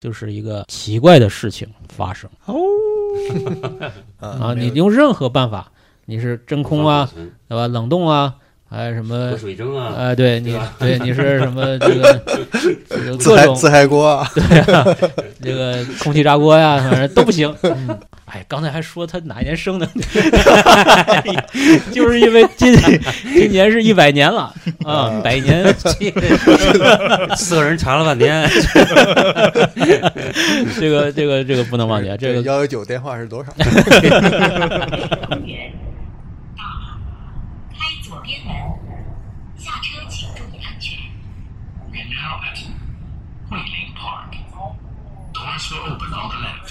就是一个奇怪的事情发生啊啊！你用任何办法，你是真空啊，，对吧？冷冻啊，还有什么喝？水蒸啊，呃，对你对吧，对你是什么这个这个自各嗨种自嗨锅啊，对啊，这个空气炸锅呀、反正都不行。嗯哎，刚才还说他哪一年生的， 就是因为今今年是一百年了啊，百年这四个人查了半天，这个这个这个不能忘记啊，这个幺幺九电话是多少？公园，大路，开左边门，下车请注意安全。 We're now at Wheeling Park. Doors will open on the left.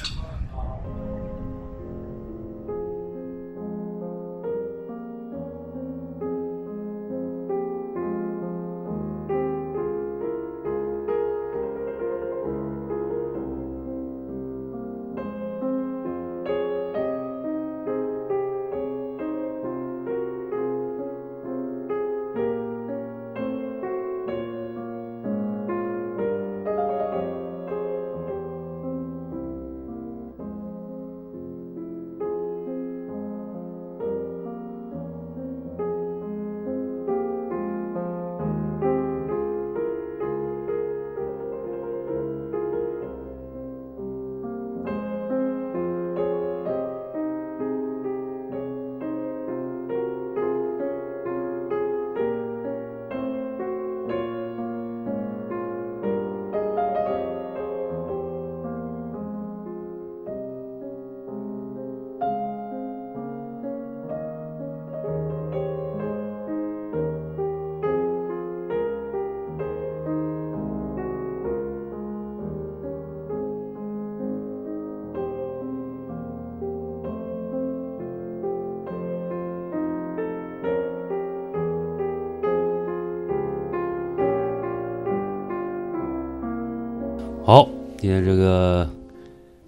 好，今天这个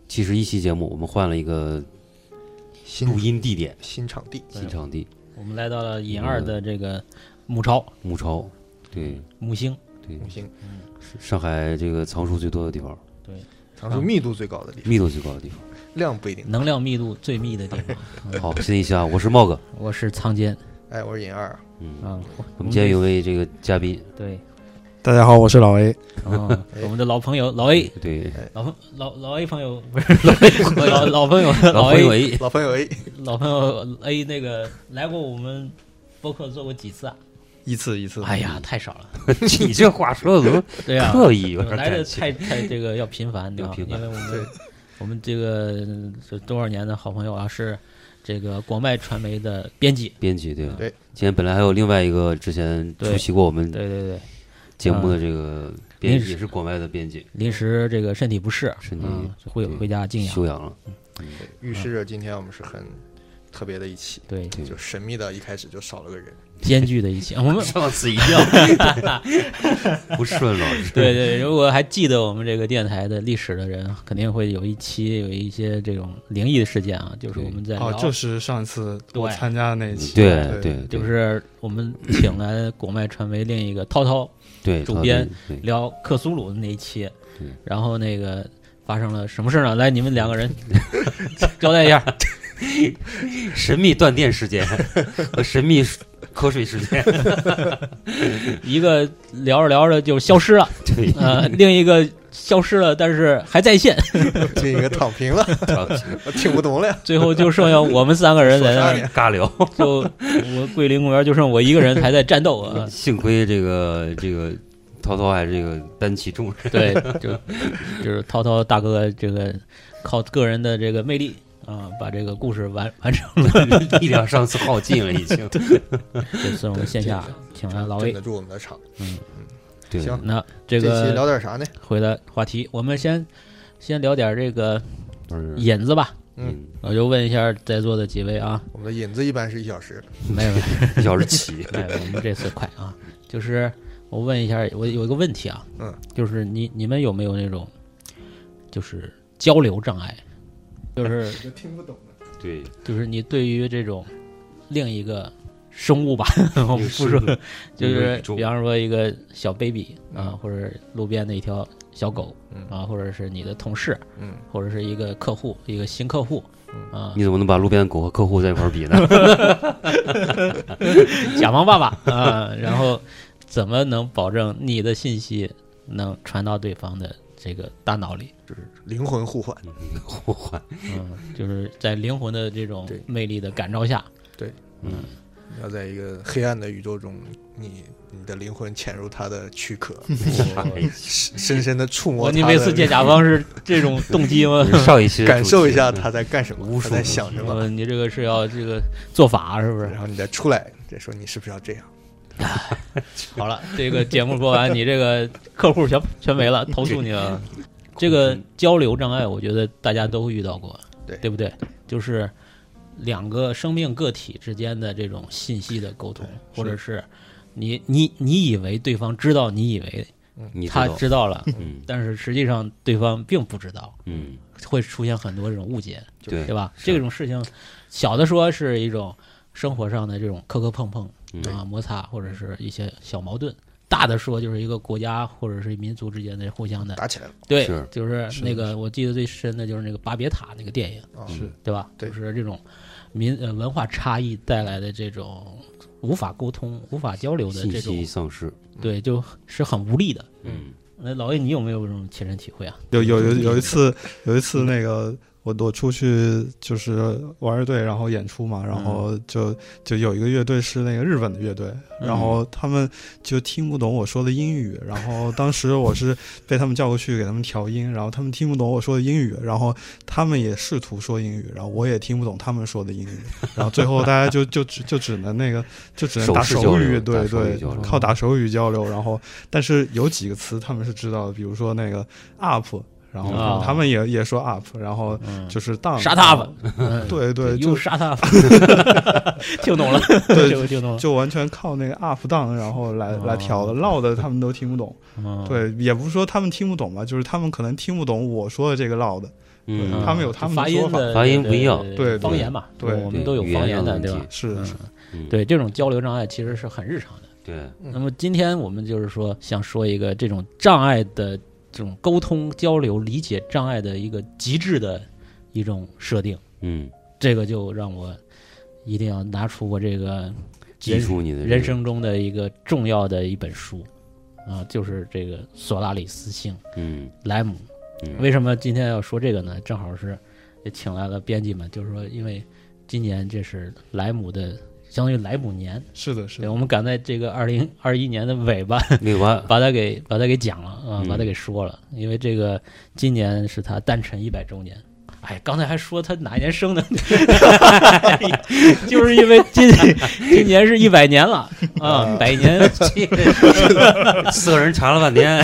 七十一期节目，我们换了一个录 新音地点、新场地，新场地我们来到了尹二的这个母巢——木超，对母星，对，行，上海这个藏书最多的地方，常数密度最高的地方，密度最高的地方。量不一定。能量密度最密的地方。好，新一期啊，我是茂哥，我是仓坚哎，我是尹二，嗯，啊，我们今天有位这个嘉宾，对，大家好，我是老 A。 啊，我们的老朋友老 A，对，老朋老老 A 朋 友不是老 A 老老朋友老老朋友 A A，老朋友 A，老朋友 A 那个来过我们播客做过几次啊？一次一次，哎呀，太少了。你这话说的怎么对呀、刻意有点来的感情？太太这个要频繁，对吧要？频繁因为我们我们这个这多少年的好朋友啊，是这个国外传媒的编辑。编辑对吧？对今天本来还有另外一个之前出席过我们对对对，节目的这个编嗯辑，也是国外的编辑，临时这个身体不适，身体嗯回对回家静养。休养了。预示着今天我们是很特别的一期，对，对就神秘的一开始就少了个人， 艰巨的一期，我们上次一 样，不顺老师。对对，如果还记得我们这个电台的历史的人，肯定会有一期有一些这种灵异的事件啊，就是我们在哦，聊就是上次对我参加的那一期，对对对，就是我们请来国外传媒另一个涛涛对主编对对聊克苏鲁的那一期对，然后那个发生了什么事儿呢？来，你们两个 人交代一下。神秘断电事 件和神秘瞌睡事件，一个聊着聊着就消失了，对，呃，另一个消失了，但是还在线。另一个躺平了， 我听不 懂了呀。最后就剩下我们三个人在那说啥儿，呀尬聊。就我桂林公园就剩我一个人还在战斗啊。 幸亏这个这个涛涛还是这个担起重 任，对， 就就是涛涛大哥这个靠个人的这个魅力啊，把这个故事完完 成了。力量上次耗尽了已 经。这次我们线下请来老镇 A 得。住我们的场。对，行那这这期个聊点啥呢？回来话题，我们先先聊点这个嗯引子吧。嗯，我就问一下在座的几位啊，我们的引子一般是一小时，没 有没有一小时 起，没哎有，我们这次快啊，就是我问一下，我有一个问题啊，嗯，就是你你们有没有那种就是交流障碍，就是就听不懂。对，就是你对于这种另一个生物吧， 哦我们不说，就是宇宙比方说一个小 baby 啊，嗯或者路边的一条小狗嗯啊，或者是你的同事，嗯，或者是一个客户，一个新客户啊，你怎么能把路边的狗和客户在一块儿比呢？ 甲方爸爸啊，然后怎么能保证你的信息能传到对方的这个大脑里？灵魂互换，互 换，嗯，就是在灵魂的这种对魅力的感召下，要在一个黑暗的宇宙中，你你的灵魂潜入他的躯壳，深深的触摸我他的你灵。每次见甲方是这种动机吗？上一期的感主受题一下嗯他在干什么，无他数在想什么，嗯，你这个是要这个做法是不是然？后你再出来，再说你是不是要这样？好了，这个节目播完，你这个客户全全没了，投诉你了。这个交流障碍，我觉得大家都会遇到过，对对不对？就是两个生命个体之间的这种信息的沟通，或者是你你你以为对方知道，你以为你知他道，知道了，嗯但是实际上对方并不知道，嗯，会出现很多这种误解。对对吧？这种事情，小的说是一种生活上的这种磕磕碰碰嗯啊、摩擦或者是一些小矛盾；大的说就是一个国家或者是民族之间的互相的打起来了对是，就是那个我记得最深的就是那个巴别塔那个电影，啊！是对吧？对就是这种民呃文化差异带来的这种无法沟通、无法交流的信这息种，丧失，对，就是很无力的。嗯，那老魏，你有没有这种亲身体会啊？有 有有有一次，有一次那个我我出去就是玩乐队，然后演出嘛，嗯然后就就有一个乐队是那个日本的乐队，嗯然后他们就听不懂我说的英语，然后当时我是被他们叫过去给他们调音，然后他们听不懂我说的英语，然后他们也试图说英语，然后我也听不懂他们说的英语，然后最后大家就就只就只能那个就只能打手势交手流语，打对手语对交流，嗯靠打手语交流，然后但是有几个词他们是知道的，比如说那个 up，然啊后他们也、也说 up，然后嗯就是 down， Shut up 然后对对，嗯又就杀他，听懂了，对这个听懂了。就完全靠那个 up down，然后来、哦来调的，唠 的他们都听不懂。嗯，对，也不是说他们听不懂吧，就是他们可能听不懂我说的这个唠的。嗯嗯，他们有他们的发音说法的发音不一样对对方言嘛，对我们对都有语方言言上的的，对问吧题？是的，是的嗯，对这种交流障碍其实是很日常的。对，嗯那么今天我们就是说，想说一个这种障碍的这种沟通交流理解障碍的一个极致的一种设定，嗯，这个就让我一定要拿出我这个记住你的人生中的一个重要的一本书啊，就是这个索拉里斯星。这个，嗯莱姆嗯。为什么今天要说这个呢？正好是也请来了编辑们，就是说，因为今年这是莱姆的，相当于莱姆年，是的，是对，的。我们赶在这个二零二一年的尾 巴未完，把它给把它给讲了啊，嗯把它给说了，因为这个今年是他诞辰一百周年。哎，刚才还说他哪一年生的， 就是因为今今年是一百年了啊，嗯百年四个人查了 半天，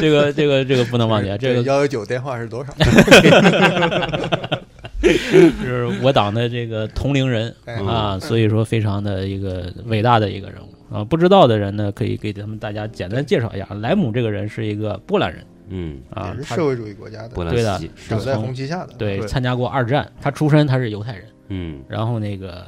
这个这个这个不能忘记啊，这个幺幺九电话是多少？是我党的这个同龄人哎啊，所以说非常的一个伟大的一个人物啊。不知道的人呢，可以给他们大家简单介绍一下，莱姆这个人是一个波兰人嗯，啊也，是他社会主义国家的，波兰对的斯基，是长在从红旗下的。对对参加过二战，他出身他是犹太人，嗯然后那个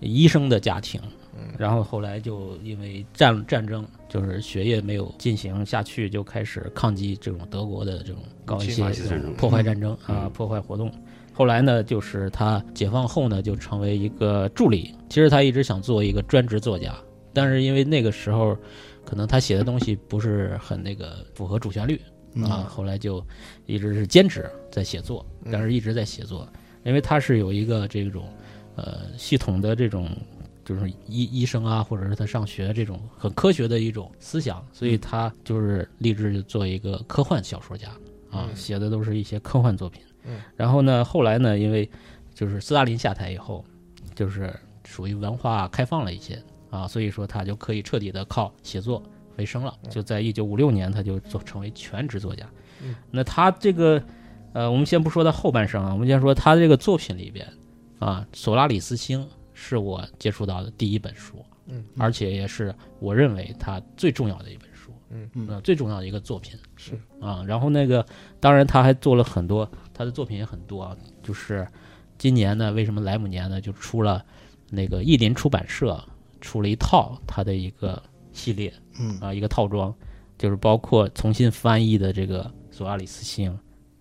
医生的家庭，嗯然后后来就因为战战争，就是学业没有进行下去，就开始抗击这种德国的这种搞一侵些华这战种争破坏战争嗯啊，破坏活动。后来呢，就是他解放后呢，就成为一个助理。其实他一直想做一个专职作家，但是因为那个时候，可能他写的东西不是很那个符合主旋律，嗯啊，后来就一直是兼职在写作，嗯但是一直在写作，因为他是有一个这种呃系统的这种就是医医生啊，或者是他上学这种很科学的一种思想，所嗯以他就是立志做一个科幻小说家啊，嗯写的都是一些科幻作品嗯。然后呢，后来呢，因为就是斯大林下台以后，就是属于文化开放了一些啊，所以说他就可以彻底的靠写作为生了。就在一九五六年，他就做成为全职作家。嗯那他这个，呃，我们先不说他后半生啊，我们先说他这个作品里边啊，《索拉里斯星》是我接触到的第一本书，嗯，而且也是我认为他最重要的一本书，嗯嗯呃最重要的一个作品是啊。然后那个，当然他还做了很多，他的作品也很多啊，就是今年呢，为什么莱姆年呢就出了那个译林出版社出了一套它的一个系列嗯啊、一个套装，就是包括重新翻译的这个《索阿里斯星》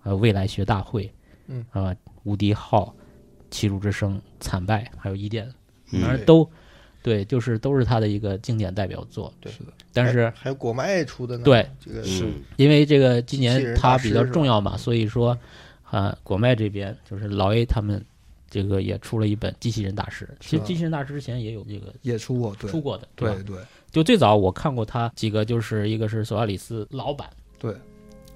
呃，《未来学大会》嗯啊，无敌号》《齐鲁之声》《惨败》还有《伊甸》，嗯反正对都对，就是都是他的一个经典代表作。对哎是的，但是还还有果麦出的呢，，对，嗯这个是因为这个今机器年人它大比师较是吧重要嘛，所以说啊，果麦这边就是老 A 他们这个也出了一本《机器人大师》，其是实吧《机器人大师》之前也有这个也出过，对出过的，吧对对就最早我看过他几个，就是一个是索亚里斯老版，对，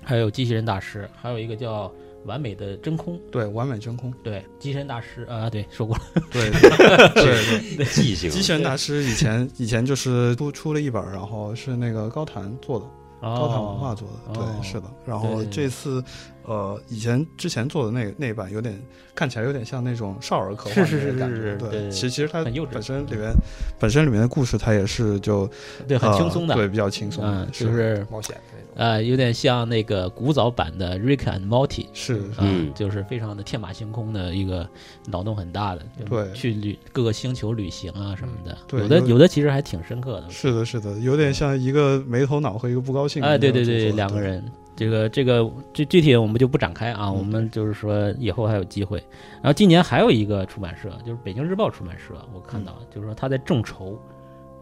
还有机器人大师，还有一个叫完美的真空，对，完美真 空，对，机器人大师啊、对，说过了，对 对对记性对，机器人大师以前以前就是出出了一本，然后是那个高谭做的，高哦，塔文化做哦的，对，是的。然后对这次，呃，以前之前做的那那一版有点看起来有点像那种少儿科是幻是的是感是觉，是对其实其实它很幼稚嗯本身里面本身里面的故事它也是就对，很呃轻松的，对，比较轻松的嗯，，就是冒险的那种，呃，有点像那个古早版的 Rick and Morty，是啊嗯就是非常的天马行空的一个脑洞很大的，就对嗯去旅各个星球旅行啊什么的，对有的有有的其实还挺深刻的，是的，是的，有点像一个没头脑和一个不高兴的哎，那对对种组对，合两个，人，这个这个具具体我们就不展开啊，嗯我们就是说以后还有机会。然后今年还有一个出版社，就是北京日报出版社，我看嗯到、就是说他在众筹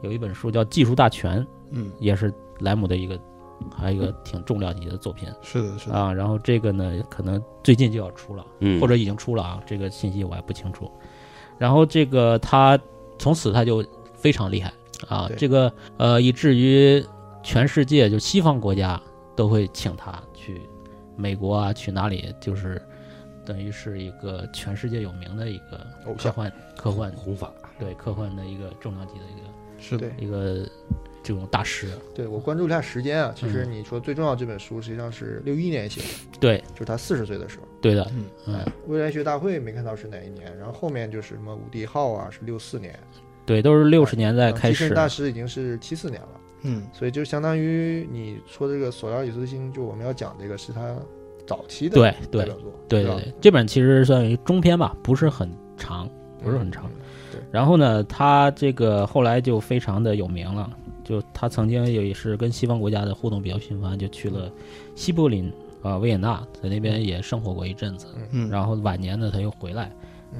有一本书叫《技术大全》，嗯，也是莱姆的一个，还有一个挺重量级的作品是的，是的，啊。然后这个呢，可能最近就要出了，嗯，或者已经出了啊，这个信息我还不清楚。然后这个他从此他就非常厉害啊对，这个呃，以至于全世界就西方国家都会请他去美国啊，去哪里就是等于是一个全世界有名的一个偶科像幻科幻弘法，对科幻的一个重量级的一是的个对，一个这种大师，对我关注了一下时间啊，其实嗯你说最重要这本书实际上是六一年写的，对就是他四十岁的时候。哎对的，嗯嗯，未来学大会没看到是哪一年，然后后面就是什么五帝号啊，是六四年，对，都是六十年代然后开机器人始，啊大师已经是七四年了，嗯，所以就相当于你说这个索要里斯星，就我们要讲这个是他早期的对代对表作，对对吧对，这本其实算于中篇吧，不是很长。不是很长，嗯然后呢，他这个后来就非常的有名了，就他曾经也是跟西方国家的互动比较频繁，就去了西柏林啊、维也纳，在那边也生活过一阵子。嗯，然后晚年呢，他又回来，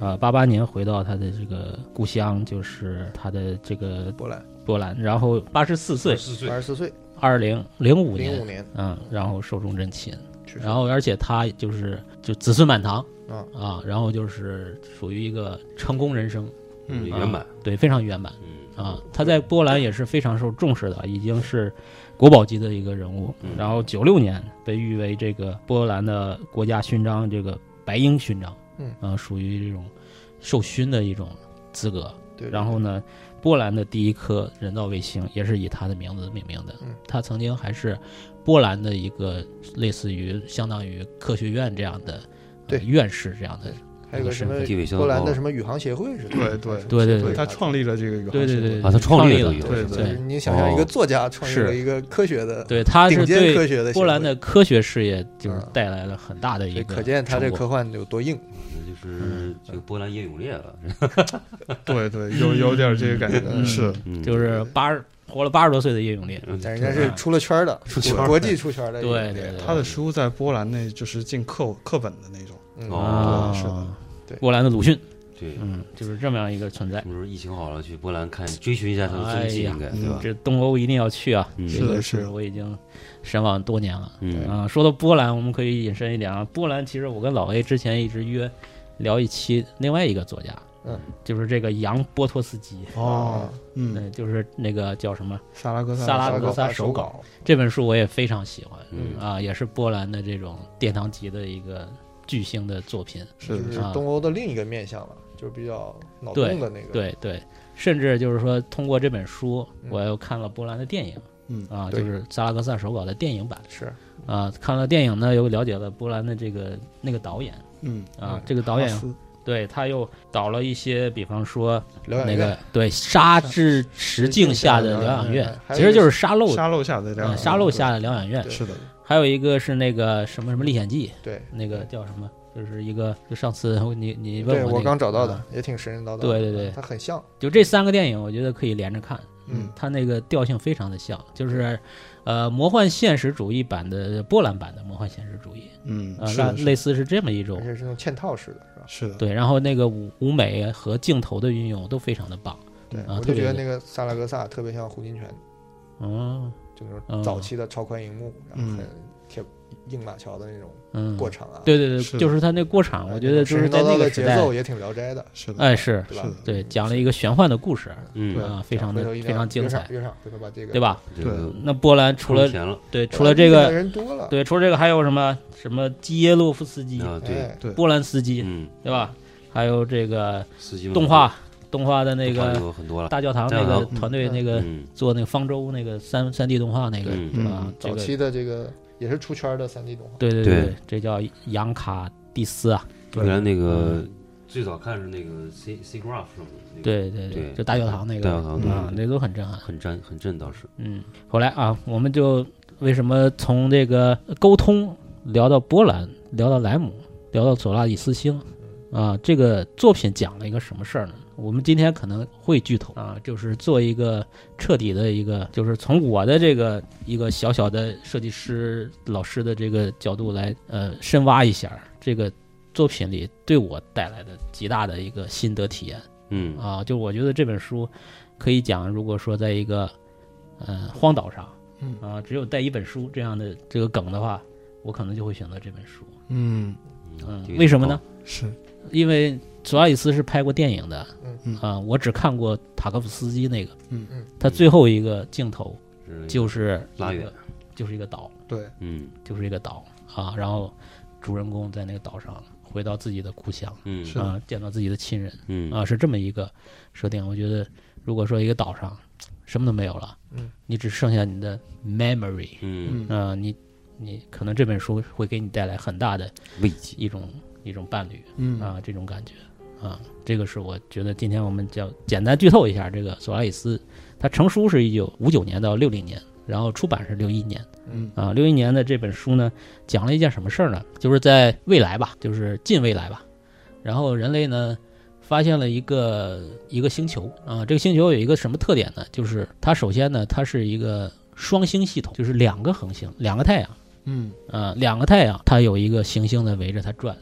啊、八八年回到他的这个故乡，就是他的这个波兰波兰。然后八十四岁，二十四岁，二零零五零年五，年嗯，然后寿终正寝。去世然后而且他就是就子孙满堂啊啊，然后就是属于一个成功人生，嗯啊圆满，对，非常圆满。嗯啊，他在波兰也是非常受重视的，已经是国宝级的一个人物嗯。然后九六年被誉为这个波兰的国家勋章，这个白鹰勋章，嗯啊，属于这种授勋的一种资格。对，然后呢，波兰的第一颗人造卫星也是以他的名字命名的嗯。他曾经还是波兰的一个类似于相当于科学院这样的呃对院士这样的，还有个什么地位相当波兰高的什么宇航协会似的，对对对对对对他创立了这个宇航对对协会对啊他创立了创立这个对就对是你想象一个作家创立了一个科学的哦对，他顶是尖对科学的波兰的协科学事业就是嗯带来了很大的会，一所以个，嗯可见他这科幻有多硬。那就是这个波兰夜永烈了， 对对，有有点这个感觉，嗯是，嗯就是八十活了八十多岁的叶永烈，嗯但人家啊是出了圈儿的，出圈儿国国际出圈儿的一个对电对影，对，他的书在波兰那就是进课课本的那种，嗯哦啊对是的，对波兰的鲁迅，对，嗯，就是这么样一个存在什。么时候疫情好了去波兰看追寻一下他的踪哎迹，呀应该对嗯吧？这东欧一定要去啊，嗯这个是的是是的我已经神往多年了。嗯啊，说到波兰，我们可以引申一点啊。波兰其实我跟老 A 之前一直约聊一期另外一个作家，嗯，就是这个杨波托斯基，哦，嗯，嗯，就是那个叫什么萨拉戈萨萨拉格格萨手手稿，这本书，我也非常喜欢。嗯啊，也是波兰的这种殿堂级的一个巨星的作品。是就的是啊东欧的另一个面向了，就是比较脑洞的那个。对对，甚至就是说，通过这本书，嗯我又看了波兰的电影，嗯啊，就对是萨拉戈萨手稿的电影版是啊，看了电影呢，又了解了波兰的这个那个导演嗯，啊嗯，这个导演哈斯对他又导了一些，比方说疗那养个院，对沙之实实境境下下的的疗疗养养院院，还其有实一个就是沙漏沙漏下的两哦嗯个沙漏下的疗养院，对是的，还有一个是那个什么什么历险记，对那个叫什么就是一个就上次你你问对我、那个、我刚找到的啊，也挺神神叨叨的。对对对它很像，就这三个电影，我觉得可以连着看。嗯，它那个调性非常的像，就是，呃，魔幻现实主义版的波兰版的魔幻现实主义，嗯，呃，是那的是的类似是这么一而种。且是那种嵌套式的，是吧？是的，对，然后那个舞舞美和镜头的运用都非常的棒。对，啊我特就别觉得那个萨拉戈萨特别像胡金铨，哦，就那嗯种早期的超宽荧幕，然后嗯很铁硬马桥的那种嗯，过场啊。对对对，是的就是他那过场，哎，我觉得就神是神在叨那叨个的时节代奏，也挺聊斋的，是的，哎，是对吧是的？对，讲了一个玄幻的故事嗯，啊，非常的回头一定非要常精约上彩，约上，回头把这个对？吧？这个那波兰除了充钱了对除了这现在个人多了，对除了这个还有什么什么基耶洛夫斯基、啊，对，哎，对波兰斯基嗯，对吧？还有这个司机们动画动画的那动画个有很多了，大教堂那大个教堂团队那个嗯，做那个方舟那个三三 D 动画那个嗯对吧嗯？这早个期的这个也是出圈的三 D 动画，对对对对，这叫扬卡蒂斯啊，原来那个嗯最早看是那个 C C graph 上的那个，对对对就大教堂那大个教堂啊，对，那都很震撼。很震很震当时，嗯，后来啊，我们就为什么从这个沟通聊到波兰，聊到莱姆，聊到索拉里斯星啊？这个作品讲了一个什么事儿呢？我们今天可能会剧透啊，就是做一个彻底的一个，就是从我的这个一个小小的设计师老师的这个角度来呃深挖一下这个作品里对我带来的极大的一个心得体验。嗯啊，就我觉得这本书可以讲，如果说在一个呃荒岛上，嗯啊，只有带一本书这样的这个梗的话，我可能就会选择这本书。嗯，嗯这，个为什么呢？是，因为索拉里斯是拍过电影的，嗯啊，我只看过塔科夫斯基那个，嗯嗯，他最后一个镜头是就是嗯拉一远个，就是一个岛，对，嗯就是一个岛啊，然后主人公在那个岛上回到自己的故乡嗯是啊，见到自己的亲人。嗯啊，是这么一个设定。我觉得，如果说一个岛上什么都没有了，嗯，你只剩下你的 memory，嗯，啊、你你可能这本书会给你带来很大的慰藉，一种一种伴侣嗯啊，这种感觉啊，这个是我觉得今天我们讲简单剧透一下这个索拉里斯，它成书是一九五九年到六零年，然后出版是六一年。嗯啊，六一年的这本书呢，讲了一件什么事儿呢？就是在未来吧，就是近未来吧，然后人类呢发现了一个一个星球啊，这个星球有一个什么特点呢？就是它首先呢，它是一个双星系统，就是两个恒星，两个太阳，嗯，啊，两个太阳，它有一个行星在围着它转。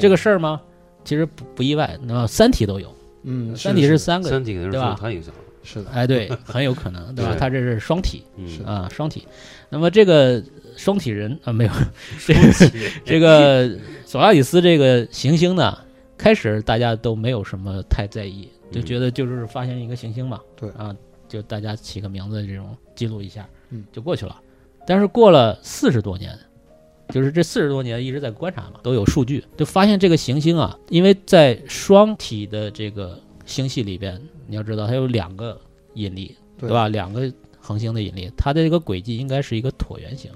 这个事儿吗？其实不不意外，那《三体》都有，嗯， 《三体》是是三个，三体可能是对吧受它影响了，是的，哎，对，很有可能，对吧？对它这是双体嗯，啊，双体。那么这个双体人啊，没有这个 这个索拉里斯这个行星呢，开始大家都没有什么太在意，就嗯觉得就是发现一个行星嘛，对啊，就大家起个名字这种记录一下，嗯，就过去了。但是过了四十多年，就是这四十多年一直在观察嘛，都有数据，就发现这个行星啊，因为在双体的这个星系里边，你要知道它有两个引力，对对吧？两个恒星的引力，它的这个轨迹应该是一个椭圆形，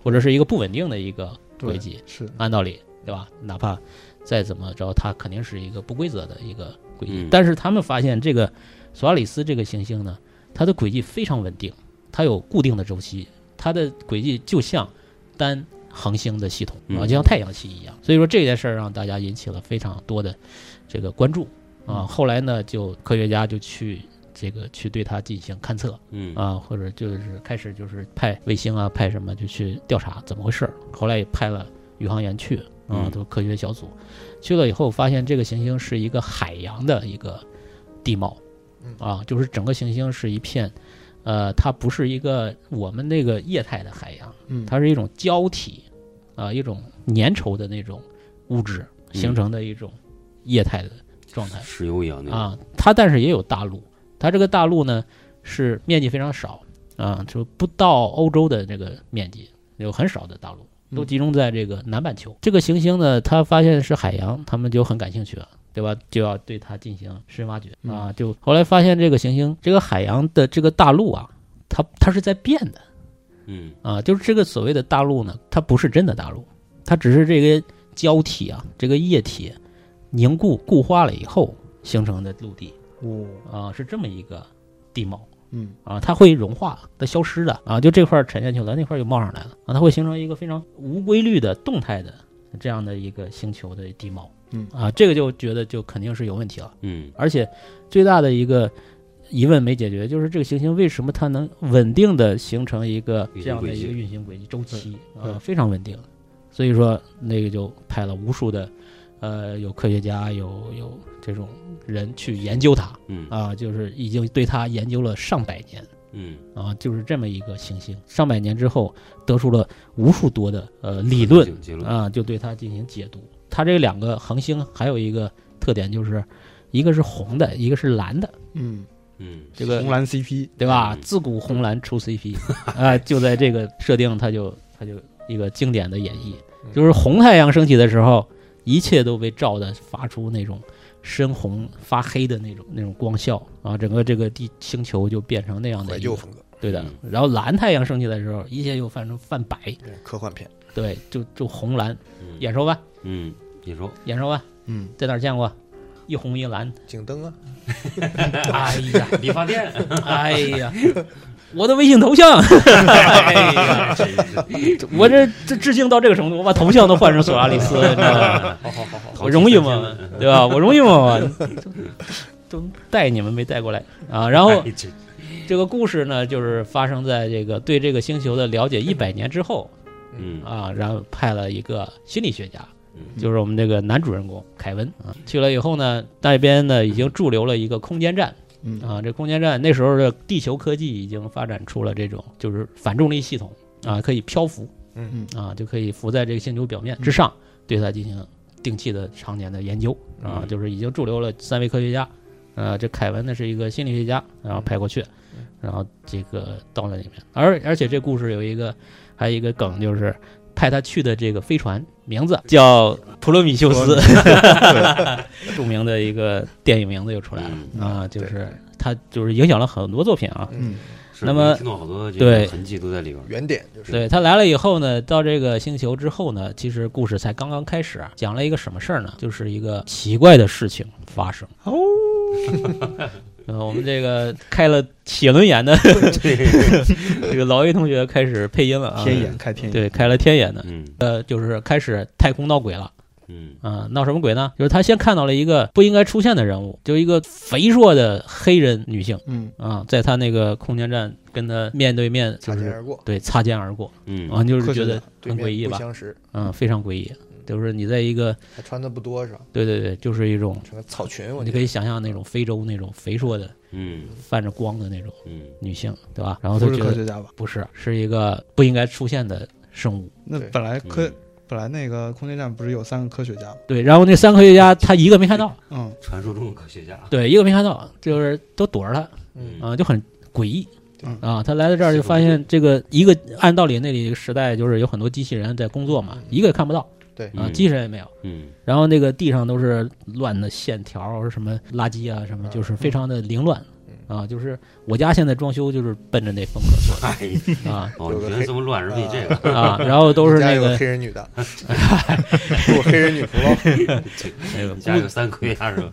或者是一个不稳定的一个轨对迹。嗯是，按道理，对吧？哪怕再怎么着，它肯定是一个不规则的一个轨迹。嗯但是他们发现这个索拉里斯这个行星呢，它的轨迹非常稳定，它有固定的周期，它的轨迹就像单恒星的系统嗯啊，就像太阳系一样。所以说这件事儿让大家引起了非常多的这个关注啊。嗯后来呢，就科学家就去。这个去对它进行勘测，嗯啊，或者就是开始就是派卫星啊，派什么就去调查怎么回事儿。后来也派了宇航员去啊嗯，都科学小组去了以后，发现这个行星是一个海洋的一个地貌嗯，啊，就是整个行星是一片，呃，它不是一个我们那个液态的海洋，嗯，它是一种胶体啊，一种粘稠的那种物质形成的一种液态的状态。石油一样那种，啊，它但是也有大陆，它这个大陆呢是面积非常少啊，就不到欧洲的这个面积，有很少的大陆，都嗯集中在这个南半球。这个行星呢，它发现是海洋，他们就很感兴趣了。对吧？就要对它进行深挖掘啊！就后来发现这个行星，这个海洋的这个大陆啊，它它是在变的嗯啊，就是这个所谓的大陆呢，它不是真的大陆，它只是这个胶体啊，这个液体凝固固化了以后形成的陆地。五，啊、是这么一个地貌嗯啊，它会融化、它消失的啊，就这块儿沉下去了，那块儿又冒上来了啊，它会形成一个非常无规律的动态的这样的一个星球的地貌，嗯啊，这个就觉得就肯定是有问题了。嗯而且最大的一个疑问没解决，就是这个行星为什么它能稳定的形成一个这样的一个运行轨迹周期对啊，非常稳定。所以说那个就派了无数的，呃，有科学家有有这种人去研究它嗯啊，就是已经对它研究了上百年嗯，啊，就是这么一个行星。上百年之后，得出了无数多的呃理论结论啊，就对它进行解读。它这两个恒星还有一个特点就是，一个是红的，一个是蓝的，嗯，嗯这个红蓝 CP，对吧嗯？自古红蓝出 CP 啊，就在这个设定，它就它就一个经典的演绎，嗯就是红太阳升起的时候，一切都被照的发出那种深红发黑的那种那种光效啊，整个这个地星球就变成那样的怀一旧嗯个风格，对的。然后蓝太阳升起的时候，一切又泛成泛白，嗯科幻片，对，就就红蓝嗯眼熟吧？嗯，你说眼熟吧？嗯，在哪儿见过？一红一蓝，警灯啊， 哎呀， 理发店，哎呀，我的微信头像。哎呀，真是我这这致敬到这个程度，我把头像都换成索拉里 斯，你知道吗？ 好好好好我容易吗？对吧？我容易 吗？我都都带你们没带过来啊！然后哎这这个故事呢，就是发生在这个对这个星球的了解一百年之后嗯啊，然后派了一个心理学家，嗯就是我们这个男主人公凯文啊，去了以后呢，那边呢已经驻留了一个空间站，嗯啊，这空间站那时候的地球科技已经发展出了这种就是反重力系统啊，可以漂浮，嗯啊，就可以浮在这个星球表面之上，对它进行定期的常年的研究啊，嗯就是已经驻留了三位科学家，呃，这凯文呢是一个心理学家，然后派过去，然后这个到了里面，而而且这故事有一个还有一个梗就是。派他去的这个飞船名字叫普罗米修斯， 著名的一个电影名字又出来了、嗯啊，就对是他就是影响了很多作品啊。嗯，是那么我听到好多这对个痕迹都在里边儿。原点就是对他来了以后呢，到这个星球之后呢，其实故事才刚刚开始啊，讲了一个什么事儿呢？就是一个奇怪的事情发生哦。呃，我们这个开了写轮眼的 这个老 A 同学开始配音了啊，天眼开天眼，对，开了天眼的，嗯呃，就是开始太空闹鬼了。嗯啊，闹什么鬼呢？就是他先看到了一个不应该出现的人物，就是一个肥硕的黑人女性嗯啊，在他那个空间站跟他面对面，擦就肩是而过，对擦肩而过嗯啊，就是科觉学得家对很诡异面不吧？相识，嗯，非常诡异，就是你在一个还穿的不多是吧？对对对，就是一种穿个草裙，我你觉可得以想象那种非洲那种肥硕的嗯泛着光的那种嗯女性，对吧？然后他不是觉科得学家吧？不是，是一个不应该出现的生物。那对本来科嗯本来那个空间站不是有三个科学家吗？对，然后那三个科学家他一个没看到，嗯传说中的科学家，对，一个没看到，就是都躲着他。嗯啊，就很诡异嗯。啊，他来到这儿是就的发现这个一个按道理那里时代就是有很多机器人在工作嘛，一个也看不到对啊，嗯机器人也没有。嗯然后那个地上都是乱的线条，什么垃圾啊，什么就是非常的凌乱啊。就是我家现在装修就是奔着那风格做哎呀，的啊哦，有你个觉黑得这么乱是为这 个？啊，然后都是你家那有个黑人女 的，我黑人女仆喽，那个你家有三个科学家是吧？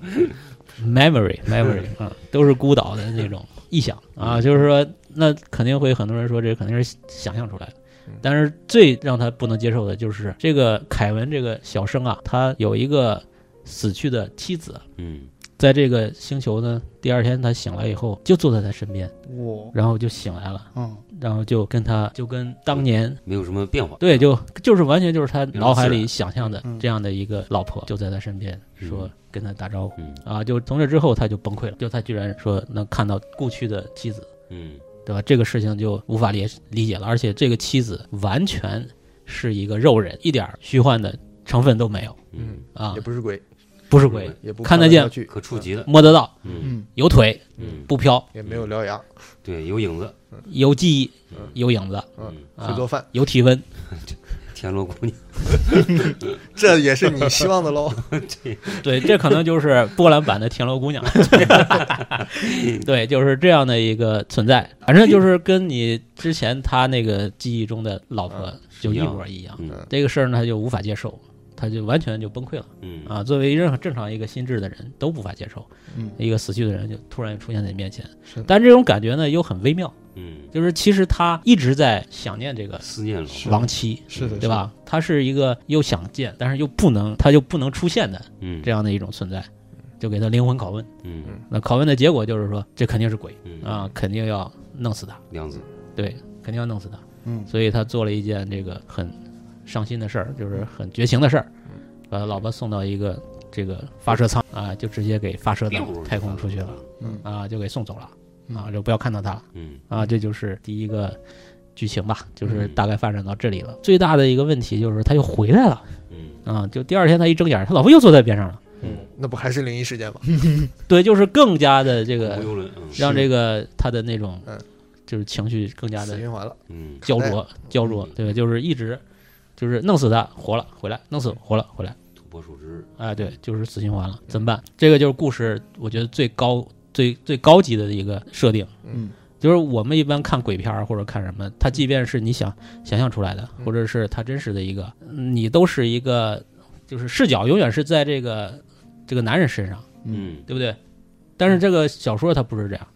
memory memory 啊，都是孤岛的那种臆想啊，就是说那肯定会很多人说这肯定是想象出来的嗯。但是最让他不能接受的就是这个凯文这个小生啊，他有一个死去的妻子，嗯在这个星球呢，第二天他醒来以后就坐在他身边，我然后就醒来了，嗯然后就跟他就跟当年没有什么变化。对，就就是完全就是他脑海里想象的嗯这样的一个老婆，就在他身边，嗯说跟他打招呼嗯啊。就从这之后，他就崩溃了，就他居然说能看到故去的妻子，嗯对吧？这个事情就无法理理解了，而且这个妻子完全是一个肉人，一点儿虚幻的成分都没有嗯，啊也，不是鬼，不是鬼，也不看得得见去可触，及的，摸得到，嗯嗯有腿嗯，不飘，也没有獠牙，对，有影子，有记忆嗯，有影子，嗯，会啊做，饭，有体温，田螺姑娘，这也是你希望的喽。对，这可能就是波兰版的《田螺姑娘》。对，就是这样的一个存在，反正就是跟你之前他那个记忆中的老婆就一模一样。嗯这个事儿呢，他就无法接受，他就完全就崩溃了嗯啊！作为任何正常一个心智的人都无法接受，嗯一个死去的人就突然出现在你面前是的，但这种感觉呢又很微妙，嗯，就是其实他一直在想念这个思念了，是亡妻，是的，对吧？他是一个又想见，但是又不能，他又不能出现的嗯，这样的一种存在，就给他灵魂拷问。嗯那拷问的结果就是说，这肯定是鬼嗯啊，肯定要弄死他，娘子，对，肯定要弄死他。嗯所以他做了一件这个很伤心的事儿，就是很绝情的事儿，把他老婆送到一个这个发射舱啊，就直接给发射到太空出去了，嗯啊，就给送走了啊，就不要看到他了嗯啊，这就是第一个剧情吧，就是大概发展到这里了。最大的一个问题就是他又回来了嗯啊，就第二天他一睁眼，他老婆又坐在边上了， 那不还是灵异事件吗？对，就是更加的这无个忧人，嗯让这个他的那种嗯哎就是情绪更加死的循环了，嗯焦灼焦嗯灼，对吧？就是一直就是弄死他活了回来，弄死活了回来，土拨鼠之日，哎，对，就是死循环嗯了，怎么办？这个就是故事，我觉得最高最最高级的一个设定，嗯，就是我们一般看鬼片儿或者看什么，它即便是你想想象出来的，嗯或者是它真实的一个，嗯你都是一个就是视角永远是在这个这个男人身上。嗯对不对？但是这个小说它不是这样，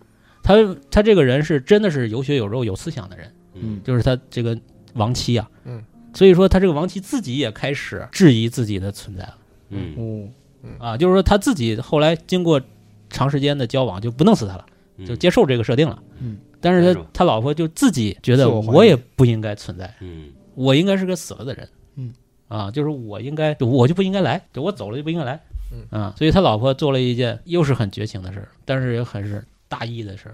他他这个人是真的是有血有肉、有思想的人，嗯就是他这个亡妻啊，嗯，所以说他这个亡妻自己也开始质疑自己的存在了嗯哦，啊，就是说他自己后来经过长时间的交往就不弄死他了，嗯，就接受这个设定了，嗯，但是接他受他老婆就自己觉得自我怀疑我也不应该存在，嗯我应该是个死了的人，嗯，啊，就是我应该，就我就不应该来，就我走了就不应该来，嗯啊，所以他老婆做了一件又是很绝情的事儿，但是也很是大义的事儿，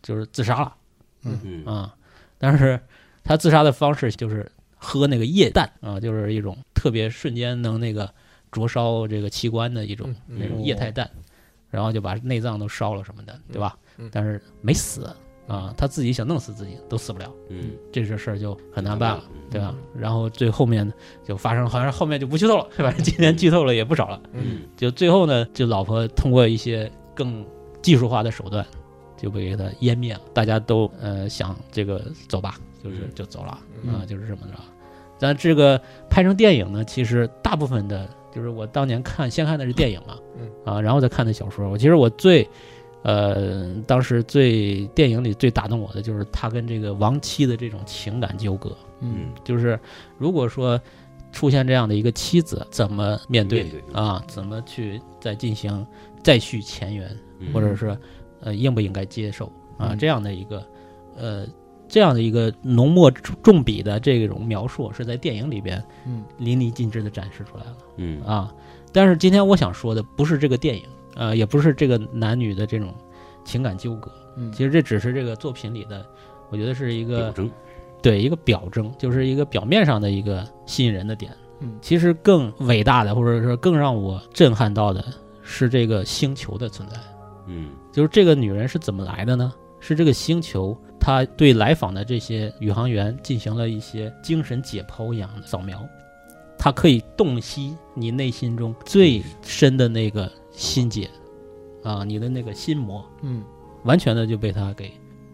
就是自杀了嗯啊，但是他自杀的方式就是喝那个液氮啊，就是一种特别瞬间能那个灼烧这个器官的一种、嗯那种液态氮，然后就把内脏都烧了什么的，对吧？嗯但是没死啊，他自己想弄死自己都死不了，嗯，这事事儿就很难办了。嗯对吧？然后最后面就发生，好像后面就不剧透了，反正 今天剧透了也不少了。嗯就最后呢，就老婆通过一些更技术化的手段，就被给他湮灭了。大家都呃想这个走吧，就是嗯就走了啊、嗯就是这么着。咱这个拍成电影呢，其实大部分的，就是我当年看先看的是电影嘛，嗯啊，然后再看的小说。我其实我最呃，当时最电影里最打动我的就是他跟这个亡妻的这种情感纠葛，嗯就是如果说出现这样的一个妻子，怎么面对面对嗯啊？怎么去再进行再续前缘，嗯，或者是呃应不应该接受啊？嗯这样的一个呃这样的一个浓墨重笔的这种描述，是在电影里边嗯淋漓尽致的展示出来了嗯啊。但是今天我想说的不是这个电影，呃，也不是这个男女的这种情感纠葛，嗯其实这只是这个作品里的，我觉得是一个表征，对一个表征，就是一个表面上的一个吸引人的点。嗯其实更伟大的，或者说更让我震撼到的是这个星球的存在。嗯就是这个女人是怎么来的呢？是这个星球，她对来访的这些宇航员进行了一些精神解剖一样的扫描，它可以洞悉你内心中最深的那个心结，啊，你的那个心魔，嗯，完全的就被她给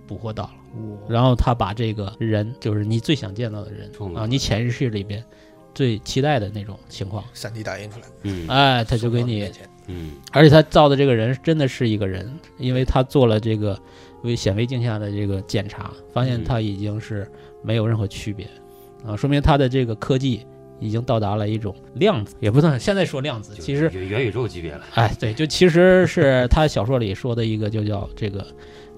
捕获到了。我然后他把这个人，就是你最想见到的人创造啊，你潜意识里边最期待的那种情况，三 D 打印出来，嗯哎，他就给送到你面，前嗯而且他造的这个人真的是一个人，因为他做了这个为显微镜下的这个检查，发现嗯他已经是没有任何区别啊，说明他的这个科技已经到达了一种量子，也不算现在说量子，就其实元元宇宙级别了，哎，对，就其实是他小说里说的一个，就叫这个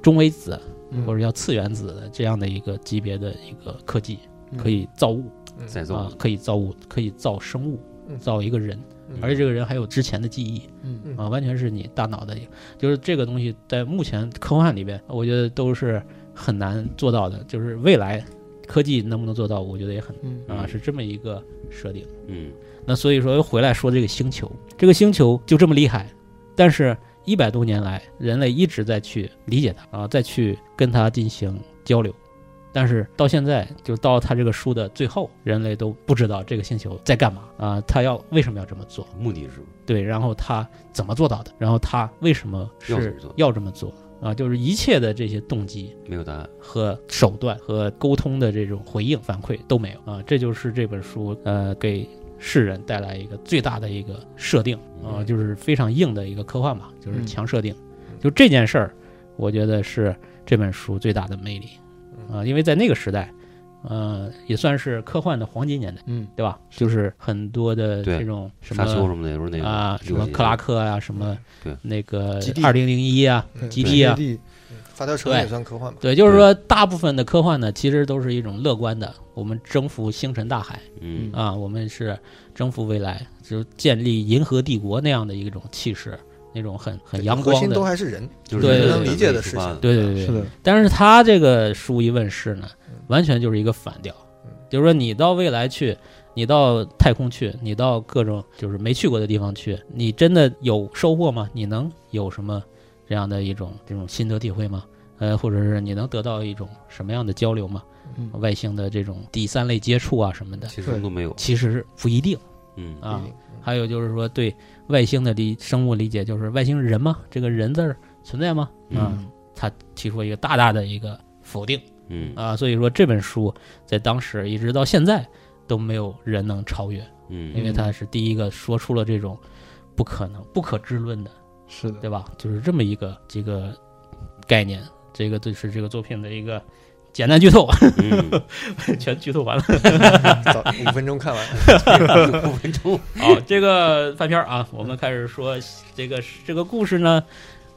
中微子嗯或者叫次原子的这样的一个级别的一个科技，嗯可以造物再啊造，，可以造物，可以造生物，嗯造一个人，嗯而且这个人还有之前的记忆嗯嗯啊，完全是你大脑的，就是这个东西在目前科幻里边，我觉得都是很难做到的，就是未来科技能不能做到，我觉得也很嗯啊，嗯是这么一个设定。嗯那所以说又回来说这个星球，这个星球就这么厉害，但是一百多年来，人类一直在去理解它啊，再去跟它进行交流，但是到现在，就到他这个书的最后，人类都不知道这个星球在干嘛啊，他要为什么要这么做？目的是什么对，然后他怎么做到的？然后他为什么要怎是么做要这么做啊？就是一切的这些动机没有答案，和手段和沟通的这种回应反馈都没有啊，这就是这本书呃给世人带来一个最大的一个设定啊，嗯就是非常硬的一个科幻吧，就是嗯强设定。就这件事儿，我觉得是这本书最大的魅力嗯啊，因为在那个时代，呃，也算是科幻的黄金年代，嗯，对吧？就是很多的对这种什沙丘么什么的，也是那个啊，什么克拉克啊，什么对那个基地二零零一啊，对基地啊，地嗯发条城也算科幻吧？对，就是说大部分的科幻呢，其实都是一种乐观的，我们征服星辰大海嗯啊，我们是征服未来，就是建立银河帝国那样的一种气势，那种很很阳核光心的都。还是人，就是对这个能理解的出事发情对对对对，是的，但是他这个书一问世呢嗯，完全就是一个反调嗯，就是说你到未来去，你到太空去，你到各种就是没去过的地方去，你真的有收获吗？你能有什么这样的一种这种心得体会吗？呃，或者是你能得到一种什么样的交流吗？嗯外星的这种第三类接触啊什么的，其实什么都没有，其实不一定嗯啊不一。定还有就是说对外星的理生物理解，就是外星人吗？这个人字儿存在吗？啊，嗯他提出了一个大大的一个否定。嗯啊，所以说这本书在当时一直到现在都没有人能超越，因嗯，为他是第一个说出了这种不可能、不可知论的，是的，对吧？就是这么一个这个概念，这个就是这个作品的一个简单剧透， 嗯全剧透完了。嗯早五分钟看完，五分 钟，好，这个翻篇儿啊，我们开始说这个这个故事呢。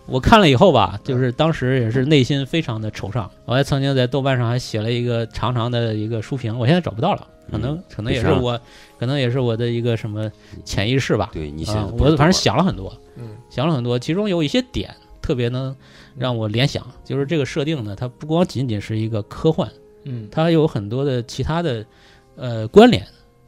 我看了以后吧，就是当时也是内心非常的惆怅。我还曾经在豆瓣上还写了一个长长的一个书评，我现在找不到了，可能可能也嗯是没事啊我，可能也是我的一个什么潜意识吧。 对你啊想，，我反正想了很多，嗯，想了很多，其中有一些点特别能让我联想，就是这个设定呢，它不光仅仅是一个科幻，嗯它有很多的其他的呃关联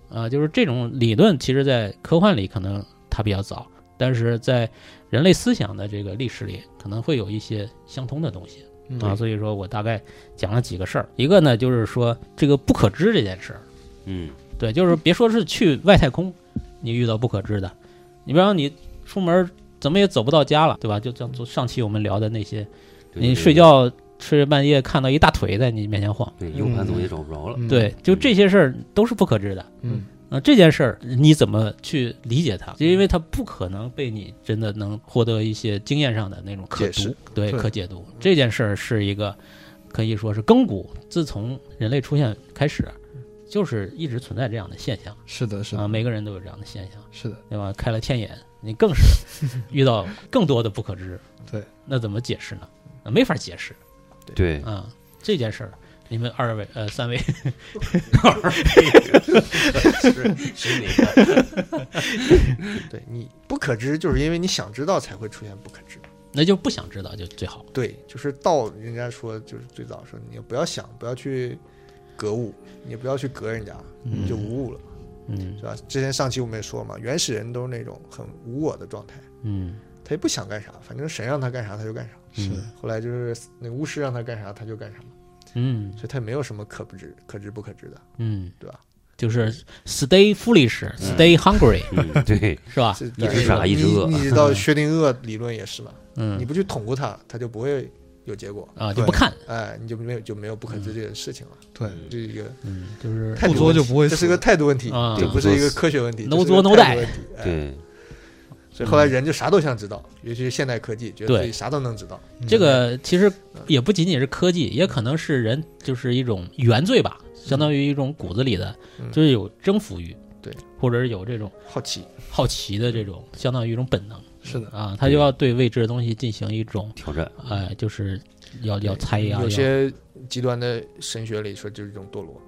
啊、就是这种理论，其实在科幻里可能它比较早，但是在人类思想的这个历史里，可能会有一些相通的东西嗯啊。所以说我大概讲了几个事儿，一个呢就是说这个不可知这件事儿，嗯对，就是别说是去外太空，你遇到不可知的，你比方你出门怎么也走不到家了，对吧？就像昨上期我们聊的那些，对你睡，觉睡着半夜看到一大腿在你面前晃。对对 U 盘总也找不着了，嗯对，就这些事儿都是不可知的。嗯，那这件事儿你怎么去理解它？因嗯为它不可能被你真的能获得一些经验上的那种可读解释，对，对嗯可解读。这件事儿是一个可以说是亘古，自从人类出现开始，就是一直存在这样的现象是的，嗯是啊，的，每个人都有这样的现象，是的，对吧？开了天眼，你更是 遇到更多的不可知，对，那怎么解释呢？那没法解释对，啊，这件事儿。你们二位呃三位 是哪个？对你不可知，就是因为你想知道才会出现不可知。那就不想知道就最好，对，就是道，人家说就是最早说，你不要想，不要去格物，你不要去格人家，你就无物了，嗯是吧？之前上期我们也说嘛，原始人都是那种很无我的状态，嗯他也不想干啥，反正神让他干啥他就干啥。是嗯的，后来就是那巫师让他干啥他就干啥，嗯所以他也没有什么可不知、可知不可知的。啊嗯，对吧？就是 stay foolish，stay hungry，嗯，对，是吧？是一只傻对一只你饿你知 道薛定谔理论也是嘛？你嗯不去捅咕他，他就不会有结果。啊，就不看，哎，你就没有就没有不可知这件事情了，对，这是一个嗯，就是态不度作问就题不会这死是个态度问题，啊这不是一个科学问题 No 这是一个 do, no 态度 die 问题。哎，对，所以后来人就啥都想知道，尤其是现代科技，觉嗯得对自己啥都能知道。这个其实也不仅仅是科技，也可能是人就是一种原罪吧，相当于一种骨子里的，嗯就是有征服欲，对，或者是有这种好奇，好奇的这种，相当于一种本能是的，啊，他就要对未知的东西进行一种，挑战，哎，就是要要猜呀，嗯要有些极端的神学里说就是一种堕落，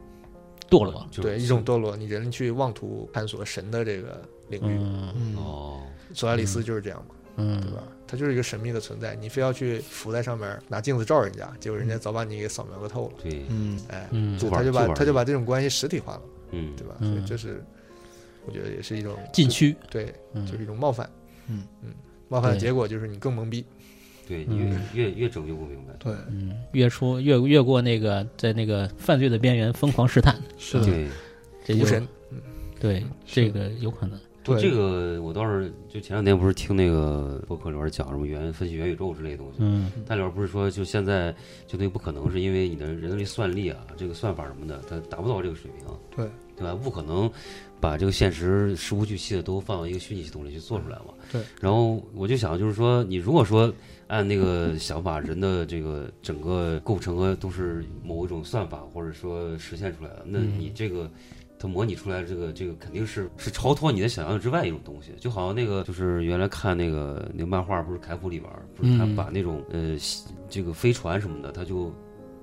堕落，就是对，一种堕落，你人去妄图探索神的这个领域。嗯嗯，哦，索爱里斯就是这样嘛，对吧嗯，？他就是一个神秘的存在，你非要去伏在上面拿镜子照人家，结果人家早把你给扫描个透了。对，嗯，哎，嗯就玩他就就把玩他就把这种关系实体化了，嗯对吧？嗯所以这是我觉得也是一种禁，区，对，嗯就是一种冒犯。嗯冒犯的对结果就是你更蒙蔽。对，嗯越越越整越不明白，对，嗯，越出越越过那个在那个犯罪的边缘疯狂试探，是的，对，这无就神，对这个有可能，对，这个我倒是就前两天不是听那个博客里边讲什么元分析元宇宙之类的东西，嗯它里边不是说就现在就那个不可能是因为你的人类算力啊，这个算法什么的，它达不到这个水平，对对吧？不可能把这个现实事无巨细的都放到一个虚拟系统里去做出来嘛。对。然后我就想，就是说，你如果说按那 个想法，人的这个整个构成和都是某一种算法或者说实现出来的，嗯那你这个。它模拟出来的这个这个肯定是是超脱你的想象之外一种东西，就好像那个就是原来看那个那个漫画，不是凯普里边儿，不是他嗯把那种、呃西这个飞船什么的，他就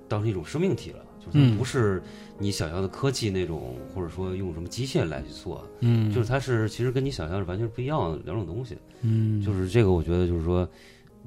当成一种生命体了，就是嗯它不是你想象的科技那种，或者说用什么机械来去做，嗯，就是它是其实跟你想象是完全不一样的两种东西。嗯，就是这个，我觉得就是说，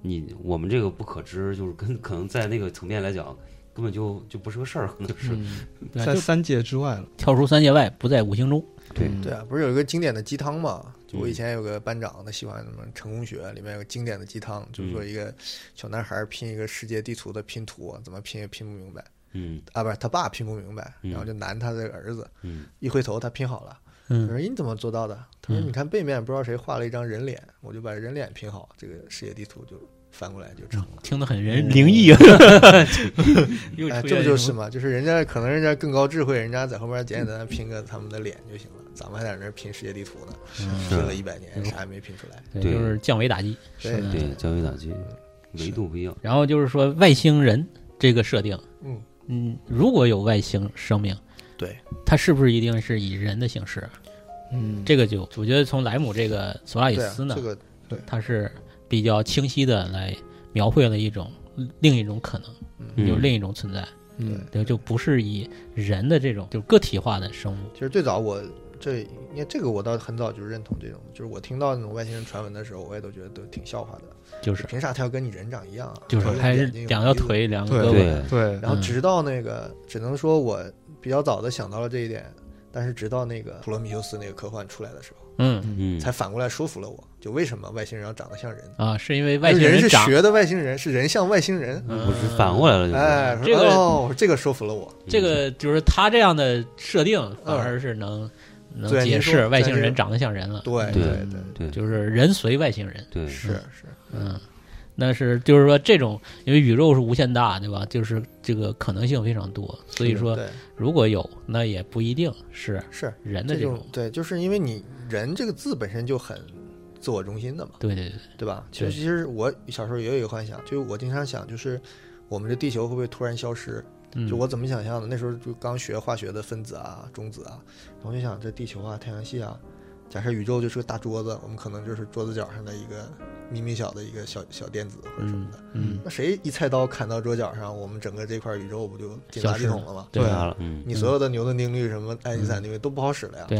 你我们这个不可知，就是跟可能在那个层面来讲，根本就就不是个事儿，可能是、嗯对在就三界之外了。跳出三界外，不在五行中。对嗯对啊，不是有一个经典的鸡汤嘛？就我嗯以前有个班长，他喜欢什么成功学，里面有个经典的鸡汤，就是说一个小男孩拼一个世界地图的拼图，怎么拼也拼不明白嗯啊，不是他爸拼不明白，嗯然后就难他的儿子，嗯一回头他拼好了，他嗯说你怎么做到的？他说嗯你看背面不知道谁画了一张人脸，我就把人脸拼好，这个世界地图就翻过来就成了。嗯听得很人灵 异啊，又哎，出现这不就一是种嘛？就是人家可能人家更高智慧，人家在后面简简单单拼个他们的脸就行了，咱们还在那儿拼世界地图呢，拼了一百年啥也没拼出来。对，对就是降维打击。对是的对，教育打击维度不一样，然后就是说外星人这个设定，嗯嗯，如果有外星生命，对，它是不是一定是以人的形式？嗯，这个就我觉得从莱姆这个索拉里对啊斯，呢这，个他是比较清晰的来描绘了一种另一种可能，嗯有另一种存在，对嗯，对，就不是以人的这种就是个体化的生物。其实最早我这因为这个我倒很早就认同这种，就是我听到那种外星人传闻的时候，我也都觉得都挺笑话的，就是凭啥他要跟你人长一样啊？就是有还是眼睛有两条鼻子腿、两个胳膊，对对对，然后嗯直到那个，只能说我比较早的想到了这一点，但是直到那个普罗米修斯那个科幻出来的时候，嗯嗯才反过来说服了我，就为什么外星人要长得像人。啊，是因为外星人是长，学的外星人，是人像外星人。嗯我是反过来了，就是、哎，这说个哦，我说这个说服了嗯我。这个就是他这样的设定，反而是能能对解您说释外星在这人个长得像人了。嗯对对对对，对就是人随外星人，对是是，嗯，那是就是说这种，因为宇宙是无限大，对吧？就是这个可能性非常多，所以说对如果有，那也不一定是是人的这这种种，对，就是因为你人这个字本身就很自我中心的嘛，对对对，对吧？其对实其实我小时候也有一个幻想，就是我经常想，就是我们这地球会不会突然消失？嗯，就我怎么想象的？那时候就刚学化学的分子啊、中子啊，然后我就想这地球啊、太阳系啊，假设宇宙就是个大桌子，我们可能就是桌子角上的一个咪咪小的一个小小电子或者什么的。嗯，那谁一菜刀砍到桌角上，我们整个这块宇宙不就进垃圾桶了吗？对对答啊了，嗯，你所有的牛顿定律、什么爱因斯坦定律都不好使了呀。嗯对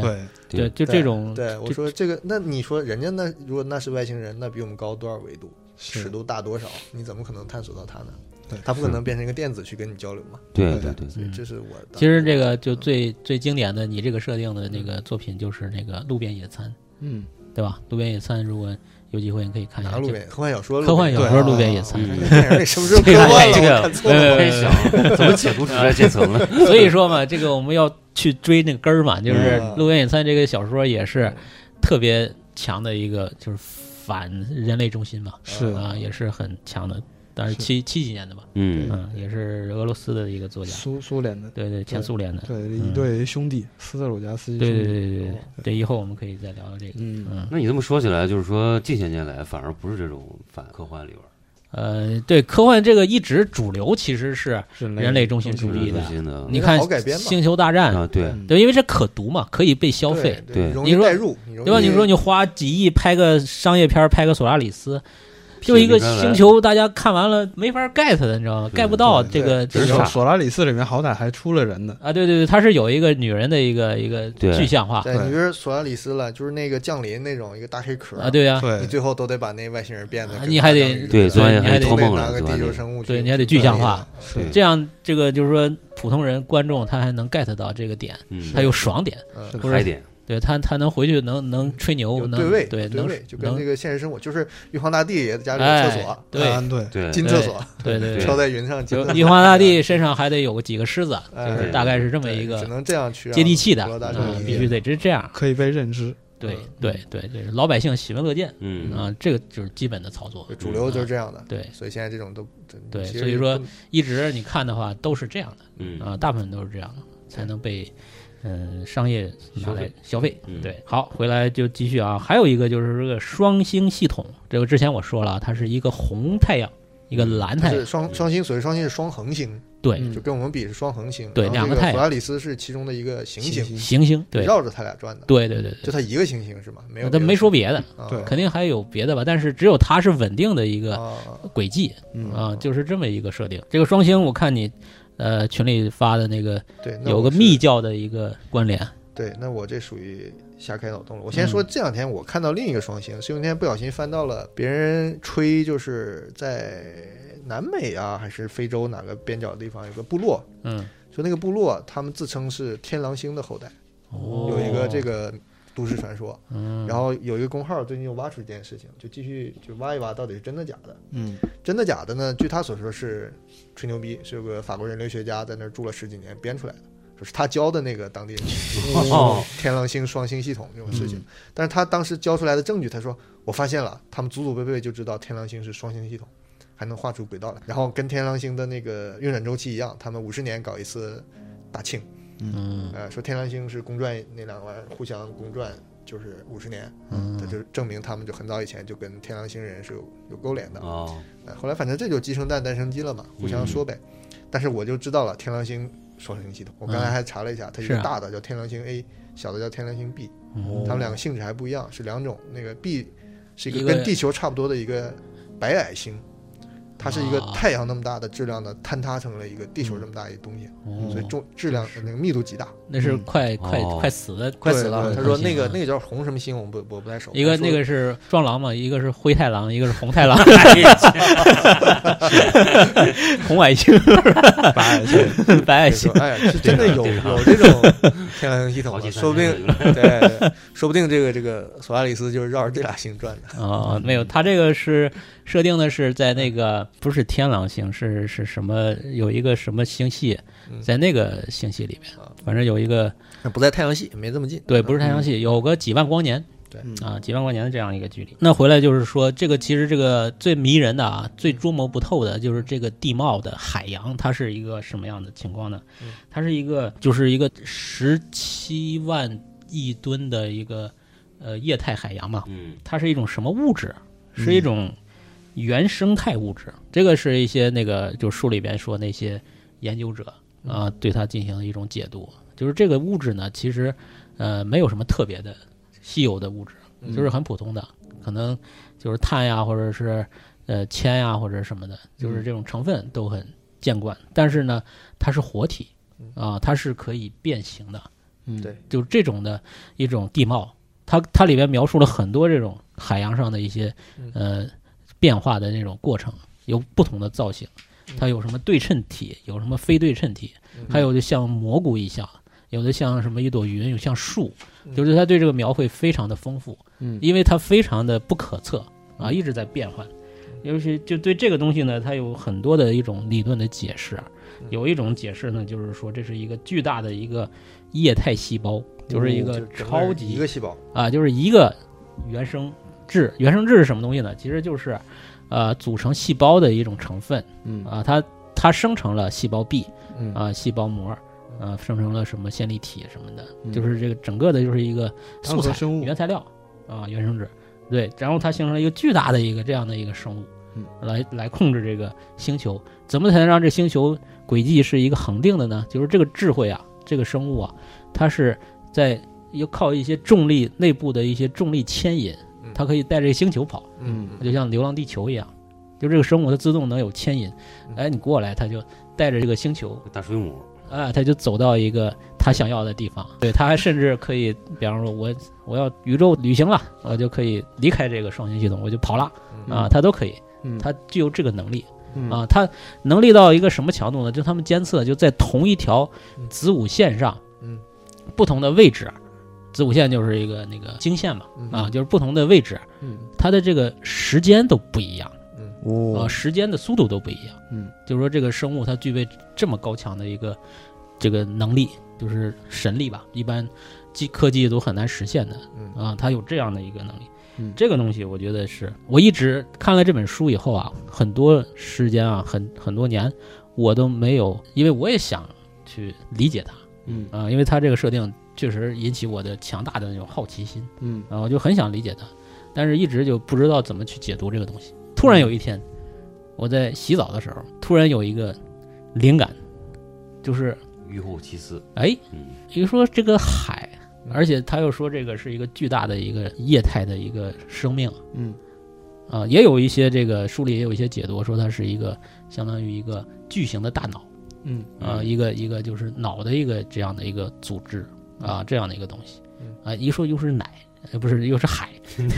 对，对，就这种对我这说这个，那你说人家那如果那是外星人，那比我们高多少维度，尺是度大多少？你怎么可能探索到他呢对？他不可能变成一个电子去跟你交流嘛。对对对，所以嗯这是我嗯当时其实这个就最最经典的你这个设定的那个作品就是那个路边野餐，嗯，对吧？路边野餐，如果有机会你可以看一哪下个路这边科幻小说，科幻小说路边野野餐餐。。电影里什么 时候这科个幻了？这我个看错没了。有没有在 没有想怎么解读出来这层了？ 所以说嘛，这个我们要去追那个根儿嘛，就是嗯《路边野餐》这个小说也是特别强的一个，就是反人类中心嘛，是啊，也是很强的。但是是七七几年的吧， 嗯，嗯，也是俄罗斯的一个作家，苏苏联的，对对，前苏联的，对，嗯一对兄弟，斯特鲁加斯基对兄对弟，对对对，这以后我们可以再聊聊这个，嗯，嗯，那你这么说起来，就是说近些年来反而不是这种反科幻里边儿呃，对，科幻这个一直主流其实是人类人类中心就主是义中的，心的，你看嗯好改《编嘛星球大战》啊，对，嗯对，因为这可读嘛，可以被消费，对对你容你易说代入，你容易对吧？你说你花几亿拍个商业片儿，拍个索拉里斯，就一个品味星球，大家看完了没法 get 的，你知道吗对？get 不到对这个对这是个傻有索拉里斯里面好歹还出了人呢，啊，对对对，它是有一个女人的一个一个对具象化对，你就是索拉里斯了，就是那个降临那种一个大黑壳啊，，对呀，对你，最后都得把那外星人变得啊跟你还得大章鱼似的对昨晚你还还托梦了拿个昨地晚球得生物去，对你还得具象化对对这样这个就是说普通人观众他还能 get 到这个点，嗯，他有爽点，呃嗯不是嗨点，对他他能回去能能吹牛，有能对位，对对能位，就跟那能个现实生活，就是玉皇大帝也家里有厕哎所，，对安安队，对，金 厕所，对对对飘在云上，金就厕所玉皇大帝身上还得有几个狮子，哎就是大概是这么对一只个能这样去让接地气的普罗大，众嗯，理必解须得是这样。可以被认知，对嗯对对，这是老百姓喜闻乐见嗯啊，这个就是基本的操作就。主流就是这样的，对，所以现在这种都嗯对其实所以说不一直你看的话都是这样的嗯啊，大部分都是这样的，才能被嗯商业拿消费来消费。嗯对，好，回来就继续啊。还有一个就是这个双星系统，这个之前我说了，啊它是一个红太阳，一嗯个蓝它太是嗯阳，双双星，所谓双星是双恒星，对，就跟我们比是双恒星。对然后两这个太阳弗拉里斯是其中的一个行行星，星行星，对，绕着它俩转的，对对对对，就它一个行星是吗？没有那他别的，没说别的，啊对肯定还有别的吧，但是只有它是稳定的一个啊，轨迹嗯啊，就是这么一个设定。这个双星，我看你呃群里发的那个对，那有我个是密教的一个关联，对，那我这属于瞎开脑洞了。我嗯先说这两天我看到另一个双星，是因为那天不小心翻到了别人吹，就是在南美啊还是非洲哪个边角地方有个部落，嗯，说那个部落他们自称是天狼星的后代，哦有一个这，个都市传说。嗯，然后有一个公号最近又挖出一件事情，就继续就挖一挖到底是真的假的。嗯真的假的呢？据他所说是吹牛逼，是有个法国人类学家在那儿住了十几年编出来的，说是他教的那个当地人。哦，天狼星双星系统这种事情。嗯但是他当时交出来的证据，他说我发现了，他们祖祖辈辈就知道天狼星是双星系统，还能画出轨道来。然后跟天狼星的那个运转周期一样，他们五十年搞一次大庆，嗯呃，说天狼星是公转那两个玩意儿互相公转。就是五十年，这嗯，就证明他们就很早以前就跟天狼星人是有有勾连的。哦，呃后来反正这就鸡生蛋，蛋生鸡了嘛，互相说呗。但是我就知道了天狼星双星系统，我刚才还查了一下，它一是个啊大的叫天狼星 A，小的叫天狼星 B，哦它们两个性质还不一样，是两种。那个 B 是一一个个跟地球差不多的一个白矮星，它是一个啊太阳那么大的质量的坍塌成了一个地球这么大一东西，哦所以重质量那个密度极大，那是嗯快快哦快死的，快死了。对他对说对那个嗯那个叫红什么星，我不我不太熟。一个他说那个是壮狼嘛，一个是灰太狼，一个是红 太狼， 红矮星， 白矮 星，白矮对星说，哎，是真的啊有这个有这种天狼星系统好的，几三嗯说不定年 了 对，说不定这个这个索拉里斯就是绕着这俩星转的。哦，没有，它这个是设定的是在那个不是天狼星，是是什么？有一个什么星系，嗯在那个星系里面啊，反正有一个那不在太阳系，没这么近。对，不是太阳嗯系，有个几万光年嗯啊，几万光年的这样一个距离。那回来就是说，这个其实这个最迷人的啊，最捉摸不透的就是这个地貌的海洋，它是一个什么样的情况呢嗯？它是一个就是一个十七万亿吨的一个呃液态海洋嘛，嗯，它是一种什么物质？是一种原生态物质。这个是一些那个就书里边说那些研究者啊，对它进行了一种解读，就是这个物质呢，其实呃没有什么特别的稀有的物质，嗯就是很普通的，可能就是碳呀，或者是呃铅呀，或者什么的，就是这种成分都很见惯。但是呢，它是活体啊，它是可以变形的。嗯对就是这种的一种地貌，它它里边描述了很多这种海洋上的一些嗯呃变化的那种过程，有不同的造型，它有什么对称体，有什么非对称体，嗯还有就像蘑菇一样，有的像什么一朵云，有像树，嗯就是它对这个描绘非常的丰富，嗯因为它非常的不可测嗯啊，一直在变换。尤其就对这个东西呢，它有很多的一种理论的解释。啊嗯有一种解释呢，就是说这是一个巨大的一个液态细胞，就是一个嗯就整超一级个细胞，啊，就是一个原生质。原生质是什么东西呢？其实就是，呃，组成细胞的一种成分嗯啊，它它生成了细胞壁嗯啊、细胞膜啊，生成了什么线粒体什么的，嗯就是这个整个的就是一个素当材作生物原材料啊、原生质，对，然后它形成了一个巨大的一个这样的一个生物，嗯来来控制这个星球，怎么才能让这星球轨迹是一个恒定的呢？就是这个智慧啊，这个生物啊，它是在要靠一些重力内部的一些重力牵引嗯，它可以带这个星球跑，嗯就像《流浪地球》一样，就这个生物它自动能有牵引，嗯哎，你过来，它就带着这个星球大水母，啊，他就走到一个他想要的地方。对，他还甚至可以，比方说我我要宇宙旅行了，我就可以离开这个双星系统，我就跑了嗯啊，他都可以，嗯他具有这个能力嗯啊，他能力到一个什么强度呢？就他们监测，就在同一条嗯子午线上，嗯，不同的位置，子午线就是一个那个经线嘛，嗯啊，就是不同的位置，嗯它的这个时间都不一样。啊，哦时间的速度都不一样。嗯，就是说这个生物它具备这么高强的一个这个能力，就是神力吧，一般技科技都很难实现的嗯啊，它有这样的一个能力。嗯这个东西我觉得是我一直看了这本书以后啊，很多时间啊，很很多年我都没有，因为我也想去理解它，嗯啊、因为它这个设定确实引起我的强大的那种好奇心嗯啊、我就很想理解它，但是一直就不知道怎么去解读这个东西。突然有一天，我在洗澡的时候，突然有一个灵感，就是雨后其次，哎，嗯一个说这个海，嗯而且他又说这个是一个巨大的一个液态的一个生命嗯啊、也有一些这个书里也有一些解读说它是一个相当于一个巨型的大脑。嗯啊、嗯一个一个就是脑的一个这样的一个组织啊，这样的一个东西嗯啊，一说又是奶，呃不是又是海， 嗯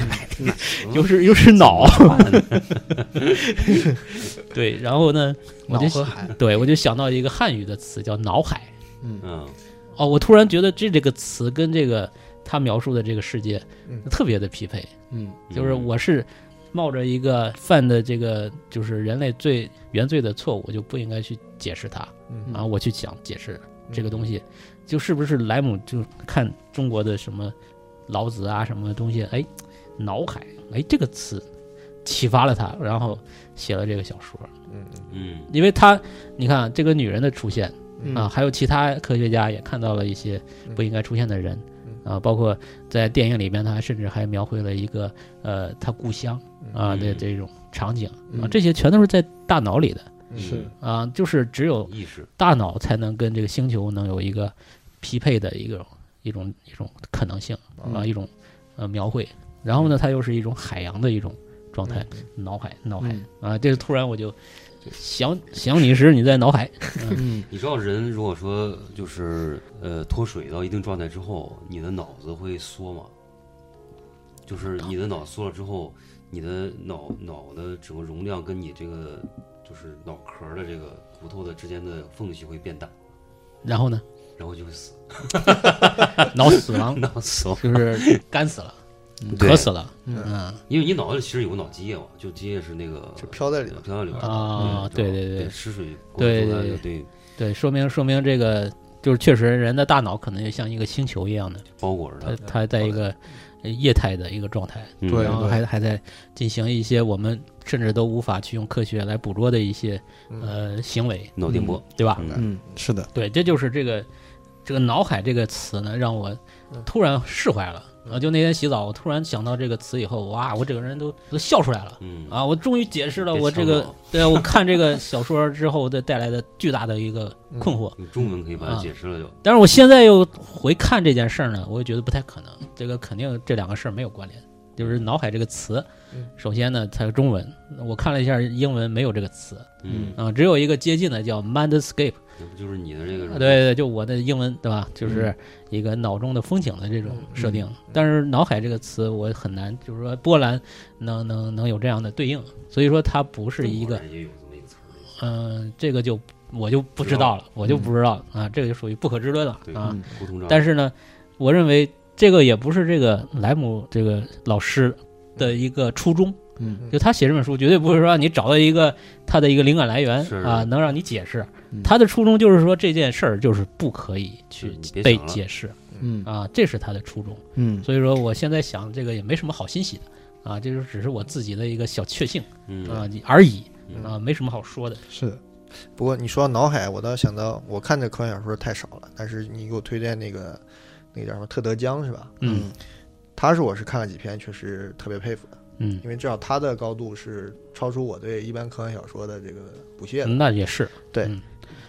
又是又是脑， 嗯 对，然后呢，我脑就想和海，对我就想到一个汉语的词叫脑海嗯嗯哦，我突然觉得这这个词跟这个他描述的这个世界嗯特别的匹配，嗯就是我是冒着一个犯的这个就是人类最原罪的错误，我就不应该去解释它嗯啊，我去想解释嗯这个东西，就是不是莱姆就看中国的什么老子啊什么东西，哎，脑海，哎这个词启发了他，然后写了这个小说。嗯嗯因为他，你看这个女人的出现嗯啊，还有其他科学家也看到了一些不应该出现的人嗯啊，包括在电影里边，他甚至还描绘了一个呃他故乡啊的嗯这种场景啊，嗯这些全都是在大脑里的嗯是啊，就是只有意识，大脑才能跟这个星球能有一个匹配的一个一种一种可能性啊，嗯一种呃描绘。然后呢，它又是一种海洋的一种状态，脑海脑海嗯啊，这个突然我就想想你时你在脑海，嗯你知道人如果说就是呃脱水到一定状态之后，你的脑子会缩嘛，就是你的脑缩了之后，你的脑脑的整个容量跟你这个就是脑壳儿的这个骨头的之间的缝隙会变大，然后呢， 然后就会 死，脑死 亡脑死亡。就是干死了，对渴死了，嗯嗯因为你脑子里其实有个脑积液嘛，就积液是那个嗯就飘在里边飘在里边儿嗯啊，对对对对，对失水过对多了对就对对，说明说明这个就是确实人的大脑可能就像一个星球一样的，包裹着它它，它在一个呃液态的一个状态。嗯对然后还还在进行一些我们甚至都无法去用科学来捕捉的一些嗯呃行为，脑电波，对吧？嗯嗯是的对，这就是这个这个“脑海”这个词呢，让我嗯突然释怀了。嗯啊，就那天洗澡，我突然想到这个词以后，哇，我整个人都都笑出来了嗯啊！我终于解释了别我呛这个我，对我看这个小说之后的带来的巨大的一个嗯困惑。用中文可以把啊它解释了就，但是我现在又回看这件事儿呢，我也觉得不太可能，这个肯定这两个事儿没有关联。就是“脑海”这个词嗯，首先呢，它是中文，我看了一下英文没有这个词嗯，啊、只有一个接近的叫 “mindscape”，那不就是你的这对个对，就我的英文对吧？就是一个脑中的风景的这种设定。但是“脑海”这个词，我很难，就是说波兰能能能有这样的对应，所以说它不是一个，也有这么一个词儿，嗯、这个就我就不知道了，我就不知道了、啊，这个就属于不可知论了对啊。嗯沟通障碍，但是呢，我认为这个也不是这个莱姆这个老师的一个初衷。嗯就他写这本书，绝对不是说让你找到一个他的一个灵感来源是啊，能让你解释嗯。他的初衷就是说这件事儿就是不可以去是你嗯别被想了解释嗯啊，这是他的初衷。嗯所以说，我现在想这个也没什么好欣喜的啊，这就只是我自己的一个小确幸嗯啊而已嗯啊，没什么好说的。是的不过你说到脑海，我倒想到我看的科幻小说太少了，但是你给我推荐那个那个叫什么特德江是吧？嗯他是我是看了几篇，确实特别佩服的，嗯，因为至少他的高度是超出我对一般科幻小说的这个不屑的。嗯那也是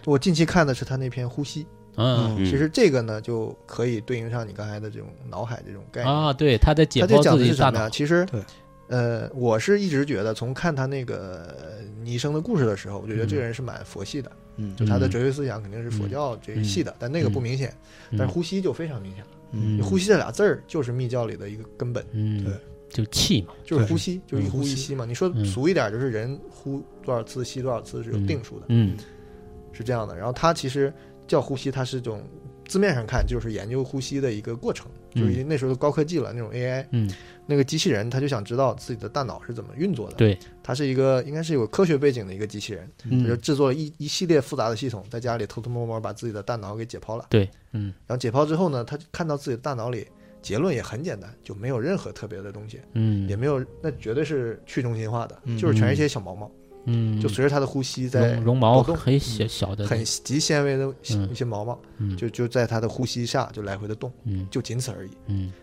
我近期看的是他那篇《呼吸》，嗯嗯其实这个呢就可以对应上你刚才的这种脑海这种概念。啊，对，他在解他这剖讲的自是己大什么脑呀？。其实对，呃，我是一直觉得，从看他那个呃尼生的故事的时候，我就觉得这个人是蛮佛系的，嗯就他的嗯哲学思想肯定是佛教这一系的，但那个不明显，嗯但是呼吸就非常明显了。嗯呼吸这俩字儿就是密教里的一个根本，嗯，对，就气嘛，就是对呼吸，就是一嗯呼呼一吸吸嘛。你说嗯俗一点，就是人呼多少次，吸多少次是有定数的，嗯是这样的。然后它其实叫呼吸，它是一种字面上看就是研究呼吸的一个过程，就是因为那时候都高科技了，那种 AI 嗯，那个机器人，他就想知道自己的大脑是怎么运作的。对，它是一个应该是有科学背景的一个机器人，它就嗯制作了一一系列复杂的系统，在家里偷偷摸摸把自己的大脑给解剖了。对，嗯然后解剖之后呢，他就看到自己的大脑里结论也很简单，就没有任何特别的东西，嗯也没有，那绝对是去中心化的，嗯就是全是一些小毛毛。嗯，就随着它的呼吸在绒绒毛动很小小的，很极纤维的嗯一些毛毛，嗯就就在它的呼吸下就来回的动，嗯就仅此而已。嗯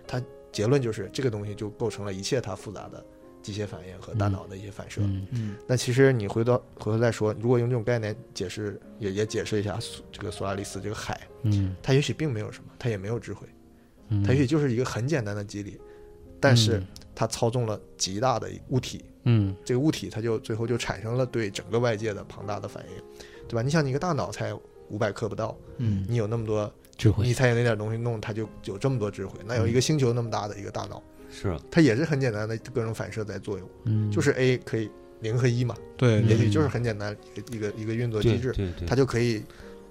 结论就是这个东西就构成了一切它复杂的机械反应和大脑的一些反射。嗯嗯那其实你回到回头再说，如果用这种概念解释，也也解释一下苏这个索拉里斯这个海，嗯它也许并没有什么，它也没有智慧，嗯，它也许就是一个很简单的机理，但是它操纵了极大的物体，嗯这个物体它就最后就产生了对整个外界的庞大的反应，对吧？你想，你一个大脑才五百克不到，嗯你有那么多，智慧你才有那点东西弄，它就有这么多智慧，那嗯有一个星球那么大的一个大脑，是啊，它也是很简单的各种反射在作用，嗯就是 A 可以零和一嘛，对，也许就是很简单一个一个一个运作对机制，对对它，就可以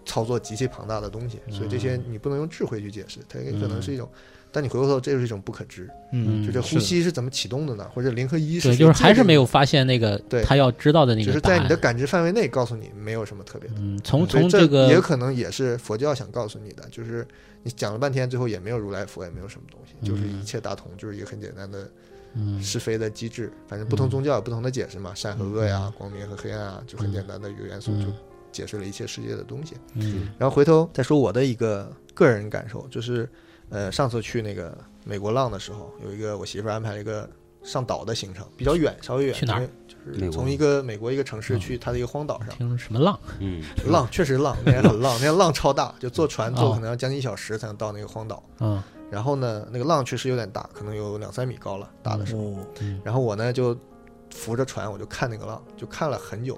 操作极其庞大的东西。所以这些嗯你不能用智慧去解释，它也可能嗯是一种，但你回过头这就是一种不可知，嗯就嗯这是呼的吸是怎么启动的呢？或者零和一对，谁就是还界是定没的，有发现那个对他要知道的那只个是答在案。你的感知范围内告诉你没有什么特别的。嗯，从所从以这个也可能也是佛教想告诉你的，就是你讲了半天，最后也没有如来佛，也没有什么东西，就是一嗯切大同，就是一个很简单的嗯是非的机制。反正不同嗯宗教有不同的解释嘛，善和恶呀嗯，光明和黑暗啊，就很简单的一个元素，就嗯解释了一切世界的东西。嗯然后回头再说我的一个个人感受，就是，呃，上次去那个美国浪的时候，有一个我媳妇儿安排了一个上岛的行程，比较远，稍微远，去哪儿嗯因为就美是国从一个美国一个城市去它的一个荒岛上，听什么浪？嗯，浪确实浪，那天很浪，那天浪超大，就坐船坐哦可能要将近一小时才能到那个荒岛。嗯然后呢，那个浪确实有点大，可能有两三米高了，大的时候。哦，嗯然后我呢就扶着船，我就看那个浪，就看了很久。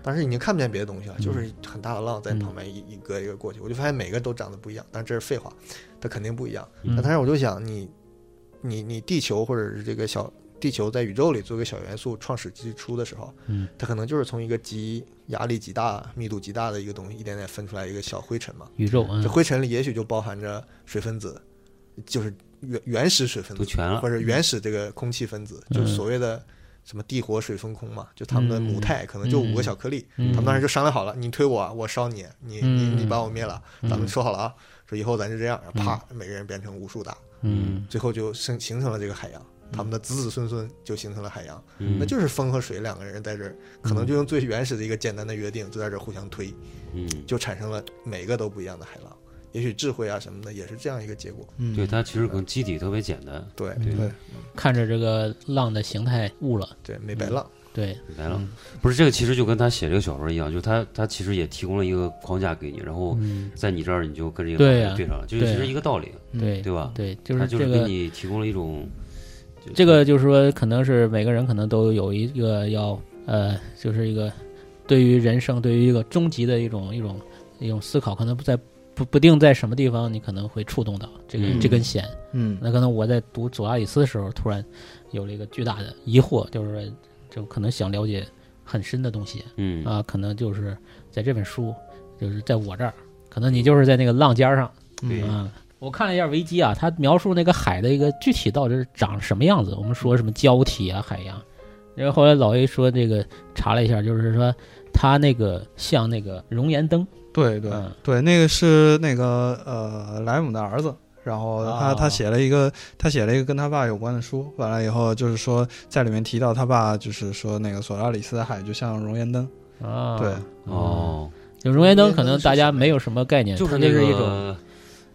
当时已经看不见别的东西了，就是嗯很大的浪在旁边一一个一个过去，我就发现每个都长得不一样。但这是废话，它肯定不一样。嗯那但是我就想，你你你地球或者是这个小地球在宇宙里作为小元素创始之初的时候，嗯，它可能就是从一个极压力极大、密度极大的一个东西，一点点分出来一个小灰尘嘛。宇宙嗯这灰尘里也许就包含着水分子，就是原原始水分都子，全了或，者原始这个空气分子，嗯就是所谓的什么地火水风空嘛，就他们的母态可能就五个小颗粒，嗯他们当时就商量好了，你推我，我烧你，你你嗯你把我灭了，嗯咱们说好了啊，说以后咱就这样，然后啪，每个人变成无数大，嗯最后就生形成了这个海洋。他们的子子孙孙就形成了海洋，嗯那就是风和水两个人在这儿，可能就用最原始的一个简单的约定，就在这儿互相推，嗯，就产生了每个都不一样的海浪。也许智慧啊什么的也是这样一个结果。嗯对，它其实可能基底特别简单，嗯对对对，看着这个浪的形态悟了，对，没白浪。对，来了，嗯不是这个，其实就跟他写这个小说一样，就是他他其实也提供了一个框架给你，然后嗯在你这儿你就跟这个对对呀上了，就是其对实呀一个道理，对对吧？对，就他是就这是给个你提供了一种嗯这个就是说，可能是每个人可能都有一个要呃，就是一个对于人生对于一个终极的一种一种一种思考，可能不在不不定在什么地方你可能会触动到这个、嗯这根弦。嗯那可能我在读佐拉里斯的时候，突然有了一个巨大的疑惑，就是说就可能想了解很深的东西嗯啊，可能就是在这本书，就是在我这儿，可能你就是在那个浪尖儿上嗯对啊。我看了一下维基啊，它描述那个海的一个具体到底是长什么样子。我们说什么胶体啊、海洋，然后后来老 A 说这个查了一下，就是说它那个像那个熔岩灯，对对嗯对，那个是那个呃莱姆的儿子，然后他、啊他写了一个他写了一个跟他爸有关的书，完了以后就是说在里面提到他爸就是说那个索拉里斯的海就像熔岩灯，啊，对，哦，就熔岩灯可能大家没有什么概念，就嗯是它就那是个一种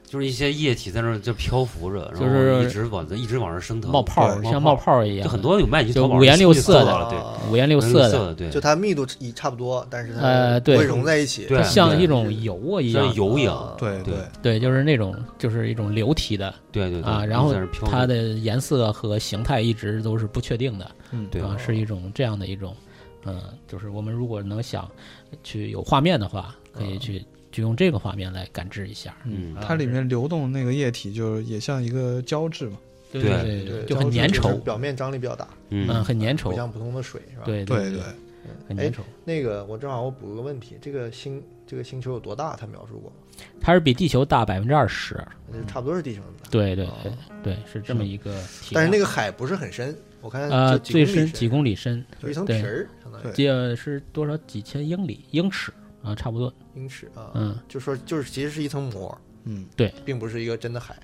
就是一些液体在那儿就漂浮着，然后就是一直往一直往上升腾，冒泡儿，对像冒冒泡泡儿一儿，样就的，很多有卖你就淘宝上五颜六就色的搜到了对，五颜六五颜色的，的，对，就它密度也差不多，但是它呃对不会融在一起，对像一种油一样像，油一啊样，对对对，就是那种就是一种流体的对对对啊，一直然后在那儿飘它着的颜色和形态一直都是不确定的嗯对啊，是一种这样的一种，嗯，就是我们如果能想去有画面的话，可以去就用这个画面来感知一下，嗯它里面流动那个液体就是也像一个胶质嘛，对对对对，就很粘就是稠，表面张力比较大，嗯，嗯很粘不稠，像普通的水是吧？，对对对对，，很哎粘稠。那个我正好我补个问题，这个星这个星球有多大？他描述过吗，它是比地球大百分之二十，那就差不多是地球那么大，嗯对对哦对对，是这么一个体量。但是那个海不是很深，我看呃，就最几公深里几公里深，就一层皮对儿，相当于对这呃是多少几千英里英尺啊，差不多。英尺啊，嗯，就说就是其实是一层膜，嗯并不是一个真的海，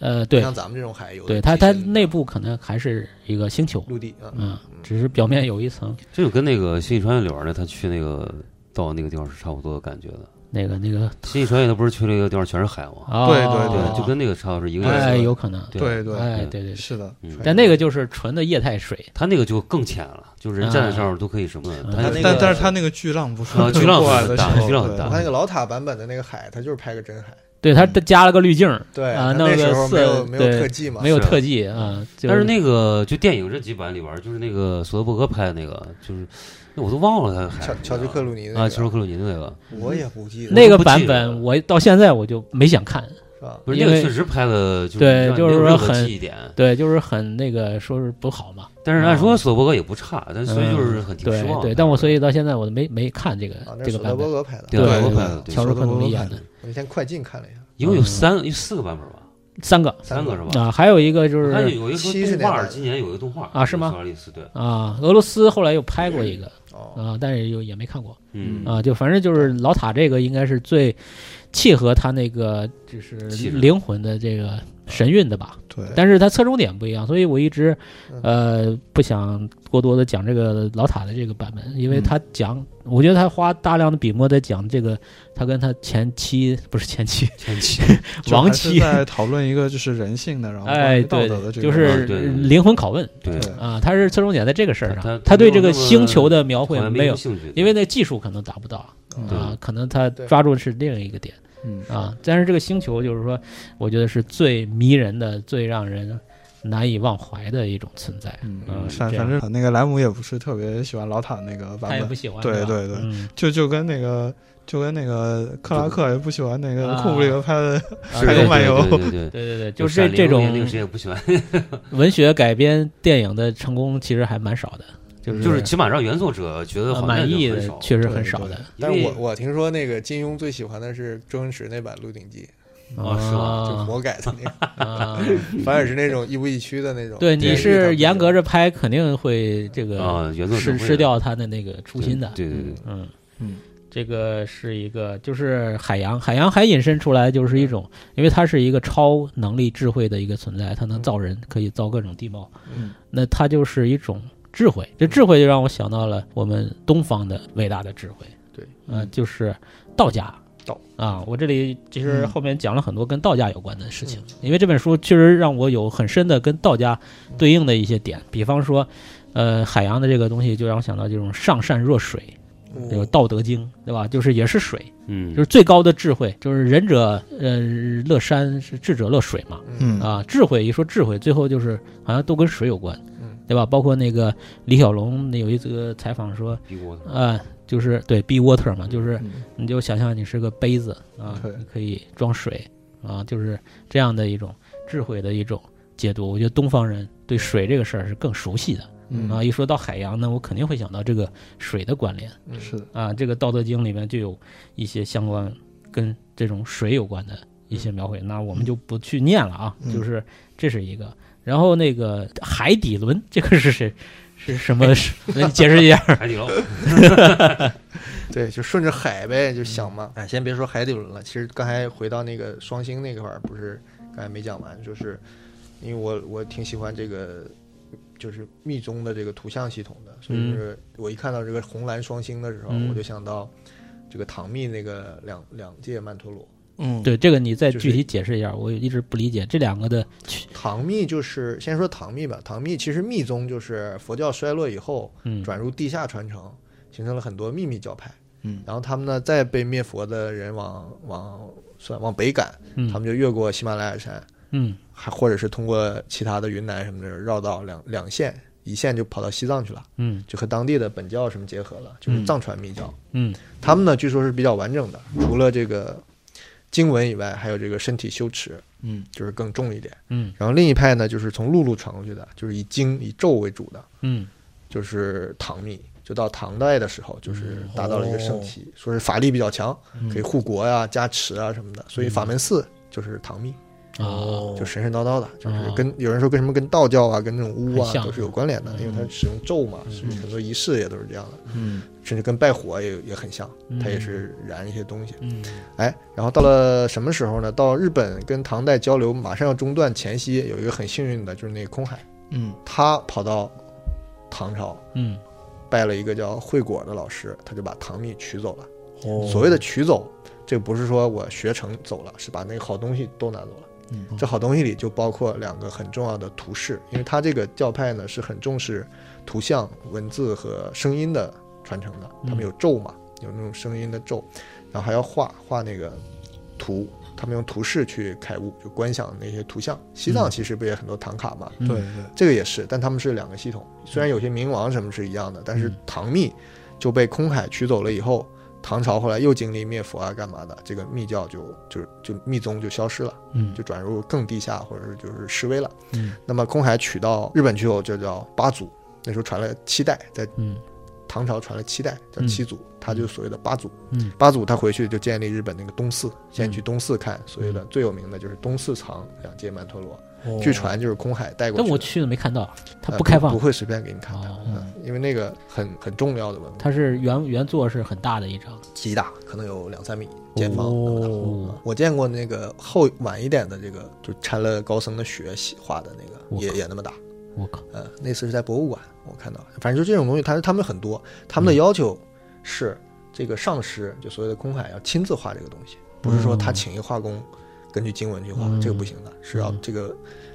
呃，对像咱们这种海有对，它它极限内部可能还是一个星球，陆地啊，嗯，只是表面有一层这就跟那个《星际穿越》里边的他去那个到那个地方是差不多的感觉的。那个那个《星际穿越》它不是去了一个地方全是海吗？啊，对对哦对，就跟那个差不多是一个哎样子。有可能，对对，哎对对，对是的，嗯但那个就是纯的液态水，他那个就更浅了，就是人站在上面都可以什么的。啊嗯它它就那个但但是它那个巨浪不是啊巨浪过来很的时大候，巨浪很对哎大我看那个老塔版本的那个海，它就是拍个真海，对它嗯加了个滤镜儿，对啊它弄那了时个候没色有没有特对，技嘛，没有是嗯特技啊，就但是那个就电影这几版里边，就是那个索德伯格拍的那个，就是那我都忘了他海乔乔治克鲁尼的那啊，个乔治克鲁尼的那个，我也不记得那我个不记版得本我到现在我就没想看，是吧？不是因那个为确实拍的，就是对让你就是没有任说何很记忆点。对，就是很那个说是不好嘛，但是按说索德伯格也不差，但所以就是很挺嗯对失望的。对，但我所以到现在我都没没看这个啊，那这是个索版德伯本，格拍的，对我看了对，嗯对乔治克鲁尼小演丑的我那天快进看了一下，一共有三有四个版本吧，三个三个是吧？嗯啊，还有一个就还是有一70个说年动画，代今年有一个动画啊是吗索阿丽斯对，啊，俄罗斯后来又拍过一个哦，啊，但是又也没看过嗯啊，就反正就是老塔这个应该是最契合他那个就是气质啊灵魂的这个神韵的吧，对，但是它侧重点不一样，所以我一直嗯呃不想过多的讲这个老塔的这个版本，因嗯为他讲，我觉得他花大量的笔墨在讲这个，他跟他前妻不是前妻，前期就亡还是妻，在讨论一个就是人性的，然后关哎，于道对德的，这个就问是题啊对嗯对对灵魂拷问对，对啊，他是侧重点在这个事儿他他上，他对这没个有那么星球的描好绘像没没什么有，兴趣，因为那技术可能达不到对啊，可能他对抓住的是另一个点。嗯啊，但是这个星球就是说，我觉得是最迷人的、最让人难以忘怀的一种存在。嗯，嗯反这反样正那个莱姆也不是特别喜欢老塔那个他版也不本，喜欢，对吧对对嗯就就跟那个就跟那个克拉克也不喜欢那个啊库布里克拍的，啊是对对海东对漫游对对对对对，对 对，就闪这灵这那个种谁也不喜欢，文学改编电影的成功其实还蛮少的，就是就是起码让原作者觉得呃好像满就意很的少确实对很少的。因但是为我我听说那个金庸最喜欢的是周星驰那版《鹿鼎记》，哦是吗就是啊魔改的 那个，啊， 反而是那种亦步亦趋的那种。对，对你是严格着拍，肯定会这个啊，原作者失会失掉他的那个初心的。对对对，嗯嗯，这个是一个，就是海洋，海洋还引申出来就是一种，因为它是一个超能力智慧的一个存在，它能造人，可以造各种地貌，嗯，那它就是一种智慧，这智慧就让我想到了我们东方的伟大的智慧，对，呃，就是道家。道啊，我这里其实嗯后面讲了很多跟道家有关的事情，因为这本书确实让我有很深的跟道家对应的一些点，比方说，呃，海洋的这个东西就让我想到这种上善若水，嗯有《道德经》，对吧？就是也是水，嗯，就是最高的智慧，就是仁者呃乐山，是智者乐水嘛。 嗯啊，智慧一说智慧，最后就是好像都跟水有关嗯，对吧？包括那个李小龙那有一则采访说，逼我的呃，就是对 be water 嘛，就是嗯你就想象你是个杯子啊对，你可以装水啊，就是这样的一种智慧的一种解读。我觉得东方人对水这个事儿是更熟悉的啊。嗯，一说到海洋呢，我肯定会想到这个水的关联。嗯是的，啊，这个《道德经》里面就有一些相关跟这种水有关的一嗯些描绘，那我们就不去念了啊，嗯就是这是一个。然后那个海底轮，这个是谁？是什哎么？是那你解释一 下。海底捞，对，就顺着海呗，就想嘛。哎，先别说海底轮了，其实刚才回到那个双星那块儿，不是刚才没讲完，就是因为我我挺喜欢这个，就是密宗的这个图像系统的，所以就是我一看到这个红蓝双星的时候，嗯我就想到这个唐密那个两两届曼陀罗。嗯，对这个，你再就是具体解释一下。我一直不理解这两个的区。唐密就是先说唐密吧，唐密其实密宗就是佛教衰落以后嗯转入地下传承，形成了很多秘密教派。嗯然后他们呢，再被灭佛的人往往算往北赶，他嗯们就越过喜马拉雅山，嗯还或者是通过其他的云南什么的绕道两两线，一线就跑到西藏去了，嗯就和当地的本教什么结合了，就是嗯藏传密教。嗯他们呢，据说是比较完整的，除了这个经文以外，还有这个身体修持，嗯就是更重一点。嗯然后另一派呢，就是从陆路传过去的，就是以经以咒为主的，嗯就是唐密。就到唐代的时候，就是嗯达到了一个盛期，哦啊嗯说是法力比较强，可以护国呀、加持啊什么的，所以法门寺就是唐密。啊，就神神叨叨的，就是啊跟有人说跟什么跟道教啊、跟这种巫啊很像嗯都是有关联的，因为它使用咒嘛，是不是很多仪式也都是这样的，嗯甚至跟拜火也也很像，它也嗯是燃一些东西。嗯哎，然后到了什么时候呢？到日本跟唐代交流马上要中断前夕，有一个很幸运的就是那个空海，嗯他跑到唐朝嗯，拜了一个叫惠果的老师，他就把唐蜜取走了。哦所谓的取走，这不是说我学成走了，是把那个好东西都拿走了。嗯这好东西里就包括两个很重要的图示，因为它这个教派呢是很重视图像、文字和声音的传承的。他们有咒嘛，有那种声音的咒，然后还要画画那个图，他们用图示去开悟，就观想那些图像。西藏其实不也很多唐卡嘛，对对这个也是，但他们是两个系统。虽然有些冥王什么是一样的，但嗯是唐密就被空海取走了以后，唐朝后来又经历灭佛啊，干嘛的，这个密教就就就密宗就消失了，嗯就转入更地下或者是就是示威了。嗯那么空海取到日本去后，就叫八祖，那时候传了七代，在嗯唐朝传了七代，叫嗯七祖，他就所谓的八祖。嗯八祖他回去就建立日本那个东寺，现在去东寺看，所嗯谓的最有名的就是东寺藏两街曼陀罗，哦据传就是空海带过去但的。我去了没看到，它呃不开放不，会随便给你看的，哦嗯，因为那个很很重要的文物，它是原原作是很大的一张，极大，可能有两三米见方。哦嗯我见过那个后晚一点的这个，就掺了高僧的血洗画的那我个，靠也也那么大。我靠，呃，那次是在博物馆我看到，反正就这种东西，它是他们很多，他嗯们的要求是这个上师，就所谓的空海要亲自画这个东西，不是说他请一个画工根据经文去画，嗯这个不行的，是要这个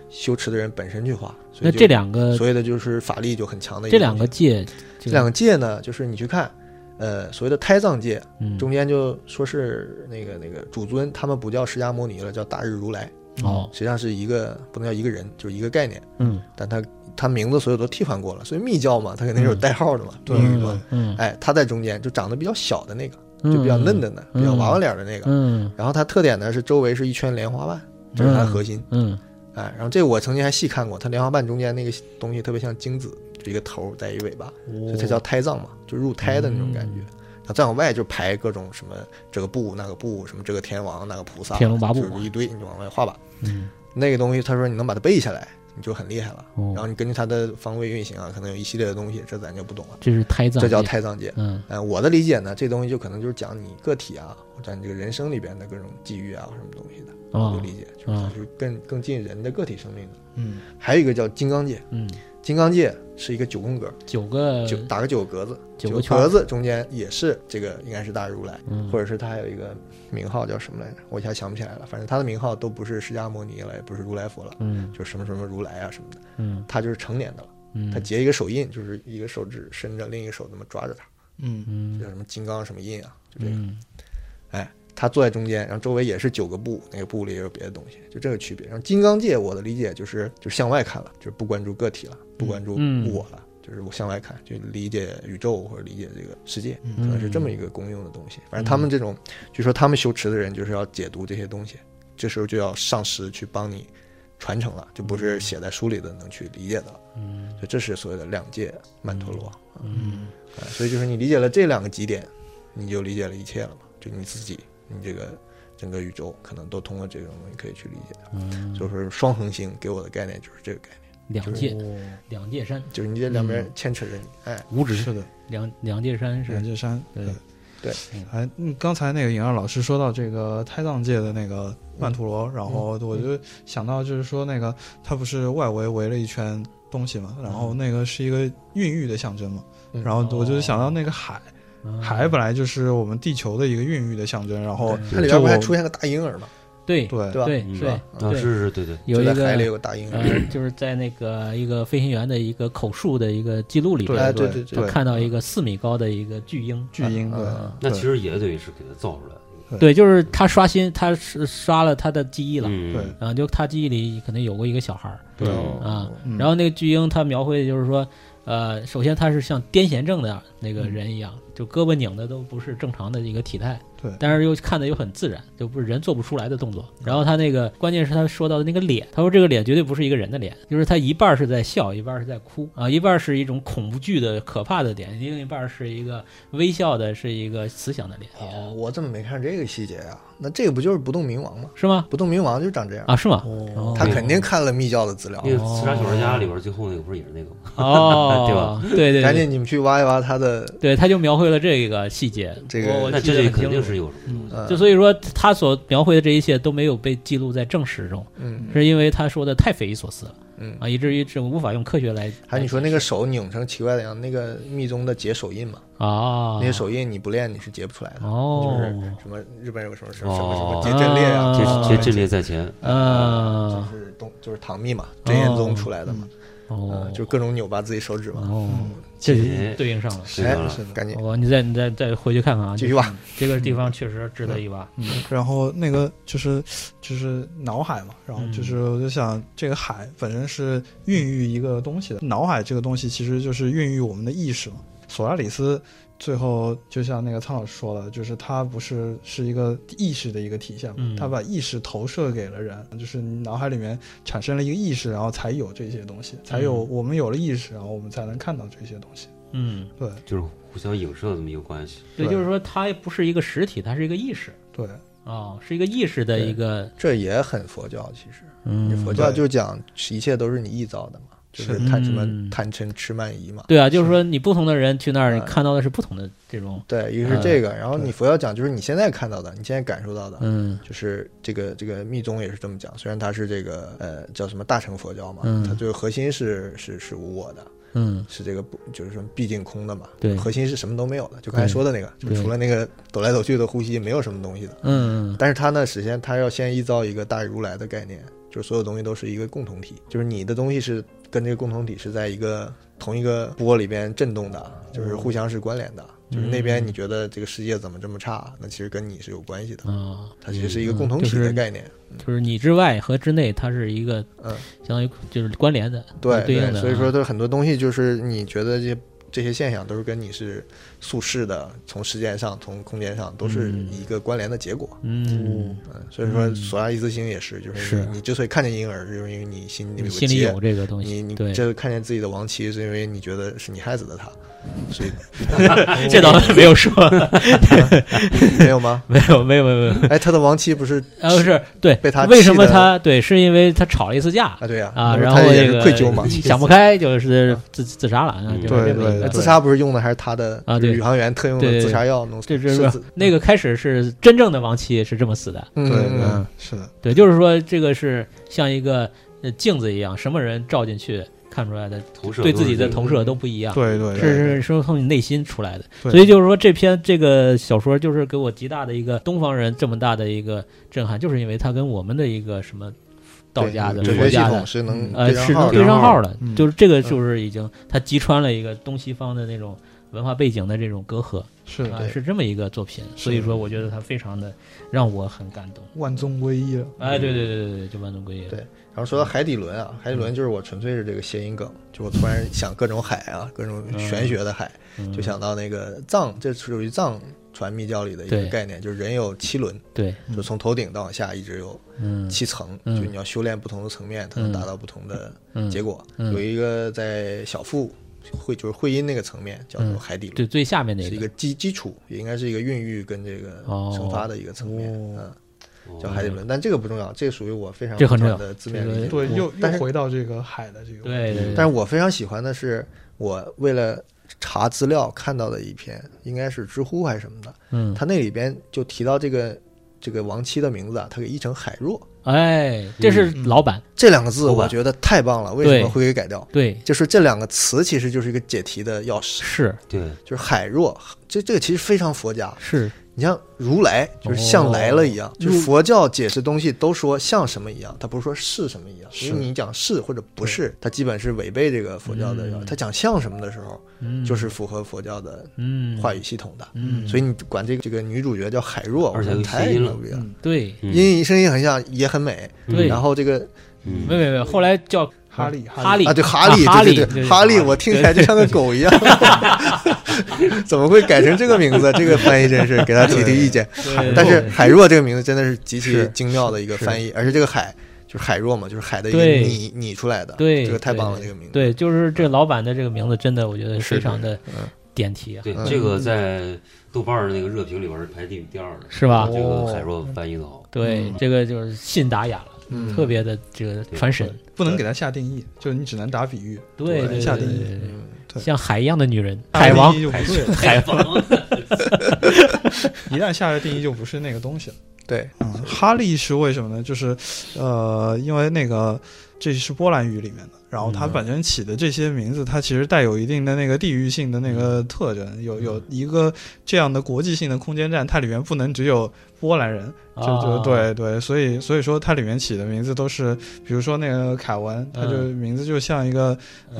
修持的人本身去画。所那以就这两个所谓的就是法力就很强的一这个东两西。个界，这这两个界呢，就是你去看，呃，所谓的胎藏界，嗯中间就说是那个那个主尊，他们不叫释迦牟尼了，叫大日如来，哦实际上是一个不能叫一个人，就是一个概念，嗯但他他名字所有都替换过了，所以密教嘛，他肯定是有代号的嘛，对密语嘛，嗯哎，他在中间就长得比较小的那个，嗯就比较嫩的呢，嗯比较娃娃脸的那个，嗯然后它特点呢是周围是一圈莲花瓣，这是它的核心，嗯哎，然后这个我曾经还细看过，它莲花瓣中间那个东西特别像精子，就一个头儿带一尾巴，所以它哦叫胎藏嘛，就入胎的那种感觉。嗯然后再往外就排各种什么这个部那个部，什么这个天王那个菩萨，天龙八部就是一堆，你就往外画吧。嗯那个东西，他说你能把它背下来，你就很厉害了。哦然后你根据它的方位运行啊，可能有一系列的东西，这咱就不懂了，这是胎藏，这叫，胎藏界。嗯呃，我的理解呢，这东西就可能就是讲你个体啊，或者你这个人生里边的各种际遇啊，或者什么东西的，哦我就理解，就是它是更更近人的个体生命的。嗯还有一个叫金刚界，嗯，金刚界是一个九宫格，九个九打个九格子，九九呃个圈儿格子中间也是这个应该是大如来，嗯或者是他还有一个名号叫什么来着，我一下想不起来了。反正他的名号都不是释迦牟尼了，也不是如来佛了，嗯就什么什么如来啊什么的，嗯他就是成年的了。嗯，他结一个手印，就是一个手指伸着，另一个手这么抓着他，嗯嗯叫什么金刚什么印啊，就这个。嗯哎，他坐在中间，然后周围也是九个部，那个部里也有别的东西，就这个区别。然后金刚界，我的理解就是就是向外看了，就是不关注个体了，不关注嗯我了，就是我向外看，就理解宇宙或者理解这个世界，可能嗯是这么一个公用的东西。反正他们这种，据说他们修持的人就是要解读这些东西，这时候就要上师去帮你传承了，就不是写在书里的能去理解的了。嗯，就这是所谓的两界曼陀罗。嗯，所以就是你理解了这两个极点，你就理解了一切了嘛，就你自己，你这个整个宇宙可能都通过这种东西可以去理解。嗯所以说双恒星给我的概念就是这个概念，两界嗯两界山，就是你这两边牵扯着你，哎，五指是的，两两界山是两界山对对嗯哎，嗯刚才那个尹二老师说到这个胎藏界的那个曼陀罗，然后我就想到就是说那个它不是外围围了一圈东西嘛，然后那个是一个孕育的象征嘛，嗯然后我就想到那个海，嗯海本来就是我们地球的一个孕育的象征，然后它里就边不还我出现个大婴儿嘛，对对对吧对嗯对啊，是是，对对，有一就在海里个有个大婴儿，呃，就是在那个一个飞行员的一个口述的一个记录里边，哎，对对对对，看到一个四米高的一个巨鹰，巨婴对嗯，那对其实也得是给它造出来的。对，就是他刷新，他是刷了他的记忆了，嗯，对啊，就他记忆里可能有过一个小孩儿对哦啊，嗯嗯然后那个巨婴他描绘的就是说，呃，首先他是像癫痫症的那个人一样，就胳膊拧的都不是正常的一个体态，对但是又看的又很自然，就不是人做不出来的动作。然后他那个关键是他说到的那个脸，他说这个脸绝对不是一个人的脸，就是他一半儿是在笑，一半儿是在哭啊，一半儿是一种恐惧的可怕的脸，另一半儿是一个微笑的，是一个慈祥的脸，哦，我怎么没看这个细节啊？那这个不就是不动明王吗？是吗？不动明王就长这样。啊，是吗？哦哦他肯定看了密教的资料那，个《刺杀小说家》里边最后那个不是也是那个吗？ 哦，对吧？对对赶紧你们去挖一挖他的对，他就描绘了这个细节，这个我我那哦记这得嗯里很肯清定楚是有什么东西。呃就所以说，他所描绘的这一切都没有被记录在正史中，嗯是因为他说的太匪夷所思了嗯。啊，以至于这无法用科学来。还有你说那个手拧成奇怪的样，那个密宗的解手印嘛，啊，那些手印你不练你是解不出来的。哦就是什么日本有个什么什么什么什哦么结阵列啊，啊这啊这阵列在前，啊就是东就是唐密嘛，真言宗出来的嘛，哦嗯，就嗯各种扭巴自己手指嘛。哦，这姐对应上了。哦是哎的，赶紧我你再你再再回去看看啊，继续挖，这个地方确实值得一挖。嗯然后那个就是就是脑海嘛，然后嗯就是我就想，这个海本身是孕育一个东西的，脑海这个东西其实就是孕育我们的意识嘛。索拉里斯最后就像那个苍老师说的，就是他不是是一个意识的一个体现嘛，嗯他把意识投射给了人，就是你脑海里面产生了一个意识，然后才有这些东西，才有、嗯我们有了意识，然后我们才能看到这些东西。嗯，对就是互相影射这么一个关系。对，就是说它不是一个实体，它是一个意识对，啊，是一个意识的一个这也很佛教，其实嗯佛教就讲一切都是你臆造的嘛，就是是贪什嗯么贪嗔痴慢疑嘛。对啊，就是说你不同的人去那儿，你嗯看到的是不同的这种对，一个是嗯这个，然后对你佛教讲就是你现在看到的，你现在感受到的，嗯就是这个这个密宗也是这么讲，虽然它是这个呃叫什么大乘佛教嘛，嗯它最核心是是是无我的，嗯是这个不就是说毕竟空的嘛，对核心是什么都没有的，就刚才对说的那个，就对除了那个抖来抖去的呼吸，没有什么东西的。嗯但是它呢，首先它要先臆造一个大如来的概念，就是所有东西都是一个共同体，就是你的东西是跟这个共同体是在一个同一个波里边震动的，就是互相是关联的。嗯就是那边你觉得这个世界怎么这么差，那其实跟你是有关系的，啊，它其实是一个嗯共同就体是的概念。就是你之外和之内，它是一个嗯相当于就是关联的，对对应的，啊所以说，，很多东西就是你觉得这些这些现象都是跟你是宿世的，从时间上、从空间上都是嗯一个关联的结果。嗯，嗯，所以说嗯索拉伊兹星也是，就是是你之所以看见婴儿，就是因为你心里你有心里结有这个东你西，你对，这看见自己的亡妻，是因为你觉得是你害死的他，所以 这 倒没有说，没有吗？没有没有没有没有，哎，他的亡妻不是然后是对，被他为什么气得他对，是因为他吵了一次架啊？对呀啊，那不然他后也这是个愧 疚嘛。 想不开，就是自自杀了，啊嗯就是这对么一个那对自杀不是用的还是他的啊就是对宇航员特用对的对自对杀药弄死这是这自是那个开始是真正的亡妻是这么死的，嗯对嗯嗯对，是的，对，就是说这个是像一个呃镜子一样，什么人照进去看出来的，投射对都自是己的这个投射都不一样。对对是对是是是从你内心出来的，对所以就是说这篇这个小说就是给我极大的一个东方人这么大的一个震撼，就是因为它跟我们的一个什么道家的对佛哲学系家的统是能呃对是上号能的啊对上号的，嗯就是这个就是已经它击穿了一个东西方的那种文化背景的这种隔阂是的，啊，对是这么一个作品，所以说我觉得它非常的让我很感动。万宗归一了。哎，对对对对对，就万能归一。对然后说到海底轮啊，海底轮就是我纯粹是这个谐音梗，就我突然想各种海啊，各种玄学的海，嗯就想到那个藏，这属于藏传密教里的一个对概念，就是人有七轮，对，就从头顶到往下一直有嗯七层，嗯就你要修炼不同的层面，才能嗯达到不同的嗯，结果。嗯有一个在小腹会就是会阴那个层面叫做嗯海底对轮，最下面那是一个基基础，也应该是一个孕育跟这个哦生发的一个层面，嗯，哦叫海底轮。但这个不重要，这属于我非常这很重要的字面这个理解。对，又哎但又是回到这个海的这个问题对对，对但是我非常喜欢的是，我为了查资料看到的一篇，应该是知乎还是什么的，嗯，他那里边就提到这个这个亡妻的名字啊，他给译成海若哎，这是老板，这两个字，老板我觉得太棒了。为什么会给改掉？对，就是这两个词其实就是一个解题的钥匙，是对，就是海若，这这个其实非常佛家。是，你像如来，就是像来了哦一样，就是佛教解释东西都说像什么一样，他不是说是什么一样，因为你讲是或者不是，它基本是违背这个佛教的要求。嗯他讲像什么的时候，嗯，就是符合佛教的嗯，话语系统的。嗯，所以你管这个这个女主角叫海若，而且我觉得有太谐音了牛逼了，嗯对嗯音声音很像，也很美。对，然后这个嗯没有没有没有，后来叫哈利哈利啊，对哈利，啊哈利对对对哈利，哈利我听起来就像个狗一 样，怎么会改成这个名字？这个翻译真是给他提提 意见。对但是海若这个名字真的是极其是精妙的一个是翻译，而且这个海就是海若嘛，就是海的一个对拟拟出来的，对这个太棒了，对这个名字。对，就是这老板的这个名字，真的我觉得非常的嗯点题啊。对，嗯这个在豆瓣儿那个热评里边儿排第第二的，是吧哦哦这个海若翻译的好，对，这个就是信达雅了，嗯特别的这个传神。不能给它下定义，就是你只能打比喻，对对对下对定义对对嗯对，像海一样的女人，下了海王定义，就不对了， 海王， 一旦下了定义就不是那个东西了。对，嗯，哈利是为什么呢？就是，呃，因为那个这是波兰语里面的，然后它嗯本身起的这些名字，它其实带有一定的那个地域性的那个嗯特征，有有一个这样的国际性的空间站，它里面不能只有波兰人，就就啊对对，所以所以说它里面起的名字都是，比如说那个凯文，他就名字就像一个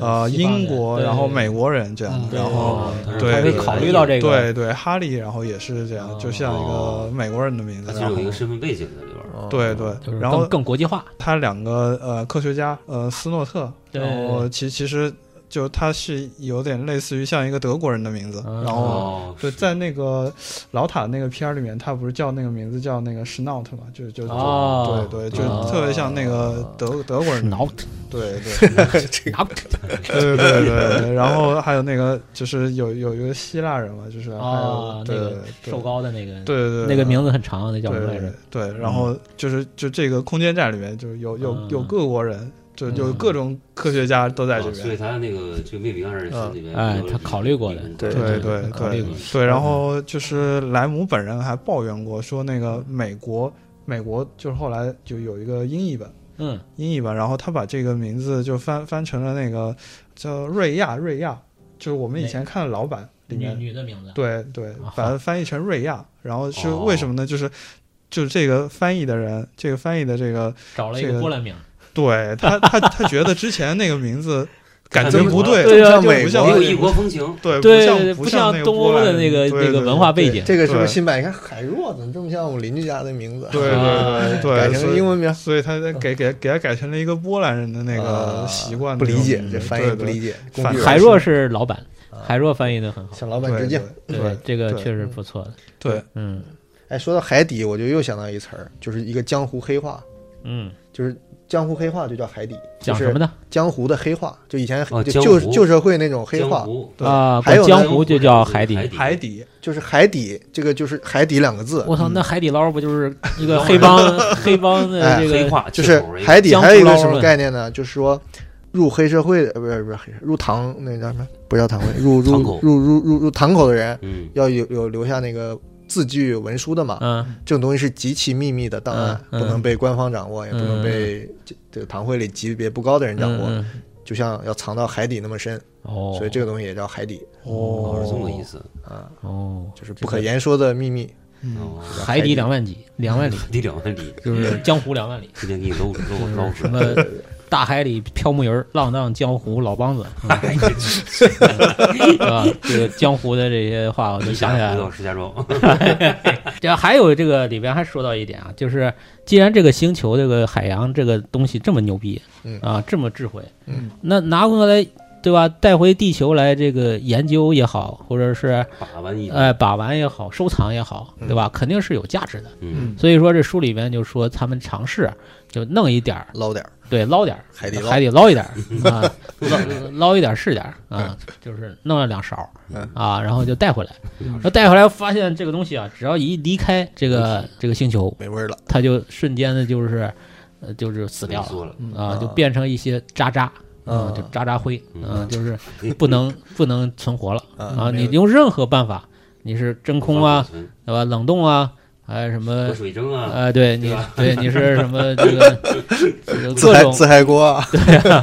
啊呃嗯西方人英国，对然后美国人这样嗯的，对然后。哦对对还会考虑到这个，对对，哈利，然后也是这样，就像一哦个美国人的名字它，其实然有后一个身份背景在里边儿。哦对对就是，然后更更国际化。他两个呃科学家呃斯诺特，对然后其其实就他是有点类似于像一个德国人的名字，嗯然后。哦，对，是在那个老塔那个片儿里面，他不是叫那个名字叫那个 Schnaut 嘛，就就、哦对对，就哦特别像那个德、德国人的名字 Not 对对这个 not 对对对对对，然后还有那个就是有有一个希腊人嘛，就是还有、啊，那对个对瘦高的那个，对对对那个名字很长，那叫什么来对着？对，然后就是就这个空间站里面，就是有有嗯有各国人，就有嗯哦各种科学家都在啊这所以边。他那个这个命名还是心里边，哎，他考虑过的，嗯对对对对考虑过对对，然后就是莱姆本人还抱怨过，说那个美国美国就是后来就有一个英译本，嗯，英译本，然后他把这个名字就翻翻成了那个叫瑞亚瑞亚，就是我们以前看的老版里女面女的名字，对对啊，把它翻译成瑞亚，然后是哦为什么呢？就是就是这个翻译的人，这个翻译的这个，找了一这个个波兰名，对他他他觉得之前那个 名字感觉不 对，对啊就不也像有异国风情，对对对不像不像像个东波欧兰的人那个对那个对文化对背景，这个是不是对新版？你看海若怎么这么像我邻居家的名字？啊对对对改对，所成以英文名，所以他给给给他改成了一个波兰人的那个嗯啊习惯，不理解那种嗯这翻译对不理解。对工具人海若是老板，啊海若翻译的很好，向老板致对对敬。对对，这个对确实不错的，对嗯哎，说到海底，我就又想到一词儿，就是一个江湖黑话，嗯，就是江湖黑话就叫海底，就讲什么是呢？江湖的黑话，就以前哦就江旧湖旧社会那种黑江话，湖对啊，还有管呢江湖就叫海底。海底就是海底这个就是海底两个字，我操，那海底捞不就是一个黑帮黑帮的哎这黑个化就是哎海底江湖还有一个捞什么论概念呢？就是说，入黑社会的，呃不是不是黑社入堂那个叫什么？不叫堂会，入堂入口入入入入堂口的人，嗯，要有有留下那个字据文书的嘛。嗯这种东西是极其秘密的档案，嗯嗯不能被官方掌握，也不嗯能被这这个堂会里级别不高的人掌握，嗯嗯就像要藏到海底那么深，哦，所以这个东西也叫海底哦是这么个意思。思，啊，哦就是不可言说的秘密。嗯哦海底两万里，两万里海底两万里，就是 江湖两万里，今天给你搂搂捞出什 来，么大海里漂木鱼儿，浪荡江湖老梆 子，嗯是吧？这个江湖的这些话我都想起来回了到。石家庄， 这还有这个里边还说到一点啊，就是既然这个星球这个海洋这个东西这么牛逼，嗯啊，这么智慧，嗯，那拿过来对吧？带回地球来这个研究也好，或者是把玩一，呃把玩也好，收藏也好，对吧？肯定是有价值的。嗯，所以说这书里边就说他们尝试就弄一点儿，捞点儿对，捞点儿海底捞海底捞一点 儿啊，捞捞一点儿是点儿啊，就是弄了两勺儿嗯啊，然后就带回来。那带回来发现这个东西啊，只要一离开这嗯个这个星球，没味儿了，它就瞬间的就是呃就是死死掉了了，啊啊，就变成一些渣渣。嗯啊，就渣渣灰，嗯嗯，就是不能不能存活了啊！啊你用任何办法，你是真空啊，，对吧？冷冻啊，还有什么喝水蒸啊，啊，对对你吧，对你是什么这个 这个自各嗨种自嗨锅 啊，对啊，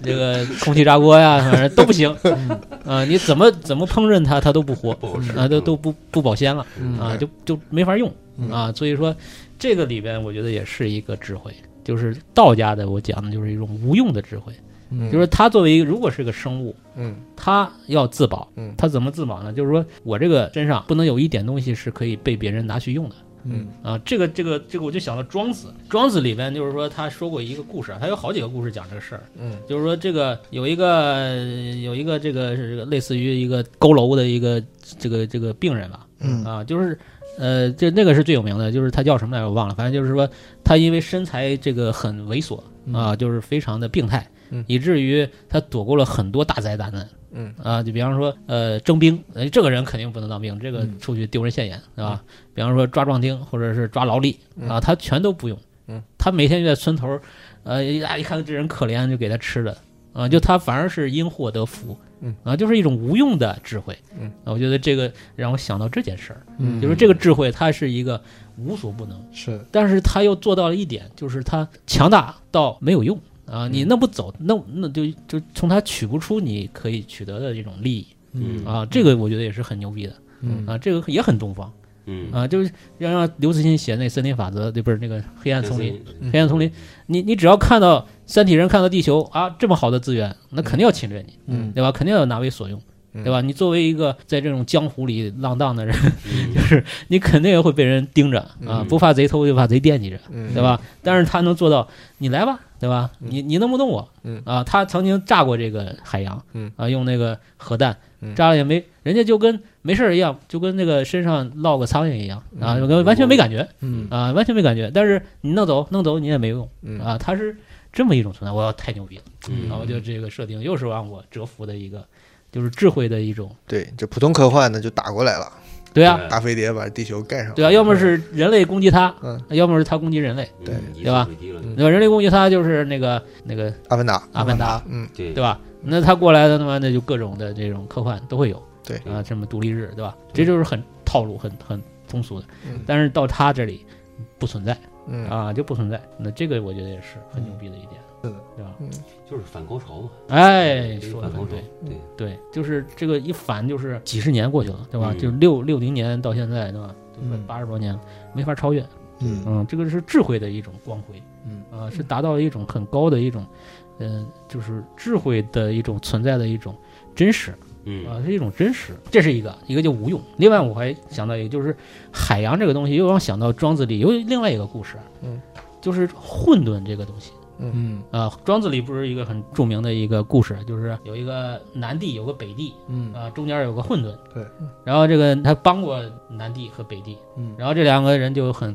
这个空气炸锅呀， 反正都不行嗯啊，你怎么怎么烹饪它，它都不活不好嗯吃啊，嗯都都不不保鲜了嗯啊，对就就没法用嗯啊，所以说这个里边我觉得也是一个智慧。就是道家的，我讲的就是一种无用的智慧，嗯就是它作为一个如果是个生物，嗯它要自保嗯，它怎么自保呢？就是说我这个身上不能有一点东西是可以被别人拿去用的，嗯啊，这个这个这个，我就想到庄子，庄子里边就是说他说过一个故事啊，他有好几个故事讲这个事儿，嗯，就是说这个有一个呃有一个这个是这个类似于一个佝偻的一个这个这个病人吧，嗯啊，就是呃，就那个是最有名的，就是他叫什么来着我忘了，反正就是说他因为身材这个很猥琐啊，就是非常的病态嗯，以至于他躲过了很多大灾大难。嗯啊，就比方说，呃，征兵，哎，这个人肯定不能当兵，这个嗯出去丢人现眼，对吧？比方说抓壮丁或者是抓劳力啊，他全都不用，嗯，他每天就在村头，呃，一啊一看这人可怜，就给他吃的，啊，就他反而是因祸得福，嗯，啊，就是一种无用的智慧，嗯啊，我觉得这个让我想到这件事儿，嗯就是这个智慧，它是一个无所不能，是但是他又做到了一点，就是他强大到没有用啊！你弄不走，弄那就就从他取不出你可以取得的这种利益嗯啊！这个我觉得也是很牛逼的嗯啊！这个也很东方嗯，啊！就是要让刘慈欣写那森林法则，对，不是那个黑暗丛林。嗯黑暗丛林，你你只要看到三体人看到地球啊这么好的资源，那肯定要侵略你，嗯对吧？肯定要拿为所用，嗯对吧？你作为一个在这种江湖里浪荡的人， 就是你肯定也会被人盯着啊嗯，不怕贼偷，就怕贼惦记着，嗯对吧？但是他能做到，你来吧，对吧？嗯你你弄不动我嗯，啊！他曾经炸过这个海洋嗯，啊，用那个核弹嗯炸了也没，人家就跟没事儿一样，就跟那个身上落个苍蝇一样啊，就跟完全没感觉。嗯啊，完全没感觉。但是你弄走弄走你也没用嗯啊，它是这么一种存在。我要太牛逼了，嗯 然后就这个设定又是让我折服的一个，就是智慧的一种。对，这普通科幻呢就打过来了，对啊，大飞碟把地球盖上。对啊，要么是人类攻击它，嗯要么是它攻击人类，对对对吧？嗯一次水滴了对吧？人类攻击它就是那个那个阿凡达，阿凡达，嗯，对对吧？那他过来的他妈的就各种的这种科幻都会有，对啊，什么独立日，对吧？这就是很套路、很很通俗的嗯，但是到他这里不存在嗯啊，就不存在。那这个我觉得也是很牛逼的一点，嗯是的对吧？就是反高潮嘛，哎，就是说的反高很潮对，，对，对，就是这个一反就是几十年过去了，对吧？嗯就六六零年到现在，对吧？就快嗯八十多年了，没法超越。嗯嗯，这个是智慧的一种光辉，嗯啊、是达到了一种很高的一种，嗯、就是智慧的一种存在的一种真实啊、嗯是一种真实，这是一个，一个就无用。另外我还想到一个，就是海洋这个东西，又让我想到庄子里有另外一个故事，嗯，就是混沌这个东西。嗯啊、庄子里不是一个很著名的一个故事，就是有一个南帝，有个北帝，嗯啊、中间有个混沌，对，然后这个他帮过南帝和北帝，嗯然后这两个人就很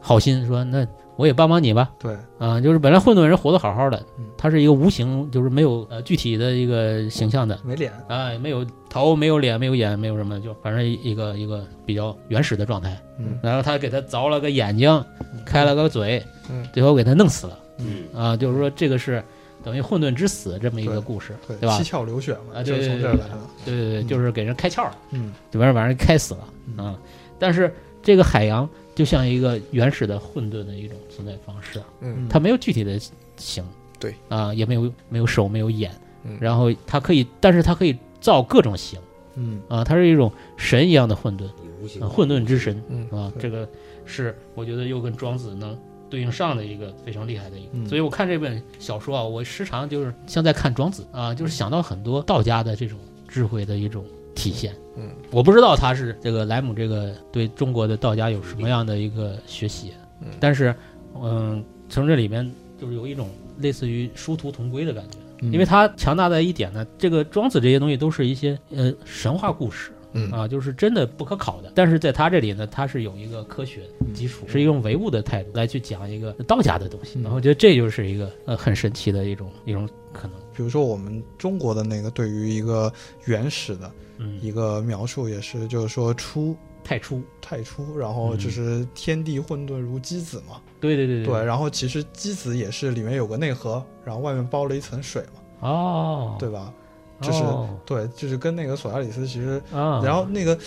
好心说，那我也帮帮你吧，对啊、就是本来混沌人活得好好的嗯，他是一个无形，就是没有呃具体的一个形象的，没脸，啊、也没有头，没有脸，没有眼，没有什么，就反正一个一个比较原始的状态，嗯然后他给他凿了个眼睛，开了个嘴，嗯最后给他弄死了。嗯啊，就是说这个是等于混沌之死这么一个对故事，对对，吧七？窍流血嘛，啊就对是从这儿来的。对对对，就是给人开窍了，嗯就把人把人开死了嗯啊。但是这个海洋就像一个原始的混沌的一种存在方式，嗯它没有具体的形，对啊，也没有没有手，没有眼嗯，然后它可以，但是它可以造各种形嗯啊，它是一种神一样的混沌，以无形啊混沌之神嗯啊，这个是我觉得又跟庄子能对应上的一个非常厉害的一个。嗯所以我看这本小说啊，我时常就是像在看庄子啊，就是想到很多道家的这种智慧的一种体现。嗯，我不知道他是这个莱姆这个对中国的道家有什么样的一个学习，嗯但是嗯，从这里面就是有一种类似于殊途同归的感觉。嗯因为它强大的一点呢，这个庄子这些东西都是一些呃神话故事，嗯啊，就是真的不可考的。但是在他这里呢，他是有一个科学基础，是用唯物的态度来去讲一个道家的东西。嗯然后我觉得这就是一个呃很神奇的一种一种可能。比如说我们中国的那个对于一个原始的嗯，一个描述，也是就是说出太初，太初，然后就是天地混沌如鸡子嘛。对对对对，然后其实鸡子也是里面有个内核，然后外面包了一层水嘛，哦，对吧？就是哦对，就是跟那个索亚里斯其实，啊，然后那个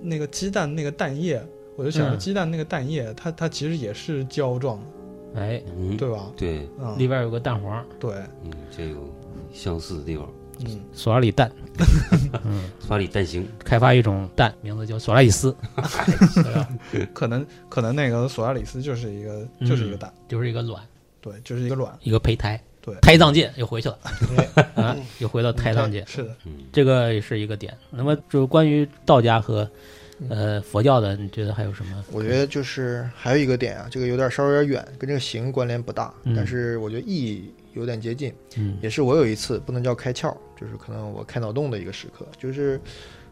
那个鸡蛋那个蛋液，我就想到嗯鸡蛋那个蛋液，它它其实也是胶状的，哎，嗯对吧？对，嗯，里边有个蛋黄，对，嗯，这有相似的地方。嗯，索拉里蛋，法里蛋形，开发一种蛋，名字叫索拉里斯，对嗯吧可能可能那个索亚里斯就是一个就是一个蛋，就是一个卵，对，就是一个卵，一个胚胎。对胎藏界又回去了， 啊，又回到胎藏界。是的，嗯这个也是一个点。那么就是关于道家和呃，佛教的，你觉得还有什么？我觉得就是还有一个点啊，这个有点稍微有点远，跟这个形关联不大，嗯但是我觉得意义有点接近。嗯也是我有一次不能叫开窍，就是可能我开脑洞的一个时刻，就是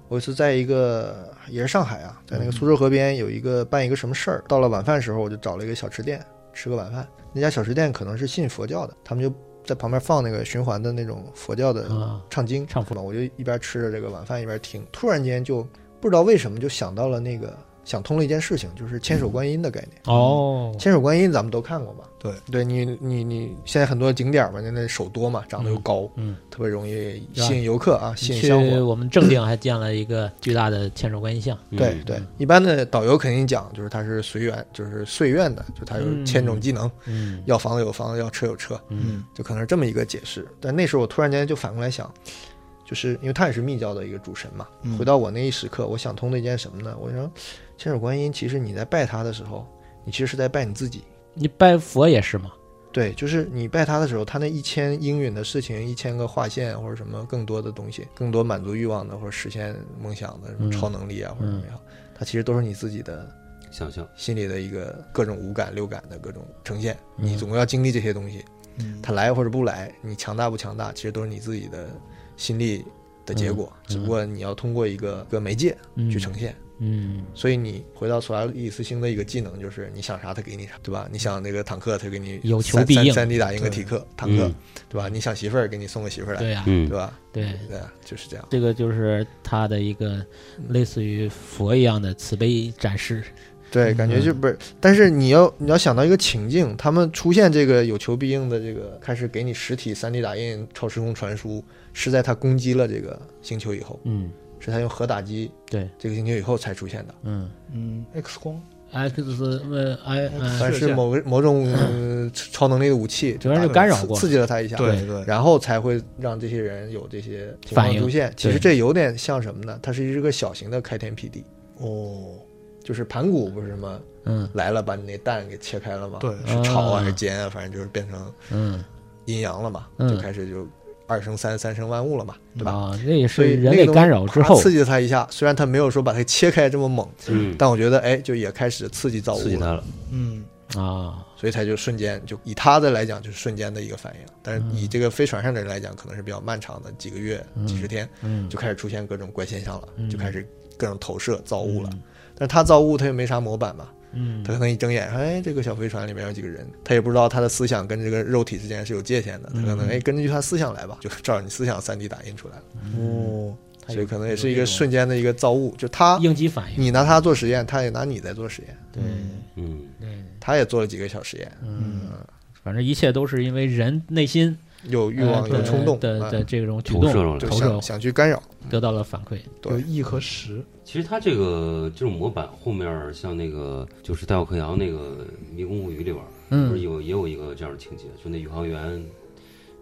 我有一次在一个也是上海啊，在那个苏州河边有一个办一个什么事儿，到了晚饭时候我就找了一个小吃店吃个晚饭，那家小吃店可能是信佛教的，他们就在旁边放那个循环的那种佛教的啊，唱经，唱佛嘛，我就一边吃着这个晚饭一边听，突然间就不知道为什么就想到了那个想通了一件事情，就是千手观音的概念。哦，千手观音咱们都看过吧？对，对你你你现在很多景点嘛，那那手多嘛，长得又高，嗯，特别容易是吧吸引游客啊，吸引去香火。我们正定还建了一个巨大的千手观音像，对嗯对，一般的导游肯定讲，就是他是随缘，就是随愿的，就他有嗯千种技能，嗯要房子有房子，要车有车，嗯就可能是这么一个解释。但那时候我突然间就反过来想，就是因为他也是密教的一个主神嘛，嗯回到我那一时刻，我想通的一件什么呢？我想，千手观音，其实你在拜他的时候，你其实是在拜你自己。你拜佛也是嘛，对，就是你拜他的时候，他那一千应允的事情，一千个划线或者什么更多的东西，更多满足欲望的或者实现梦想的什么嗯超能力啊、或者怎么样，它其实都是你自己的想象，心里的一个各种五感六感的各种呈现。嗯你总要经历这些东西，嗯它来或者不来，你强大不强大，其实都是你自己的心力的结果，嗯只不过你要通过一个一个媒介嗯去呈现。嗯所以你回到索拉里斯星的一个技能就是你想啥他给你啥，对吧？你想那个坦克，他给你有求三必应三 D 打印个体克坦克，嗯对吧？你想媳妇儿给你送个媳妇儿来，对呀，嗯对，吧？对，对啊，就是这样。这个就是他的一个类似于佛一样的慈悲展示，对，感觉嗯就不是，但是你要你要想到一个情境，他们出现这个有求必应的这个开始给你实体三 D 打印超时空传输，是在他攻击了这个星球以后，嗯，是他用核打击对，这个星球以后才出现的。嗯嗯，X 光， ，X 呃 I 呃但射是线某个某种呃超能力的武器，主要是打干扰过刺刺激了他一下，对对，然后才会让这些人有这些情反况应出现。其对实这有点像什么呢？它是一个小型的开天辟地，哦，就是盘古不是什么嗯来了把你那蛋给切开了吗？对是炒啊啊还是煎啊，反正就是变成嗯，阴阳了嘛，嗯就开始就二生三，三生万物了嘛，对吧？啊，那也所是以人那个类东西干扰之后啪，刺激了他一下，虽然他没有说把它切开这么猛，嗯，但我觉得哎，就也开始刺激造刺激物他了，了，嗯，啊，所以他就瞬间就以他的来讲就是瞬间的一个反应，但是嗯以这个飞船上的人来讲，可能是比较漫长的几个月、几十天，嗯，就开始出现各种怪现象了，嗯就开始各种投射造物了。但是他造物他也没啥模板嘛，嗯他可能一睁眼，哎，这个小飞船里面有几个人，他也不知道他的思想跟这个肉体之间是有界限的，他可嗯能哎根据他思想来吧，就照着你思想三 D 打印出来了，哦，他有所以可能也是一有个这种瞬间的一个造物，就他嗯应激反应，你拿他做实验，他也拿你在做实验，对嗯，对，他也做了几个小实验，嗯，反正一切都是因为人内心有欲呃望有的冲动，的哎的这种举投射动了就投想射想去干扰，得到了反馈，对有一和十，其实它这个这种模板后面儿像那个就是戴奥克洋那个《迷宫物语》里边儿，不是嗯有也有一个这样的情节，就那宇航员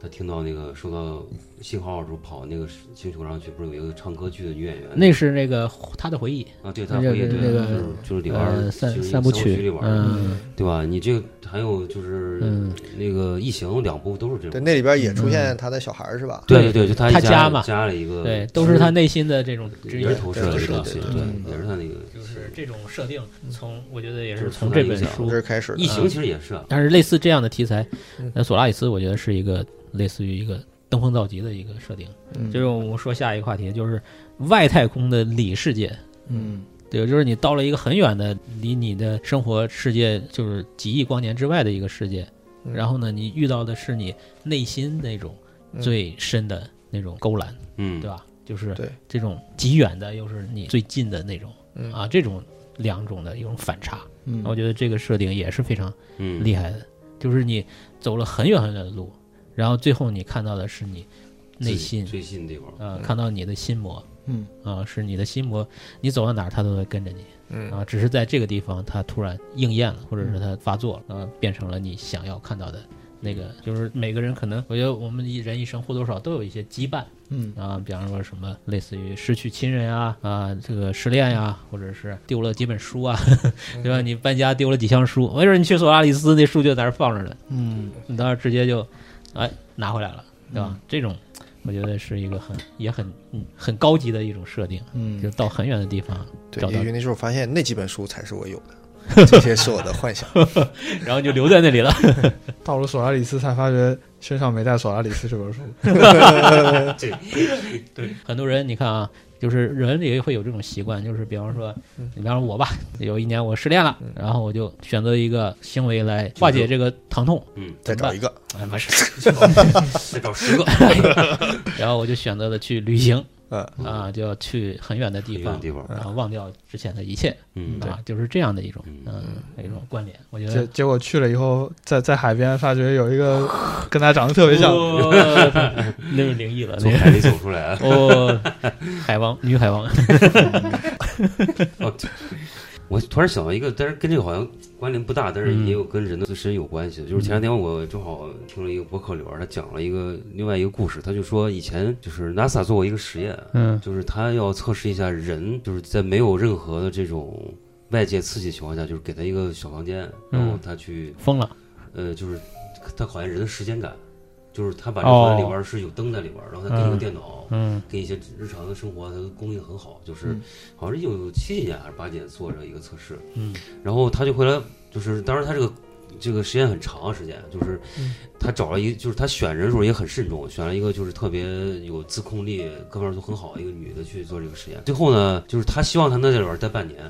他听到那个收到信号之后跑那个星球上去，不是有一个唱歌剧的女演员？那是那个他的回忆，啊，对，他回忆那个对，那就个是就是里边呃儿三其实三部曲里曲边，儿，嗯对吧？你这个还有就是嗯那个《异形》两部都是这对，种，那里边也出现他的小孩儿是吧？对对对，就他一他家家嘛加了一个，对，都是他内心的这种之也是源投射投的射嗯东对西，对对，也是他那个就是这种设定，从我觉得也就是是从从这他本影响书从这儿开始的，异嗯形，其实也是啊，但是类似这样的题材呃嗯，那索拉里斯我觉得是一个类似于一个登峰造极的一个设定。嗯就是我们说下一个话题，就是外太空的里世界。嗯对，就是你到了一个很远的，离你的生活世界就是几亿光年之外的一个世界，嗯然后呢，你遇到的是你内心那种嗯最深的那种勾栏，嗯对，吧？就是对这种极远的，又是你最近的那种嗯啊，这种两种的一种反差，嗯我觉得这个设定也是非常嗯，厉害的，就是你走了很远很远的路，然后最后你看到的是你内心，最新的 地方，呃，看到你的心魔，嗯啊、是你的心魔，你走到哪儿它都会跟着你，嗯啊、只是在这个地方它突然应验了，或者是它发作了，啊、变成了你想要看到的。那个就是每个人可能，我觉得我们一人一生或多或少都有一些羁绊嗯啊，比方说什么类似于失去亲人啊啊，这个失恋呀、或者是丢了几本书啊， 对嗯吧？你搬家丢了几箱书，没准你去索拉里斯那书就在那儿放着呢，嗯嗯你到时候直接就，哎，拿回来了，对吧？这种我觉得是一个很也很嗯很高级的一种设定，嗯就到很远的地方对，找到因为那时候我发现那几本书才是我有的，这些是我的幻想。然后就留在那里了。到了索拉里斯才发觉身上没带索拉里斯这本书。这对很多人你看啊，就是人也会有这种习惯，就是比方说，嗯你比方说我吧，有一年我失恋了，然后我就选择一个行为来化解这个疼痛，嗯，再找一个，哎，没事， 再找十个然后我就选择了去旅行嗯，啊，就要去很远的地地方方，地方，然后忘掉之前的一切嗯，啊，就是这样的一种嗯嗯一种关联，我觉结得。结果去了以后，在在海边发觉有一个 跟他长得特别像， 哇那是灵异了，那 从个海里走出来啊。哦，海王，女海 王，哦对我突然想到一个，但是跟这个好像关联不大，但是嗯也有跟人的自身有关系。就是前两天我正好听了一个博客里边儿，他讲了一个另外一个故事，他就说以前就是 NASA 做过一个实验，嗯就是他要测试一下人，就是在没有任何的这种外界刺激情况下，就是给他一个小房间，嗯然后他去疯了，呃，就是他考验人的时间感，就是他把这房间里边儿是有灯在里边儿，然后他跟一个嗯电脑。嗯跟一些日常的生活，它供应很好，就是嗯好像是一九七几年还是八几年做这一个测试，嗯然后他就回来，就是当时他这个这个实验很长时间，就是嗯他找了一，就是他选人的时候也很慎重，选了一个就是特别有自控力，各方面都很好的一个女的去做这个实验。最后呢，就是他希望他能在里边待半年。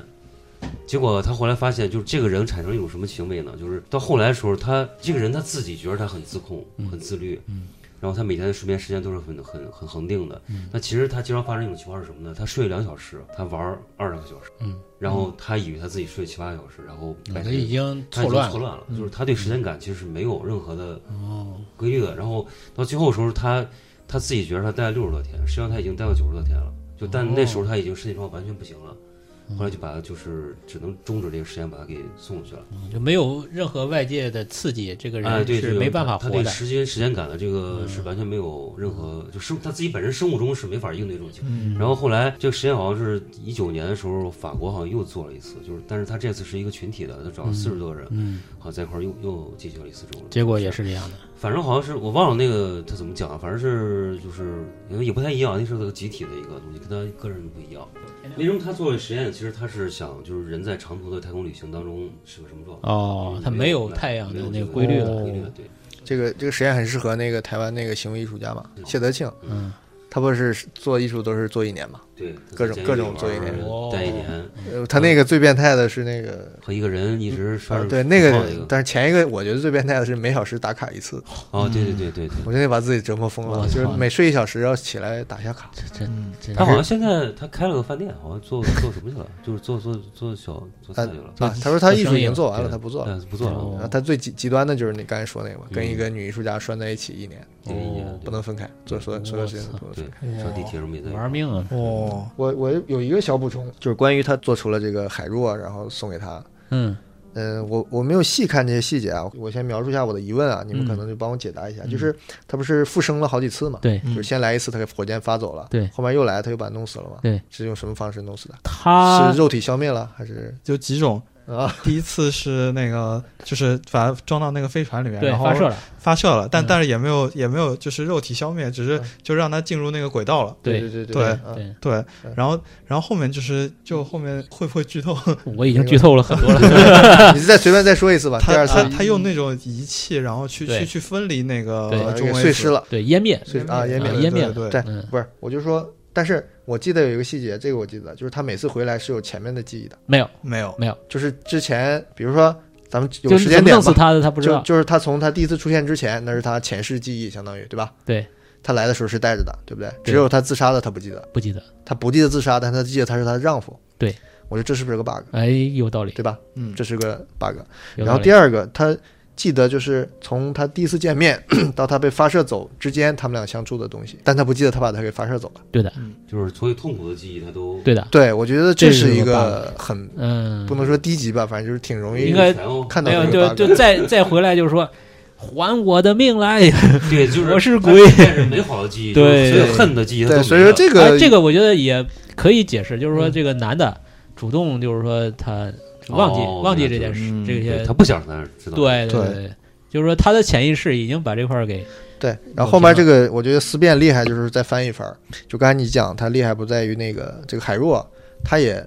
结果他后来发现，就是这个人产生一种什么行为呢？就是到后来的时候，他这个人他自己觉得他很自控、嗯很自律，嗯然后他每天的睡眠时间都是很很很恒定的。嗯那其实他经常发生一种情况是什么呢？他睡两小时，他玩二十个小时，嗯，然后他以为他自己睡七八个小时，然后白脑子天已经他错哎已经乱了，错嗯乱了，就是他对时间感其实是没有任何的哦，规律的。然后到最后的时候，他他自己觉得他待了六十多天，实际上他已经待了九十多天了。就但哦嗯那时候他已经身体状况完全不行了，后来就把他就是只能终止这个实验，把他给送出去了。就没有任何外界的刺激，这个哎，人对，呃是没办法他活对的。嗯时间时间感的这个是完全没有任何，就生他自己本身生物钟是没法应对这种情况。嗯然后后来这个实验好像是一九年的时候，法国好像又做了一次，就是但是他这次是一个群体的，他找了四十多个人，嗯，好像在一块儿又又进行了一次这种。结果也是这样的。反正好像是我忘了那个他怎么讲，反正是就是因为也不太一样，那是个集体的一个东西，跟他个人不一样。为什么他做的实验？其实他是想就是人在长途的太空旅行当中是个什么状态？哦，它没有太阳的那个规律没有这个了。哦规律了，对，这个这个实验很适合那个台湾那个行为艺术家嘛，谢德庆，嗯，他不是做艺术都是做一年嘛？对，各种各种做作业待一年呃，他那个最变态的是那个，和一个人一直刷啊着、对那放一个个，但是前一个我觉得最变态的是每小时打卡一次，哦，对对对对对。嗯我真的把自己折磨疯我了，操就是每睡一小时要起来打一下卡。这这嗯这他好像现在他开了个饭店，好像做做什么去了？就是做做做小做菜去了。啊，他说他艺术已经做完完了，他不做了。了，不做哦了。然后他最极极端的就是你刚才说那个嘛，跟嗯一个女艺术家拴在一起一年，这个一年哦嗯对不能分哎开，做所有所有事情都不能分对开。上地铁什么也在玩命啊！哦，我我有一个小补充，就是关于他做出了这个海若，然后送给他。嗯嗯，我我没有细看这些细节啊，我先描述一下我的疑问啊，你们可能就帮我解答一下。就是他不是复生了好几次嘛？嗯对嗯就是先来一次，他给火箭发走了，对后面又来，他又把他弄死了嘛？对，是用什么方式弄死的？他是肉体消灭了还是有几种。啊？第一次是那个，就是把它装到那个飞船里面，对然后发射了，发射了，但嗯但是也没有也没有就是肉体消灭，只是就让它进入那个轨道了。对对对嗯啊对，对，然后然后后面就是就后面会不会剧透？我已经剧透了很多了。你再随便再说一次吧。 第他二次他他用那种仪器，然后去对去去分离那对个呃中给微碎子尸了，对，湮灭，碎啊对湮灭啊湮灭对对对，嗯不是，我就说，但是我记得有一个细节，这个我记得，就是他每次回来是有前面的记忆的，没有没有没有，就是之前，比如说咱们有就个是时怎间么点弄死吧，他的，他不知就道。就是他从他第一次出现之前，那是他前世记忆，相当于对吧？对，他来的时候是带着的，对不对？只有他自杀的他不记得，不记得。他不记得自杀，但他记得他是他的丈夫。对，我觉得这是不是个 bug，哎，有道理。对吧？嗯这是个 bug。有然道后理第二个，他记得就是从他第一次见面 到他被发射走之间，他们俩相处的东西，但他不记得他把他给发射走了。对的，就是所有痛苦的记忆，他都对的，对，我觉得这是是一个个很嗯，不能说低级吧，反正就是挺容易应该全哦看到没有，这就个 bug 就再再回来就是说，还我的命来！对，就是我是他鬼带着美好的记忆，对就是所有恨的记忆，他对，都所以没说了这哎个嗯这个我觉得也可以解释，就是说这个男的主动就是说他忘记、哦忘记这件事，嗯这对些他不想让他知道，对对对，就是说他的潜意识已经把这块儿给对，然后后面这个我觉得思辨厉害，就是在翻译法儿。就刚才你讲，他厉害不在于那个这个海若，他也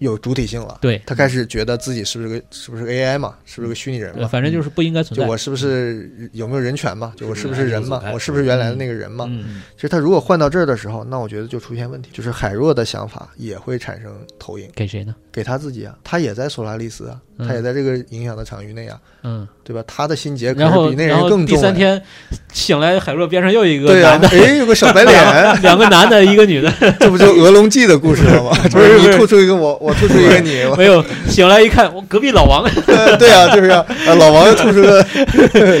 有主体性了。对他开始觉得自己是不是个是不是个 AI 嘛，是不是个虚拟人呃嘛？反正就是不应该存就在。我是不是有没有人权嘛？就我是不是人嘛我是不是原来那个？是不是原来的那个人嘛？嗯，其实他如果换到这儿的时候，那我觉得就出现问题，就是海若的想法也会产生投影给谁呢？给他自己啊，他也在索拉利斯啊，嗯他也在这个影响的场域内啊，嗯，对吧？他的心结可然后是比那然人后更第重、三哎。天醒来，海若边上又一个对啊男，的，哎，有个小白脸，两个男的，一个女的，这不就《鹅笼记》的故事了吗？就不是是不你是吐出一个我，我吐出一个你，我没有醒来一看，我隔壁老王呃 对啊，就是啊，呃老王又吐出个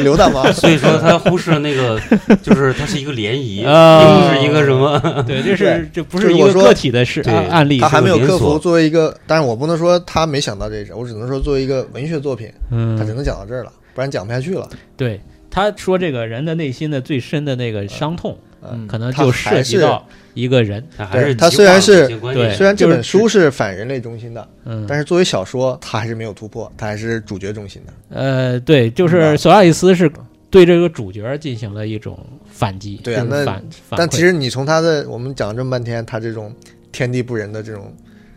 刘大妈，所以说他忽视了那个，就是它是一个联谊，并不啊是一个什么。对，这是这不就是是一我个说个体的事对案案例他，还没有连克服锁作为一个，但是我不能说他没想到这一点，我只能说作为一个文学作品，他只嗯，能讲到这儿了，不然讲不下去了。对，他说这个人的内心的最深的那个伤痛，嗯，可能他就还涉及是到一个人，他还是对他虽然是习惯了这对些虽然这就是本书是反人类中心的，嗯，但是作为小说，它还是没有突破，它还是主角中心的。呃，对，就是索亚里斯是对这个主角进行了一种反击，对啊就是那反反但馈其实你从他的我们讲了这么半天，他这种天地不仁的这种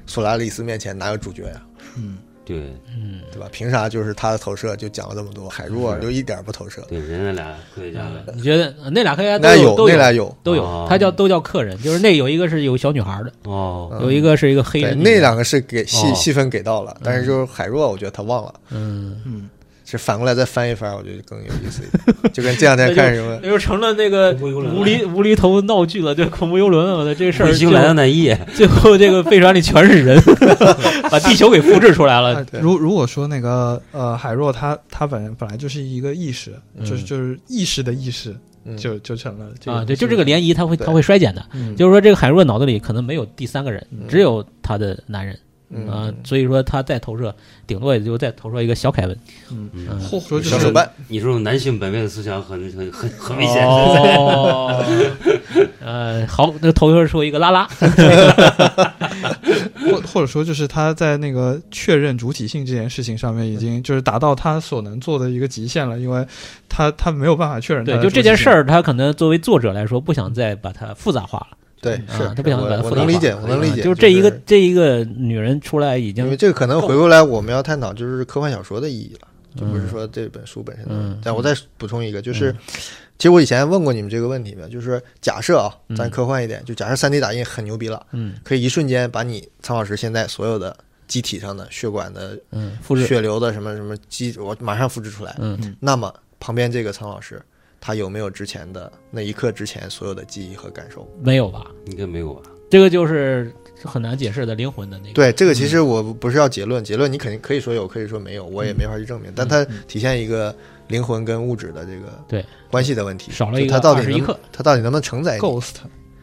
索拉里斯面前，哪有主角呀、观点嗯，对吧？凭啥就是他的投射就讲了这么多，海若是就一点儿不投射？对对人家俩科学家了，你觉得呃那俩科学家都那有都那有俩有，都有哦，他叫都叫客人，就是那有一个是有小女孩的，哦，嗯有一个是一个黑对，人，那两个是给戏哦戏份给到了，但是就是海若，我觉得他忘了，嗯，嗯，是反过来再翻一翻，我觉得更有意思一点，就跟这两天看什么那。就成了那个恐怖游轮无厘无厘头闹剧了，对，恐怖游轮了，我的这事儿彗最星后来的那一夜，最后这个飞船里全是 人，把地球给复制出来啊 了，对如如果说那个呃，海若他他本本来就是一个意识，就是嗯就是意识的意识，嗯就就成了这个啊，东对，就西这个联谊，它会对它会衰减的，嗯就是说这个海若脑子里可能没有第三个人，嗯只有他的男人。嗯啊、所以说他再投射，顶多也就再投射一个小凯文。嗯或者说就小是手办，你这种男性本位的思想很很很很危险。哦， 呃，好，那投射出一个拉拉，或或者说就是他在那个确认主体性这件事情上面，已嗯经就是达到他所能做的一个极限了，因为他他没有办法确认他对，的就这件事主体儿，他可能作为作者来说，不想再把它复杂化了。对，啊是他不想我把它我复杂能理化解，我能理啊解，就是这一个是这一个女人出来已因为经，这个可能回过来我们要探讨就是科幻小说的意义了，就不是嗯说这本书本身的。嗯但我再补充一个，就是、其实我以前问过你们这个问题吧，就是假设啊，咱嗯科幻一点，就假设三 D 打印很牛逼了，嗯可以一瞬间把你苍老师现在所有的机体上的血管的嗯，复制，血流的什么什么机，我马上复制出来。嗯那么旁边这个苍老师，他有没有之前的那一刻之前所有的记忆和感受？没有吧？ 应该没有吧？这个就是很难解释的灵魂的那个。对，这个其实嗯我不是要结论，结论你肯定可以说有，可以说没有，我也没法去证明，但它体现一个灵魂跟物质的这个嗯对关系的问题，少了就一个它到底21能克它到底能不能承载你？ Ghost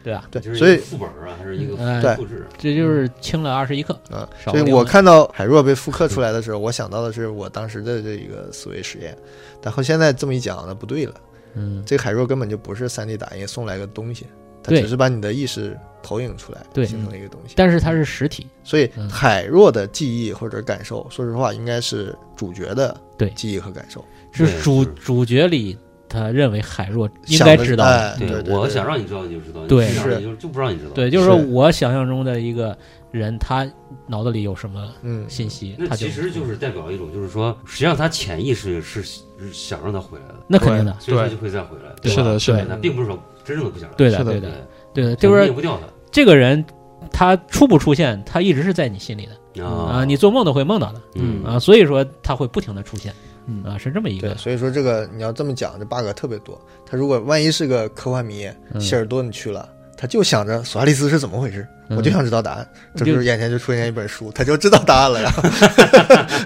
对吧？对就，是所一以个副本啊，还是一个嗯哎复制？啊这就是轻了二十一克。啊，少所了以我灵魂看到海若被复刻出来的时候，我想到的是我当时的这一个思维实验，但后现在这么一讲呢，不对了，嗯，这个海若根本就不是三 D 打印送来个东西，它对只是把你的意识投影出来，对嗯形成了一个东西。但是它是实体，所以嗯海若的记忆或者感受，说实话，应该是主角的对记忆和感受。是对主是主角里他认为海若应想该的知道的。哎、对对我对想让你知道你就知道，对你想让是你就就不让你知道。对，就是说是我想象中的一个人，他脑子里有什么嗯，信息，那他嗯其实就是代表一种，就是说，实际上他潜意识是是想让他回来的，那肯定的，所以他对就会再回来。对吧是的是的他并不是说真正的不想来。对的，是的对对的，，对的，就是灭说不掉他。这个人他出不出现，他一直是在你心里的啊，你做梦都会梦到的嗯啊，所以说他会不停的出现嗯啊，是这么一对，个所以说这个你要这么讲，这 bug 特别多。他如果万一是个科幻迷，嗯谢尔顿去了，他就想着索拉利斯是怎么回事，嗯我 就想知道答案。这就就是眼前就出现一本书，他就知道答案了呀。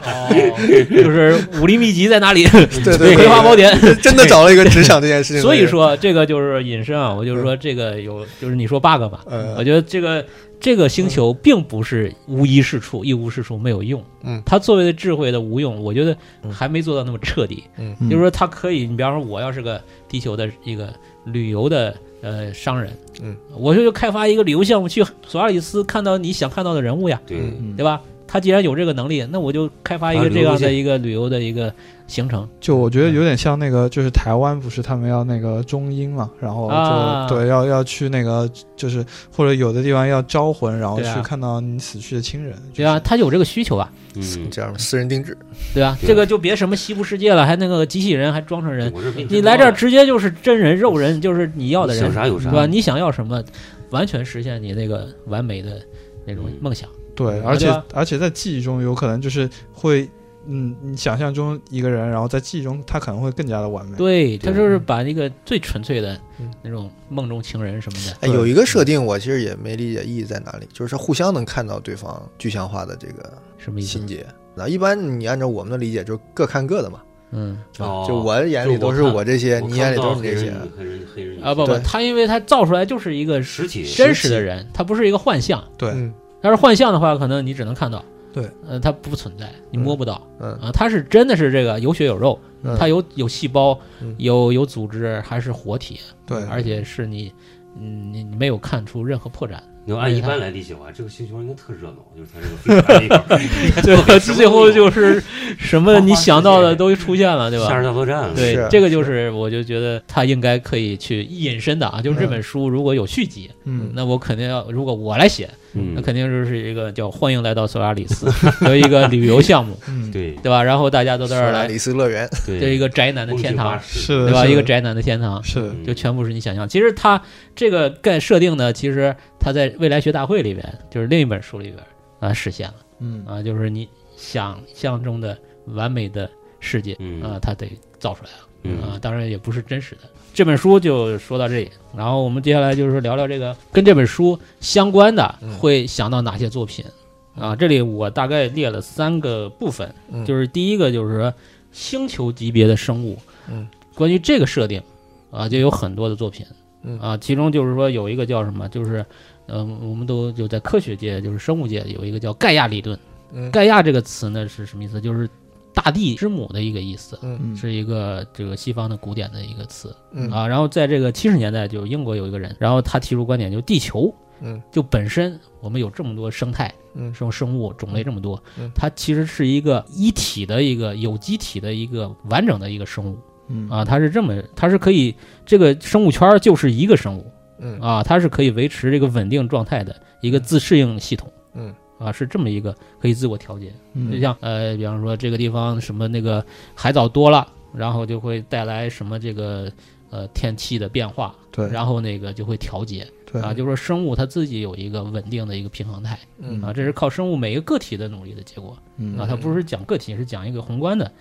哦， 就是武林秘籍在哪里， 对 对，葵花宝典。真的找了一个只想这件事情的人。所以说这个就是引申啊，我就是说这个有，就是你说 bug 吧，嗯我觉得这个这个星球并不是无一是处，一无是处没有用，嗯它作为的智慧的无用，我觉得嗯还没做到那么彻底，嗯嗯就是说它可以，你比方说我要是个地球的一个旅游的呃商人，嗯，我就开发一个旅游项目去索阿里斯看到你想看到的人物呀，对，嗯对吧？他既然有这个能力，那我就开发一个啊旅这游样路的线一个旅游的一个行程。就我嗯觉得有点像那个，就是台湾不是他们要那个中英嘛，然后就、啊对要要去那个，就是或者有的地方要招魂，然后对啊去看到你死去的亲人，对啊，就是他有这个需求啊，嗯，这样吧，私人定制，对啊，对这个就别什么西部世界了，还那个机器人还装成人，我这你来这儿直接就是真人肉人，就是你要的人，想啥有啥对吧？你想要什么，完全实现你那个完美的那种梦想。对，嗯而对且啊而且在记忆中有可能就是会，嗯，你想象中一个人，然后在记忆中他可能会更加的完美。对他对就是把那个最纯粹的嗯那种梦中情人什么的，哎，有一个设定我其实也没理解意义在哪里，就是互相能看到对方具象化的这个什么意思情？节。那一般你按照我们的理解，就是各看各的嘛，嗯是吧？哦就我眼里都是我这些，我看不你到眼里都是你这些。黑人女黑人黑人女啊不不对，他因为他造出来就是一个实体真实的人，他不是一个幻象。对嗯要是幻象的话，可能你只能看到，对，呃，它不存在，你摸不到嗯啊。它是真的是这个有血有肉，嗯它有有细胞嗯，有有组织，还是活体，对，而且是你，嗯，你你没有看出任何破 绽。你要按啊一般来理解的话，这个星球应该特热闹，就是它这 个最后啊最后什么都有就是什么你想到的都出现了，对夏吧日？大作战，对是，这个就是我就觉得他应该可以去引申的啊，就是这本书如果有续集，嗯，那我肯定要，如果我来写，那嗯，肯定就是一个叫“欢迎来到索拉里斯” 的一个旅游项目，嗯，对对吧？然后大家都索在这儿拉来，里斯乐园，对，这一个宅男的天堂，是的，对吧？是的一个宅男的天堂，是的，嗯就全部是你想象。其实他这个概设定呢，其实他在未来学大会里边，就是另一本书里边啊实现了嗯，啊，就是你想象中的完美的世界嗯啊，他得造出来了。啊嗯，，当然也不是真实的。这本书就说到这里，然后我们接下来就是聊聊这个跟这本书相关的嗯，会想到哪些作品啊？这里我大概列了三个部分，嗯就是第一个就是星球级别的生物，嗯，关于这个设定啊，就有很多的作品嗯啊，其中就是说有一个叫什么，就是嗯、我们都有在科学界，就是生物界有一个叫盖亚理论。嗯盖亚这个词呢是什么意思？就是大地之母的一个意思。嗯嗯是一个这个西方的古典的一个词嗯啊。然后在这个七十年代，就英国有一个人，然后他提出观点，就地球嗯就本身我们有这么多生态，嗯生生物种类这么多嗯，它其实是一个一体的一个有机体的一个完整的一个生物嗯啊。它是这么，它是可以这个生物圈儿就是一个生物嗯啊，它是可以维持这个稳定状态的一个自适应系统。嗯啊，是这么一个可以自我调节嗯就像呃，比方说这个地方什么那个海藻多了，然后就会带来什么这个呃天气的变化，对，然后那个就会调节对啊，就是说生物它自己有一个稳定的一个平衡态嗯啊，这是靠生物每个个体的努力的结果嗯啊，嗯它不是讲个体，是讲一个宏观的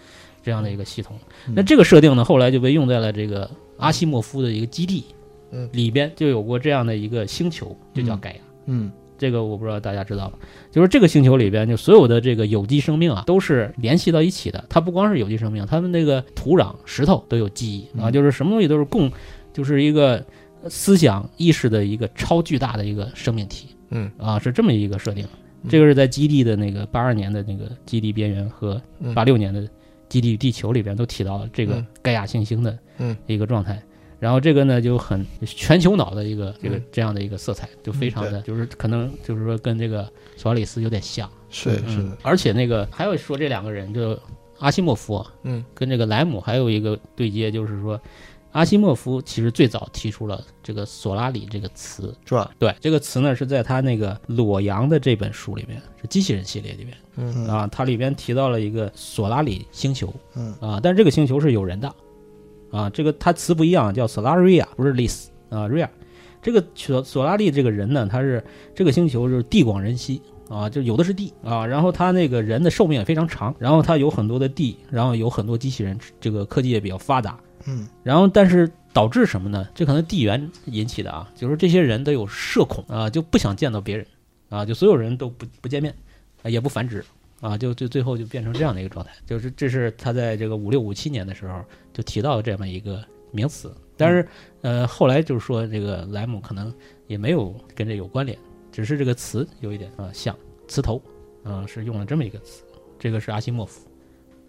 这样的一个系统。嗯那这个设定呢，后来就被用在了这个阿西莫夫的一个基地嗯里边，就有过这样的一个星球，就叫嗯盖亚。嗯这个我不知道大家知道吧？就是这个星球里边，就所有的这个有机生命啊，都是联系到一起的。它不光是有机生命，它们那个土壤、石头都有记忆啊，嗯就是什么东西都是共，就是一个思想意识的一个超巨大的一个生命体。嗯啊，是这么一个设定。嗯这个是在基地的那个八二年的那个基地边缘和嗯八六年的基地地球里边都提到了这个嗯盖亚行星的嗯一个状态。然后这个呢就很全球脑的一个这个嗯这样的一个色彩，就非常的就是可能就是说跟这个索拉里斯有点像，是是嗯的，，而且那个还有说这两个人就阿西莫夫啊嗯跟这个莱姆还有一个对接，就是说阿西莫夫其实最早提出了这个索拉里这个词，是吧？对，这个词呢是在他那个裸阳的这本书里面，是机器人系列里面嗯啊，它里边提到了一个索拉里星球嗯啊，但是这个星球是有人的啊，这个它词不一样，叫 Solaria，不是 Lis 啊 Ria。这个索索拉利这个人呢，他是这个星球就是地广人稀啊，就有的是地啊，然后他那个人的寿命也非常长，然后他有很多的地，然后有很多机器人，这个科技也比较发达，嗯然后，但是导致什么呢？这可能地缘引起的啊，就是这些人都有社恐啊，就不想见到别人啊，就所有人都不不见面，啊、也不繁殖啊，就就最后就变成这样的一个状态。就是这是他在这个五六五七年的时候就提到这么一个名词，但是呃，后来就是说这个莱姆可能也没有跟这有关联，只是这个词有一点啊像词头啊是用了这么一个词，这个是阿西莫夫。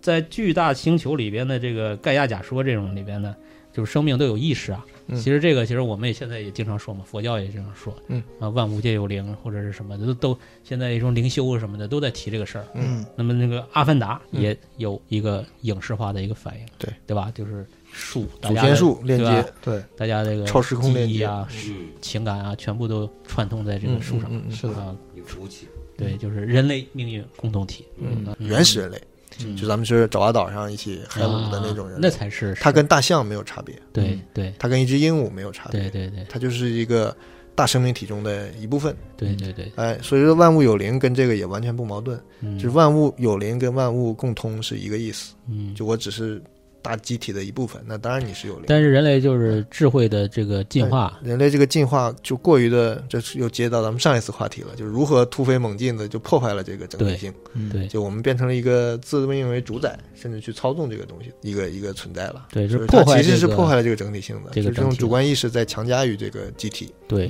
在巨大星球里边的这个盖亚假说这种里边呢，就是生命都有意识啊。嗯其实这个，其实我们也现在也经常说嘛，佛教也经常说，嗯啊，万物皆有灵或者是什么的，都都现在一种灵修什么的都在提这个事儿。嗯，那么那个《阿凡达》也有一个影视化的一个反应，对对吧？就是树，大祖家的先树链，对接吧对，大家这个超时空链记忆接啊、嗯，情感啊，全部都串通在这个树上。嗯嗯嗯是的，啊，有主体，对，就是人类命运共同体，嗯，嗯原始人类，嗯就咱们去爪哇岛上一起海啊捕的那种人那类，嗯才是它跟大象没有差别，对对它跟一只鹦鹉没有差别，对对对它就是一个大生命体中的一部分。对对对，哎，所以说万物有灵跟这个也完全不矛盾，嗯就是万物有灵跟万物共通是一个意思。嗯，就我只是大机体的一部分，那当然你是有灵。但是人类就是智慧的这个进化，人类这个进化就过于的，这是又接到咱们上一次话题了，就是如何突飞猛进的就破坏了这个整体性，对嗯就我们变成了一个自命为主宰，甚至去操纵这个东西，一个一个存在了。对，就是是破它坏其实是这个破坏了这个整体性的，这个就是这种整体主观意识在强加于这个集体对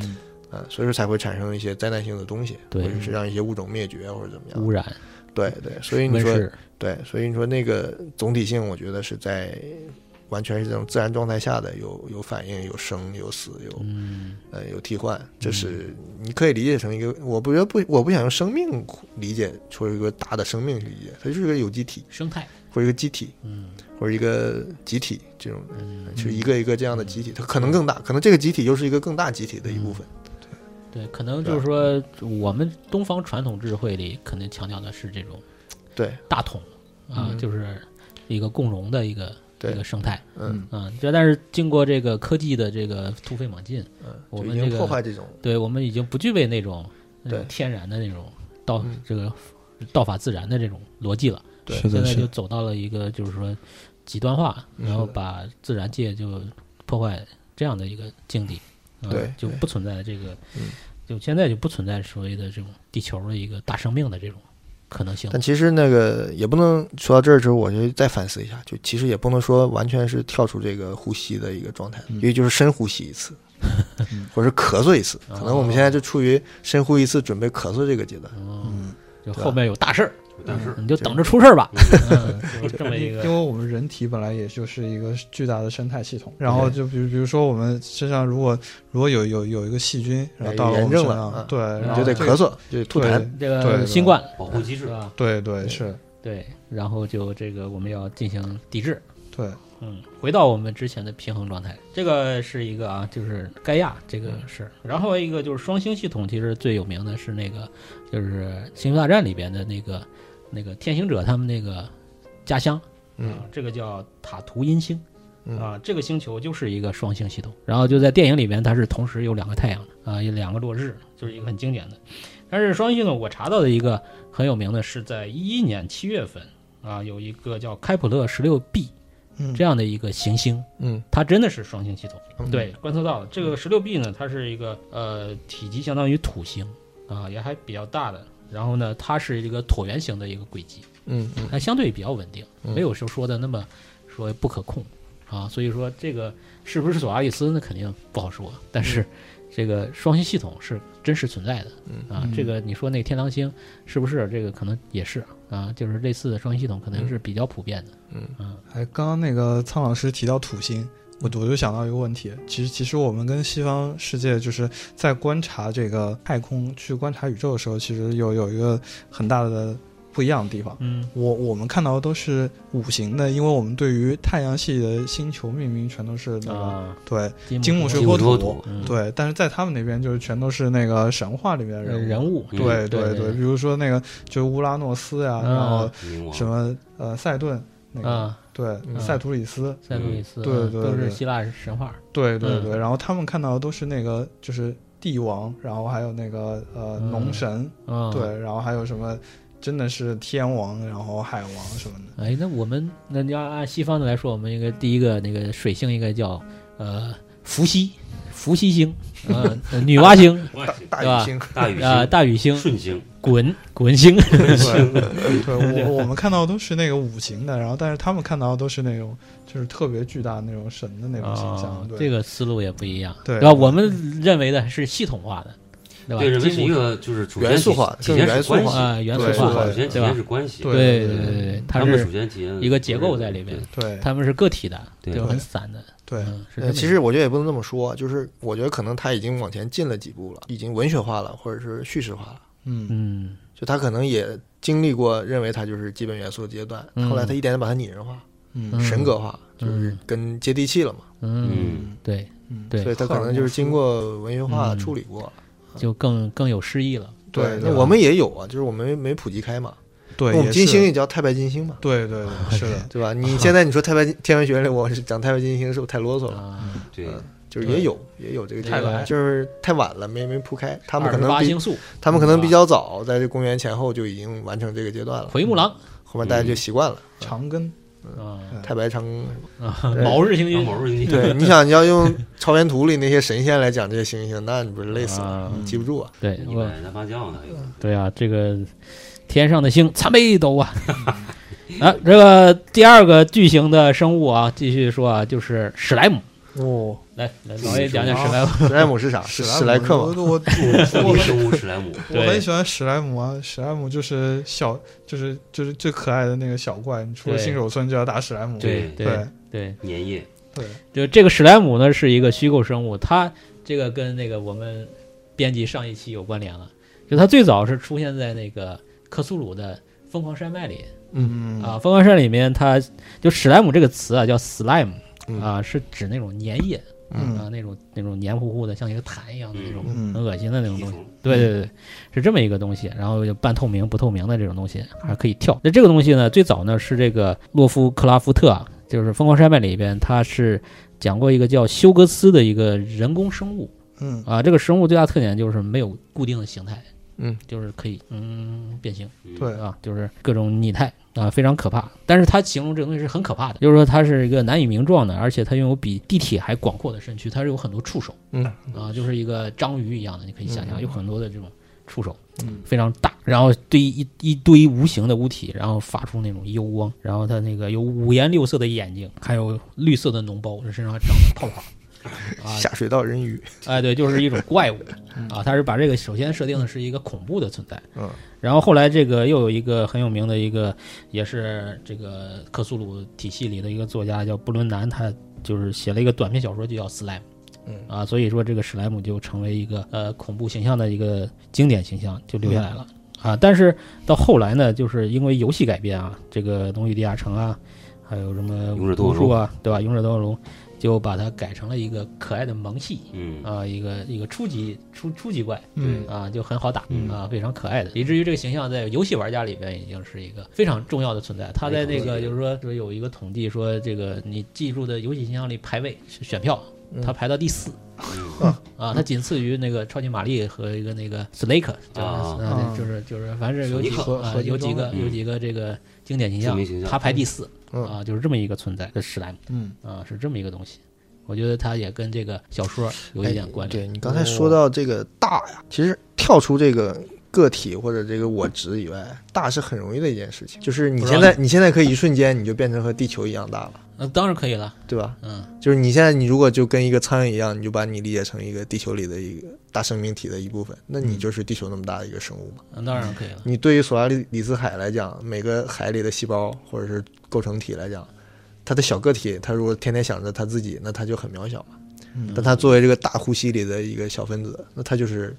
啊，所以说才会产生一些灾难性的东西，对嗯或者是让一些物种灭绝或者怎么样。污染、对对，所以你温说室，对，所以你说那个总体性，我觉得是在完全是这种自然状态下的，有有反应，有生，有死，有嗯，呃有替换，这是你可以理解成一个，我不觉得不，我不想用生命理解，或者一个大的生命理解，它就是个有机体，生态，或者一个机体，嗯或者一个集体这种的，嗯，就是一个一个这样的集体，它可能更大，可能这个集体又是一个更大集体的一部分，嗯对，可能就是啊说我们东方传统智慧里，可能强调的是这种对大统啊，嗯就是一个共荣的一个对一个生态，嗯啊，这但是经过这个科技的这个突飞猛进，嗯，我就们已这经个破坏这种，对我们已经不具备那种那种对天然的那种道嗯这个道法自然的这种逻辑了。对是现的，在是就的，走到了一个就是说极端化，嗯然后把自然界就破坏这样的一个境地，啊对就对不存在这个嗯，就现在就不存在所谓的这种地球的一个大生命的这种可能性。但其实那个也不能说到这儿的时候，我就再反思一下，就其实也不能说完全是跳出这个呼吸的一个状态，嗯因为就是深呼吸 一次，或者是咳嗽一次，嗯可能我们现在就处于深呼一次准备咳嗽这个阶段。嗯，就啊对后面有大事儿，但是你就等着出事儿吧。嗯，就是这么一因个为我们人体本来也就是一个巨大的生态系统，然后就比如比如说我们身上如果如果有有有一个细菌，然后到了我炎们症身了啊上，对，然你后就得这咳嗽，就得吐对痰。嗯哦这对个对新冠保护机是制，吧？对对是，对，然后就这个我们要进行抵制。对，嗯，回到我们之前的平衡状态，这个是一个啊，就是盖亚这个事儿。然后一个就是双星系统，其实最有名的是那个，就是《星球大战》里边的那个那个天行者他们那个家乡，嗯啊，这个叫塔图因星。嗯啊，这个星球就是一个双星系统，然后就在电影里边，它是同时有两个太阳的啊，有两个落日，就是一个很经典的。但是双星系统我查到的一个很有名的是在一一年七月份啊，有一个叫开普勒十六 b 嗯这样的一个行星，嗯，它真的是双星系统。嗯对，观测到了这个十六 b 呢，它是一个呃体积相当于土星啊，也还比较大的。然后呢，它是一个椭圆形的一个轨迹，嗯嗯那相对比较稳定，嗯没有说说的那么说不可控啊。所以说这个是不是索阿里斯，那肯定不好说。但是这个双星系统是真实存在的嗯啊嗯。这个你说那天狼星是不是？这个可能也是啊，就是类似的双星系统可能是比较普遍的。嗯嗯哎，刚刚那个苍老师提到土星，我我就想到一个问题，其实其实我们跟西方世界就是在观察这个太空、去观察宇宙的时候，其实有有一个很大的不一样的地方。嗯我我们看到的都是五行的，因为我们对于太阳系的星球命名全都是嗯那个、啊，对金金木木水水火土土嗯对，但是在他们那边就是全都是那个神话里面的呃人人物。物嗯对对对对，比如说那个就是乌拉诺斯呀、嗯然后冥王什么呃塞顿那个、啊，对、嗯塞图里斯，塞浦路易斯，对嗯对都是对希腊神话。对对嗯对，然后他们看到的都是那个就是帝王，然后还有那个呃嗯农神，嗯，对，然后还有什么真的是天王，然后海王什么的。哎，那我们那你要按西方的来说，我们应该第一个那个水星应该叫呃伏羲，伏羲星， 呃呃女娲星，外星大对吧禹星，大禹啊星、大禹星，顺星，滚滚星，对，对我我们看到的都是那个五行的，然后但是他们看到的都是那种就是特别巨大那种神的那种形象。哦对，这个思路也不一样。对然后我们认为的是系统化的，对吧？对，人们是积一木个就是主元权素体化体更现元是素关化系，啊元素对化，主权体对吧现是关系，对对对对对对，他它们是主权体现一个结构在里面对对他们是个体的，对就很散的，对嗯，是这呃，么其一个实我觉得也不能这么说，就是我觉得可能他已经往前进了几步了，已经文学化了，或者是叙事化了。嗯嗯就他可能也经历过认为它就是基本元素的阶段，嗯后来他一点点把它拟人化、嗯嗯神格化，就是嗯跟接地气了嘛。嗯，嗯，对，嗯对所以他可能就是经过文学化处理过了。就更更有诗意了。对，那我们也有啊，就是我们没普及开嘛。对那我们也金是星也叫太白金星嘛，对对对，是的，对吧？你现在你说太白金天文学里，我是讲太白金星，是不是太啰嗦了？啊，对，嗯就是也有也有这个太阶段晚就是太晚了，没没铺开。他们可能八比星宿，他们可能比较早，在这公元前后就已经完成这个阶段了。奎木狼后面大家就习惯了，长根啊，太白长庚什么。啊 对毛氏星当君，毛主席 对，你想你要用超原图里那些神仙来讲这些星星，那你不是累死了？啊你记不住啊！对一我百单发将呢，还有对啊，这个天上的星，参北斗啊。啊，这个第二个巨型的生物啊，继续说啊，就是史莱姆。哦，来，来老爷讲讲史莱姆。史莱姆 啊是啥？是史莱克我嘛？我 我生物史莱姆，对哦我很喜欢史莱姆啊，史莱姆就是小，就是就是最可爱的那个小怪，你出了对新手村就要打史莱姆，对对对，粘液，对就这个史莱姆呢是一个虚构生物，它这个跟那个我们编辑上一期有关联了。就它最早是出现在那个克苏鲁的《疯狂山脉》里嗯啊，《疯狂山》里面它就史莱姆这个词啊叫 slime 嗯啊，是指那种粘液嗯啊，那种那种黏糊糊的，像一个痰一样的那种嗯很恶心的那种一东西。种对对对，是这么一个东西，然后就半透明、不透明的这种东西，还可以跳。那这个东西呢，最早呢是这个洛夫克拉夫特啊，就是《疯狂山脉》里边，他是讲过一个叫休格斯的一个人工生物嗯啊。这个生物最大特点就是没有固定的形态，嗯，就是可以嗯变形嗯对啊，就是各种拟态啊，非常可怕。但是他形容这个东西是很可怕的，就是说它是一个难以名状的，而且它拥有比地铁还广阔的身躯，它是有很多触手。嗯，啊，就是一个章鱼一样的，你可以想象，嗯有很多的这种触手，嗯非常大，然后对一一堆无形的物体，然后发出那种幽光，然后它那个有五颜六色的眼睛，还有绿色的脓包，这身上还长着泡泡。啊，下水道人鱼，哎，对，就是一种怪物嗯啊，它是把这个首先设定的是一个恐怖的存在，嗯，然后后来这个又有一个很有名的一个，也是这个克苏鲁体系里的一个作家叫布伦南，他就是写了一个短篇小说，就叫《史莱姆》。嗯啊，所以说这个史莱姆就成为一个呃恐怖形象的一个经典形象，就留下来了、嗯啊。但是到后来呢，就是因为游戏改编啊，这个《龙与地下城》啊，还有什么勇者斗恶巫龙术啊，对吧？《勇者斗恶龙》就把它改成了一个可爱的萌系嗯，啊，一个一个初级初初级怪，嗯啊，就很好打嗯啊，非常可爱的，以至于这个形象在游戏玩家里边已经是一个非常重要的存在。它在那个就是说，就是有一个统计说，这个你记住的游戏形象里排位是选票，它排到第四嗯啊，它仅次于那个超级玛丽和一个那个 Snake，就是啊啊就是就是反正有几索尼克个啊合金有几个装的有几个这个经典形著名形象，象它排第四嗯啊，就是这么一个存在的史莱姆嗯啊，是这么一个东西。我觉得它也跟这个小说有一哎点关联。对你刚才说到这个大呀，其实跳出这个个体或者这个我值以外，大是很容易的一件事情。就是你不现让在，你现在可以一瞬间你就变成和地球一样大了，哦那当然可以了，对吧？嗯。就是你现在，你如果就跟一个苍蝇一样，你就把你理解成一个地球里的一个大生命体的一部分，那你就是地球那么大的一个生物嘛。那当然可以了。你对于索拉里里斯海来讲，每个海里的细胞或者是构成体来讲，它的小个体，它如果天天想着它自己，那它就很渺小嘛。但它作为这个大呼吸里的一个小分子，那它就是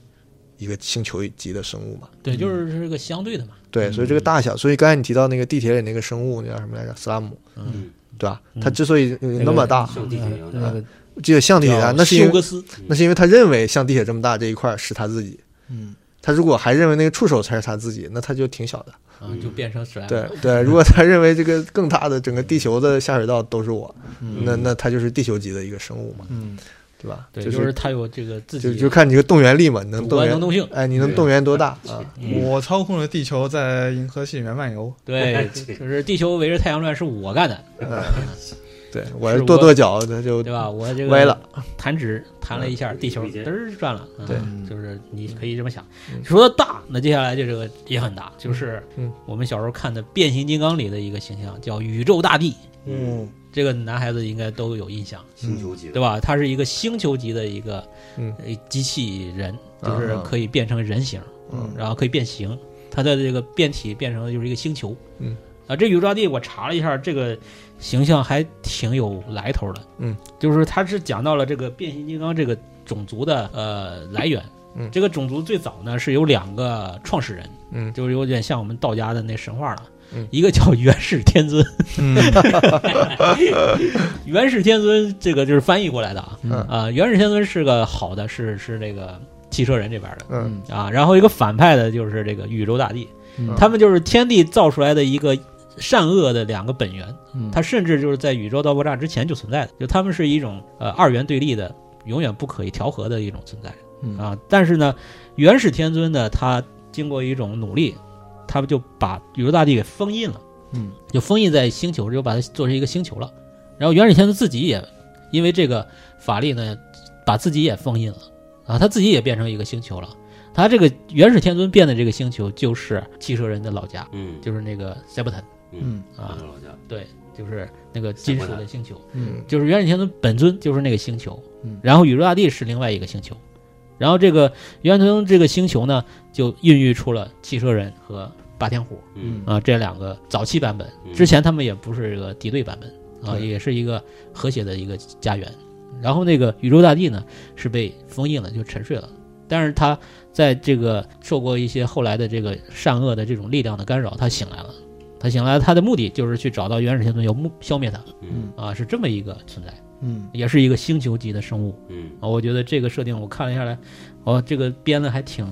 一个星球级的生物嘛。对，就是是个相对的嘛。对，所以这个大小，所以刚才你提到那个地铁里那个生物，那叫什么来着？斯拉姆，嗯，对吧？它之所以有那么大，像地铁一样那个只有像地铁大，叫啊嗯那是因休为格斯，那是因为它认为像地铁这么大这一块是它自己。嗯他如果还认为那个触手才是他自己，那他就挺小的。啊，嗯就变成史莱姆。对对，如果他认为这个更大的整个地球的下水道都是我，那那他就是地球级的一个生物嘛，嗯对吧？嗯对，就就是它有这个自就己就看你这个动员力嘛，你能主动观员能动性。哎，你能动员多大 啊？我操控着地球在银河系里面漫游，嗯对， 对就是地球围着太阳转是我干的，对我是跺跺脚，他就对吧？我这个歪了。 弹指弹嗯了一下，地球嘚儿转了。嗯对就是你可以这么想。嗯说到大，那接下来就这个也很大，就是嗯我们小时候看的《变形金刚》里的一个形象，叫宇宙大帝。嗯这个男孩子应该都有印象，星球级对吧？他是一个星球级的一个嗯啊呃机器人就是可以变成人形，嗯然后可以变形，它的这个变体变成就是一个星球。嗯，啊，这宇宙大帝我查了一下，这个形象还挺有来头的。嗯，就是它是讲到了这个变形金刚这个种族的呃来源。嗯这个种族最早呢是有两个创始人，嗯就是有点像我们道家的那神话了。嗯一个叫元始天尊，嗯，元始天尊这个就是翻译过来的啊，嗯啊、元始天尊是个好的，是是那个汽车人这边的，嗯啊，然后一个反派的就是这个宇宙大帝，嗯他们就是天地造出来的一个善恶的两个本源，嗯它甚至就是在宇宙大爆炸之前就存在的，就他们是一种呃二元对立的，永远不可以调和的一种存在嗯啊。但是呢，元始天尊呢，他经过一种努力，他们就把宇宙大帝给封印了，嗯，就封印在星球，就把它做成一个星球了。然后元始天尊自己也因为这个法力呢，把自己也封印了啊，他自己也变成一个星球了。他这个元始天尊变的这个星球就是汽车人的老家，嗯，就是那个塞伯坦，嗯啊回到老家，就是那个金属的星球。嗯就是元始天尊本尊就是那个星球，嗯然后宇宙大帝是另外一个星球，然后这个元始天尊这个星球呢，就孕育出了汽车人和霸天虎嗯啊这两个早期版本，嗯之前他们也不是个敌对版本啊，对也是一个和谐的一个家园。然后那个宇宙大帝呢是被封印了，就沉睡了，但是他在这个受过一些后来的这个善恶的这种力量的干扰，他醒来了。他醒来，他的目的就是去找到元始天尊，要目消灭他嗯啊，是这么一个存在。嗯也是一个星球级的生物嗯，啊。我觉得这个设定我看了一下来，哦，这个编的还挺，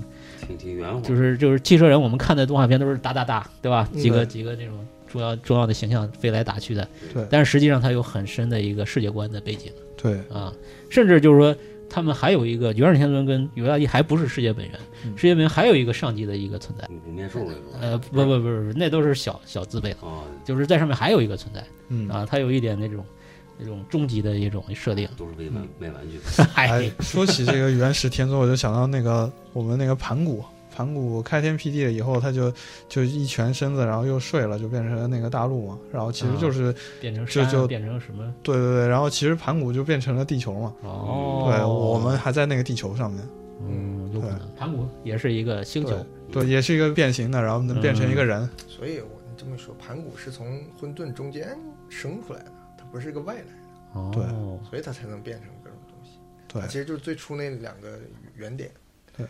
挺挺嗯圆乎，就是就是汽车人，我们看的动画片都是打打打，对吧？嗯几个对几个那种重要重要的形象飞来打去的，对但是实际上它有很深的一个世界观的背景对，啊，甚至就是说。他们还有一个元始天尊跟尤大帝还不是世界本源，嗯世界本源还有一个上级的一个存在，五面兽那种，呃，不不不不，那都是小小字辈了，啊，就是在上面还有一个存在嗯啊，它有一点那种那种终极的一种设 定，都是为玩卖玩 具，哎哎，，说起这个原始天尊，我就想到那个我们那个盘古，盘古开天辟地了以后，他就就一拳身子，然后又睡了，就变成了那个大陆嘛。然后其啊实就是、变成这山啊就变成什么？对对对，然后其实盘古就变成了地球嘛。哦，对，我们还在那个地球上面，嗯，有可能盘古也是一个星球对，对，也是一个变形的，然后能变成一个嗯人。所以我这么说，盘古是从混沌中间生出来的，它不是一个外来，哦，对所以它才能变成各种东西。对它其实就是最初那两个原点。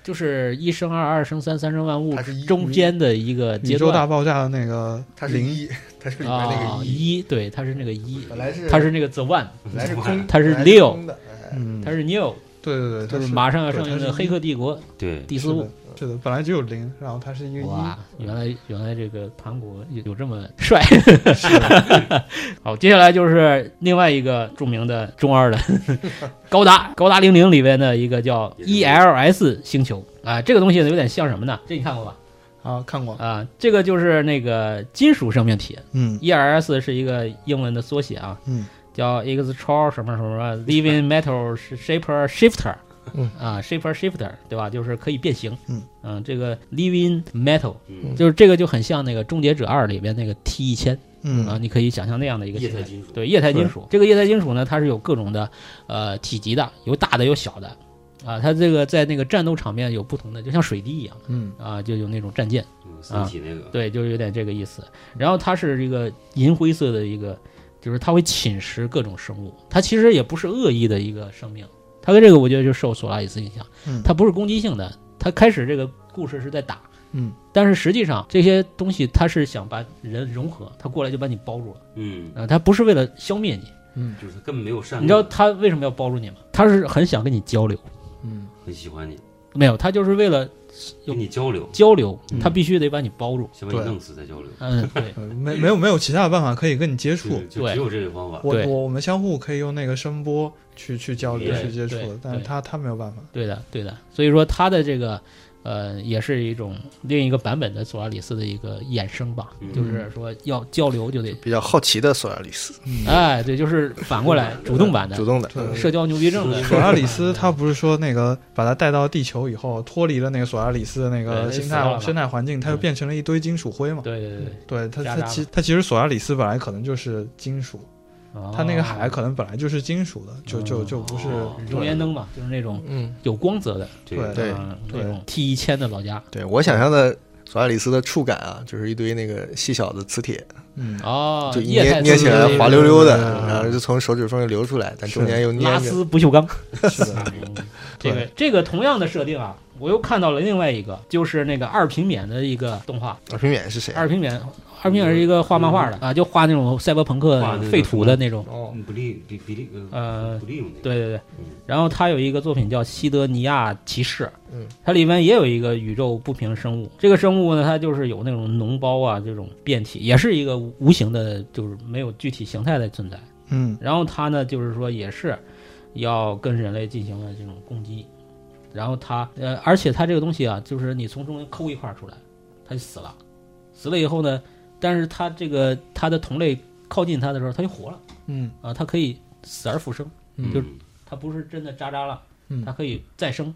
就是一生二，二生三，三生万物它是一中间的一个宇阶宙大段爆炸的那个它是零一，它是里面那啊，个一，一，对，它是那个一，本来是它是那个 the one，本来是空，它是本来六空的，哎，嗯，它是 new，对对就对，它是是马上要对上映它的《是黑客帝国》对，第是四的部。嗯是的，本来只有零，然后它是嗯一个哇一，，原来原来这个盘古有有这么帅！是的 好，接下来就是另外一个著名的中二 的高达，高达零零里边的一个叫也 ELS 星球啊，这个东西呢有点像什么呢？这你看过吧？啊，看过，啊，这个就是那个金属生命体嗯，ERS ，E 是一个英文的缩写啊，嗯叫 Extra 什么什么 Living Metal Shaper Shifter，嗯啊，Shaper Shifter 对吧？就是可以变形，嗯这个 Living Metal 嗯，就是这个就很像那个《终结者二》里边那个 T 一千啊，嗯你可以想象那样的一个液形态态金属，对液态金属，这个液态金属呢，它是有各种的呃体积的，有大的有小的，啊，它这个在那个战斗场面有不同的，就像水滴一样嗯啊，就有那种战舰。嗯三体那个，啊对，就是有点这个意思。然后它是一个银灰色的一个，就是它会侵蚀各种生物，它其实也不是恶意的一个生命，它跟这个我觉得就受索拉里斯影响，嗯它不是攻击性的，它开始这个故事是在打，嗯，但是实际上这些东西它是想把人融合，它过来就把你包住了，嗯，啊、它不是为了消灭你，就是他根本没有善恶，你知道它为什么要包住你吗？它是很想跟你交流，嗯很喜欢你，没有，它就是为了跟你交流，交流，嗯它必须得把你包住，先把你对弄死再交流，嗯，对，呃没没有没有其他的办法可以跟你接触就。就只有这个方法，我对我我们相互可以用那个声波去去交流对去接触对的，但是对他他没有办法。对的，对的。所以说它的这个，呃，也是一种另一个版本的索拉里斯的一个衍生吧，嗯就是说要交流就得，比较好奇的索亚里斯，嗯哎，对，就是反过 来主动版的主动的，对社交牛逼症的索拉里斯他不是说那个把他带到地球以后，脱离了那个索拉里斯的那对个哎死生掉态了生态环境，他就变成了一堆金属灰嘛。 对对对对，对他加他扎其嘛他其实索拉里斯本来可能就是金属，哦它那个海可能本来就是金属的，就就就不是哦中烟灯嘛，就是那种嗯，有光泽的，对对对啊对那种 T 一千的老家。对我想象的索爱里斯的触感啊，就是一堆那个细小的磁铁，嗯，哦，就一液态捏捏自起来制的滑溜溜的对嗯对，对然后就从手指缝里流出来，但中是间又捏拉着丝不锈钢。 嗯是 的，这个这个同样的设定啊，我又看到了另外一个，就是那个二平免的一个动画。二平远是谁啊？二平免，二平免是一个画漫画的啊，就画那种赛博朋克画那个废土的那种。哦，不利比比利呃呃，不利用那个对对对嗯。然后他有一个作品叫《西德尼亚骑士》，嗯，它里面也有一个宇宙不平生物。这个生物呢，它就是有那种脓包啊，这种变体，也是一个无形的，就是没有具体形态的存在。嗯然后它呢，就是说也是要跟人类进行了这种攻击，然后它呃，而且它这个东西啊，就是你从中间抠一块儿出来，它就死了，死了以后呢，但是它这个它的同类靠近它的时候，它就活了嗯啊，它可以死而复生，嗯就它不是真的渣渣了，嗯它可以再生，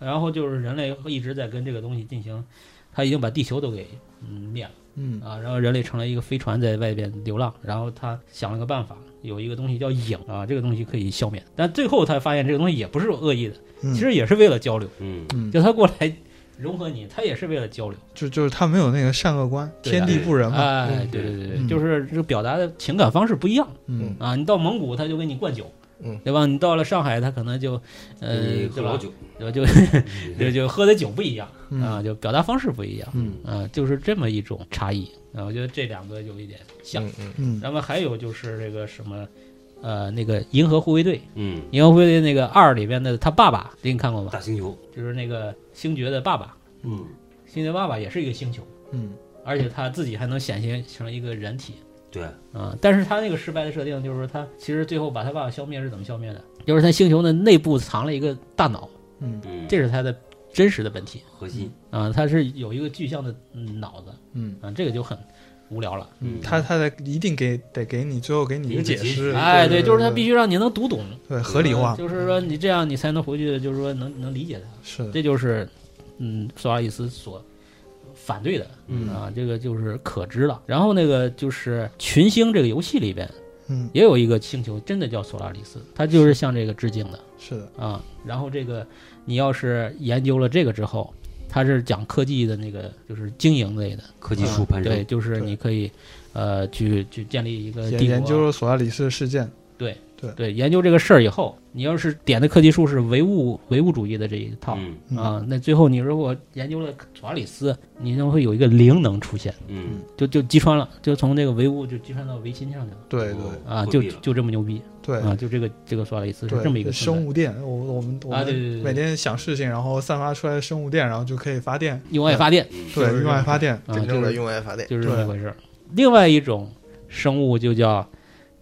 然后就是人类一直在跟这个东西进行，它已经把地球都给嗯灭了。嗯啊，然后人类成了一个飞船在外边流浪，然后他想了个办法，有一个东西叫影啊，这个东西可以消灭，但最后他发现这个东西也不是恶意的，嗯，其实也是为了交流，嗯嗯，就他过来融合你，他也是为了交流，就就是他没有那个善恶观，对啊天地不仁嘛，哎嗯，对对对对，嗯就是这个表达的情感方式不一样嗯啊，你到蒙古他就给你灌酒，嗯对吧？你到了上海他可能就，你呃，喝对老吧？ 酒，嗯就就就就喝的酒不一样嗯啊，就表达方式不一样嗯啊，就是这么一种差异啊，我觉得这两个有一点像。嗯嗯，嗯然后还有就是这个什么，呃，那个《银河护卫队》，《嗯，银河护卫队》那个二里边的他爸爸，这你看过吗？大星球，就是那个星爵的爸爸，嗯，星爵爸爸也是一个星球，嗯而且他自己还能显现成一个人体对，啊、但是他那个失败的设定就是说他其实最后把他爸爸消灭是怎么消灭的？就是他星球的内部藏了一个大脑，嗯嗯，这是他的真实的本体核心，啊、他是有一个具象的嗯脑子啊、嗯这个就很无聊了。嗯嗯，他他得一定给得给你最后给你一个解释，哎，对，啊就是他必须须让你能读懂，对合理化，就是说你这样你才能回去，就是说能能理解他。是的，这就是，嗯，索拉里斯所反对的嗯啊，这个就是可知了。然后那个就是群星这个游戏里边嗯也有一个星球，真的叫索拉里斯，它就是向这个致敬的是的，啊。然后这个你要是研究了这个之后，它是讲科技的那个就是经营类的科技树啊攀对，升，就是你可以呃去去建立一个研呃帝国啊研究了索拉里斯事件，对研究这个事儿以后，你要是点的科技树是唯物唯物主义的这一套。嗯嗯啊，那最后你如果研究了索拉里斯，你就会有一个灵能出现，嗯，就就击穿了，就从这个唯物就击穿到唯心上去了对对啊，作就弊了就这么牛逼对啊，就这个这个索拉里斯是对，这么一个生存在物电，我我们我啊对对对对们每天想事情，然后散发出来的生物电，然后就可以发电，用爱发电嗯对，就是用爱发电，啊，真正就的是用爱发电，就是这对么回事儿。另外一种生物就叫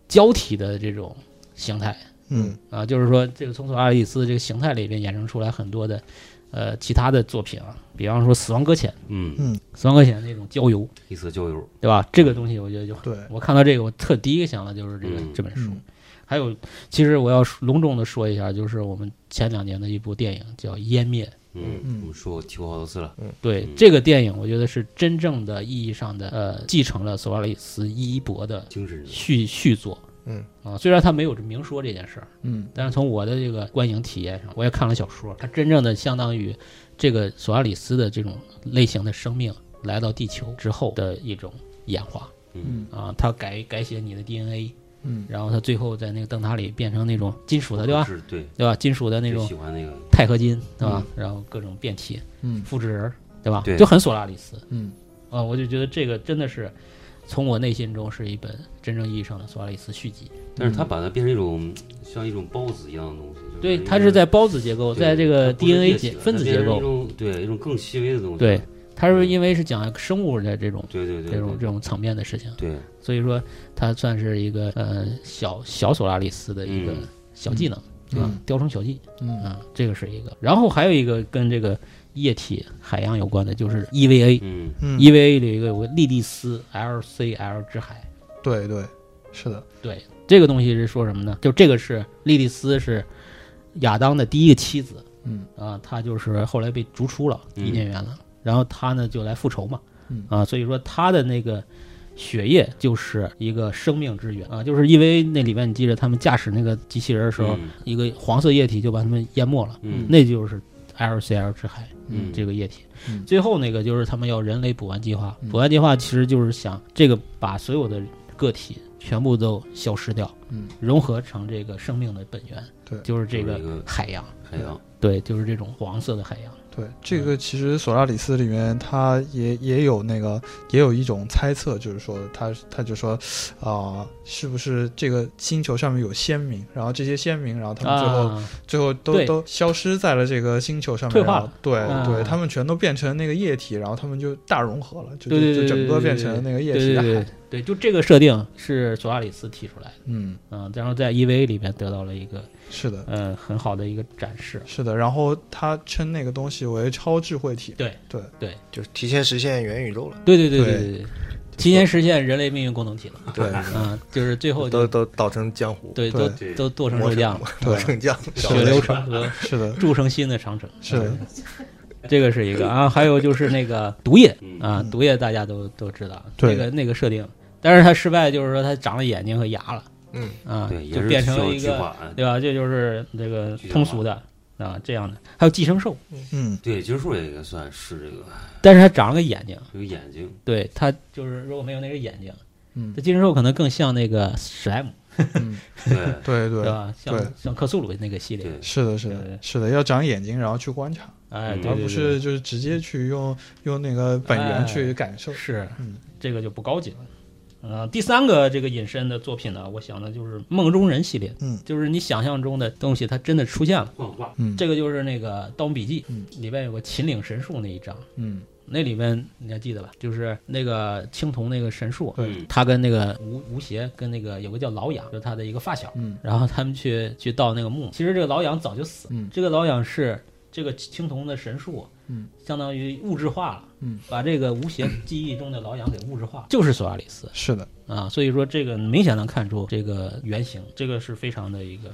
胶体的这种形态嗯啊，就是说这个从索拉里斯这个形态里边衍生出来很多的呃其他的作品啊，比方说《死亡搁浅》，嗯，嗯， 《死亡搁浅》那种郊游，黑色郊游，对吧？这个东西我觉得就很对，我看到这个，我特第一个想的就是这个、嗯这本书。嗯还有，其实我要说隆重的说一下，就是我们前两年的一部电影叫《湮灭》。嗯，嗯我们说我提过好多次了，对、嗯这个电影，我觉得是真正的意义上的呃，继承了索拉里斯衣钵的精神，续续作。嗯啊，虽然他没有明说这件事儿，嗯但是从我的这个观影体验上，我也看了小说，它真正的相当于这个索拉里斯的这种类型的生命来到地球之后的一种演化嗯嗯啊，它改改写你的 DNA，嗯然后它最后在那个灯塔里变成那种金属的，对吧？是，对，对吧？金属的那最种喜欢那个，钛合金，对吧？然后各种变体，嗯复制人儿，对吧？嗯对就很索拉里斯嗯啊、我就觉得这个真的是从我内心中是一本真正意义上的索拉里斯续集。但是他把它变成一种像一种孢子一样的东西，就是嗯对，一它个是在孢子结构，对在这它个不是 DNA 液体结了分它子变结成一构，种对一种更细微的东西，对，它是因为是讲生物的这种对对对，这种这对种层面的事情，对，所以说它算是一个呃小小索拉里斯的一个嗯小技能。嗯啊，雕虫小技，嗯啊，这个是一个。然后还有一个跟这个液体海洋有关的，就是 E EVA。嗯，嗯， EVA E 里有个莉莉丝 LCL 之海，对对，是的，对这个东西是说什么呢？就这个是莉莉丝是亚当的第一个妻子嗯啊，她就是后来被逐出了嗯伊甸园了，然后她呢就来复仇嘛嗯，啊，所以说她的那个血液就是一个生命之源啊，就是因为那里面你记着他们驾驶那个机器人的时候，嗯一个黄色液体就把他们淹没了，嗯那就是 LCL 之海，嗯这个液体。嗯最后那个就是他们要人类补完计划，嗯补完计划其实就是想这个把所有的个体全部都消失掉，嗯融合成这个生命的本源，对就是这就是一个个海洋，海洋，对，就是这种黄色的海洋。对，这个其实《索拉里斯》里面，它也也有那个，也有一种猜测，就是说，他他就说，啊、是不是这个星球上面有先民，然后这些先民，然后他们最后、啊，最后都对都消失在了这个星球上面，退化然后了对、嗯对，他们全都变成那个液体，然后他们就大融合了，就对对就对，就整个对变成了那个液对体的海。啊对对对，就这个设定是索拉里斯提出来的，嗯，嗯，然后在 EVA 里面得到了一个是的，呃很好的一个展示。是的。然后他称那个东西为超智慧体。对对，就是提前实现元宇宙了，对对对对对对对，提前实现人类命运共同体了。对，嗯，就是最后都就都倒成浆糊，对对都对都剁成磨肉成酱了，磨成酱，血流成河，是 的，铸成新的长城。啊是的，这个是一个啊，还有就是那个毒液嗯啊，毒液大家都都知道，对那个那个设定，但是它失败就是说它长了眼睛和牙了嗯，啊对，，也就是变需成要了一计个划对吧？这就是这个具象化通俗的啊这样的，还有寄生兽，嗯，对，金树也应该算是这个但是它长了个眼睛，有眼 睛，对它就是如果没有那个眼睛，嗯这寄生兽可能更像那个史莱姆对对对对吧？对像像克苏鲁那个系列，对，是的，是对对的，是的，要长眼睛，然后去观察，哎，嗯对而对对不是就是直接去用用那个本源去感受。是嗯，哎这个就不高级了。呃，第三个这个隐身的作品呢，我想的就是《梦中人》系列，嗯，就是你想象中的东西，它真的出现了。幻化，嗯，这个就是那个《盗墓笔记》嗯里边有个秦岭神树那一章，嗯，那里边你还记得吧？就是那个青铜那个神树，啊对嗯，他跟那个吴吴邪跟那个有个叫老痒，就是他的一个发小，嗯，然后他们去去盗那个墓。其实这个老痒早就死了，嗯这个老痒是这个青铜的神树，嗯，相当于物质化了，嗯，把这个吴邪记忆中的老痒给物质化了，就是索亚里斯是的，啊。所以说这个明显能看出这个原型，这个是非常的一个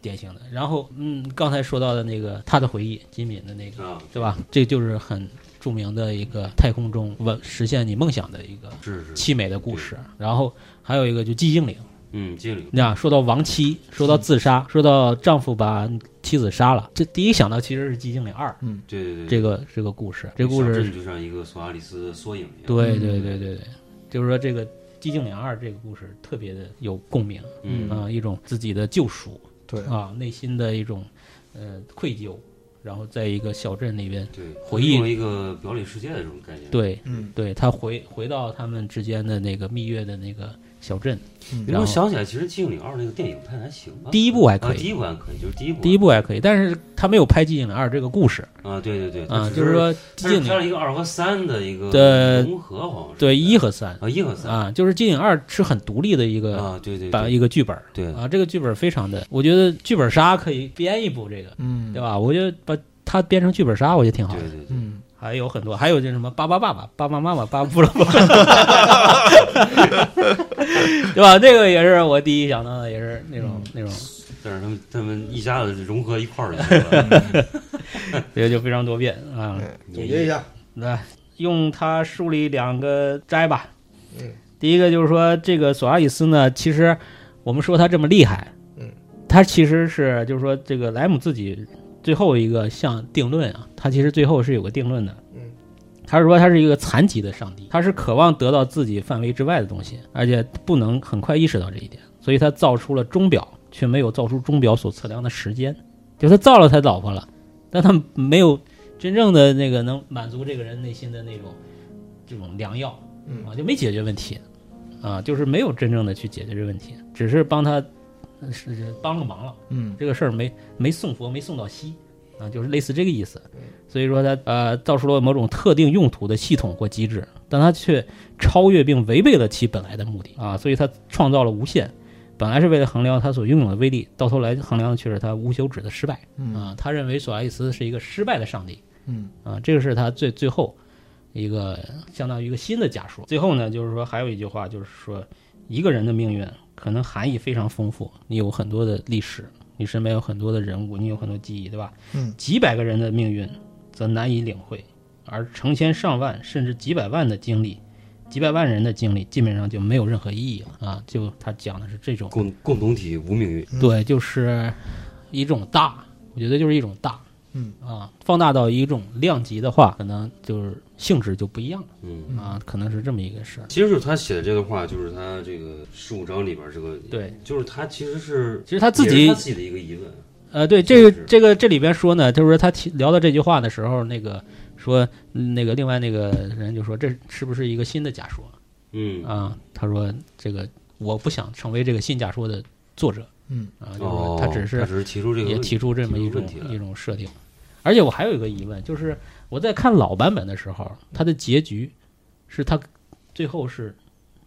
典型的。然后，嗯，刚才说到的那个他的回忆，金敏的那个，啊，对吧？这就是很著名的一个太空中完实现你梦想的一个是是，凄美的故事。然后还有一个就寂静岭。嗯，精灵，那说到亡妻，说到自杀，说到丈夫把妻子杀了，这第一想到其实是《寂静岭二对对对》，这个这个故事，这故小事镇，就像一个索阿里斯的缩影一样，对对对对对，就是说这个《寂静岭二》这个故事特别的有共鸣嗯，啊、一种自己的救赎对，啊，内心的一种呃愧疚，然后在一个小镇里边，对，回忆用了一个表里世界的这种概念，对嗯对，他回回到他们之间的那个蜜月的那个小镇，你然能后想起来，其实《精灵二》那个电影拍的还行吧？第一部还可啊第以。一部还可以，就是第一部。第一部还可以，但是他没有拍《寂静岭二》这个故事啊，对对对，它啊，只就是说《它寂是静岭拍》了一个二和三的一个对融合，好像是对一和三啊一和三啊，就是《金影二》是很独立的一个啊，对对版对嗯一个剧本儿对啊，这个剧本儿非常的，我觉得剧本杀可以编一部这个，嗯，对？吧？我觉得把它编成剧本杀，我觉得挺好对的。对对，嗯，还有很多，还有这什么巴巴爸爸、巴巴妈妈、巴布拉巴， 对吧？这个也是我第一想到的，也是那种嗯那种，但是他们他们一家子融合一块 儿去了，这个就非常多变啊。总结一下，来用它梳理两个摘吧。嗯，第一个就是说，这个索拉里斯呢，其实我们说他这么厉害，嗯，他其实是就是说这个莱姆自己最后一个像定论啊，他其实最后是有个定论的，嗯。他是说，他是一个残疾的上帝，他是渴望得到自己范围之外的东西，而且不能很快意识到这一点，所以他造出了钟表，却没有造出钟表所测量的时间。就他造了他老婆了，但他没有真正的那个能满足这个人内心的那种这种良药嗯啊，就没解决问题啊，就是没有真正的去解决这个问题，只是帮他呃是是帮个忙了。嗯，这个事儿没没送佛，没送到西啊，就是类似这个意思。所以说他呃造出了某种特定用途的系统或机制，但他却超越并违背了其本来的目的啊，所以他创造了无限。本来是为了衡量他所拥有的威力，到头来衡量的却是他无休止的失败。嗯啊，他认为索爱斯是一个失败的上帝，嗯啊，这个是他最最后一个相当于一个新的假说。最后呢，就是说还有一句话，就是说一个人的命运可能含义非常丰富，你有很多的历史，你身边有很多的人物，你有很多记忆，对吧？嗯，几百个人的命运则难以领会，而成千上万甚至几百万的经历几百万人的经历，基本上就没有任何意义了啊！就他讲的是这种，共共同体无命运，对，就是一种大，我觉得就是一种大，嗯啊，放大到一种量级的话，可能就是性质就不一样了嗯。啊，可能是这么一个事儿。其实就是他写的这个话，就是他这个十五章里边这个，对，就是他其实是其实他自也是己他自己的一个疑问，呃，对，这个是这个这里边说呢，就是说他提聊到这句话的时候，那个说嗯那个另外那个人就说这是不是一个新的假说嗯，啊？他说这个我不想成为这个新假说的作者，嗯啊，就是哦说，他只是只是提出这个也问题，提出这么一种提出问题来一种设定。而且我还有一个疑问，就是我在看老版本的时候，他的结局是他最后是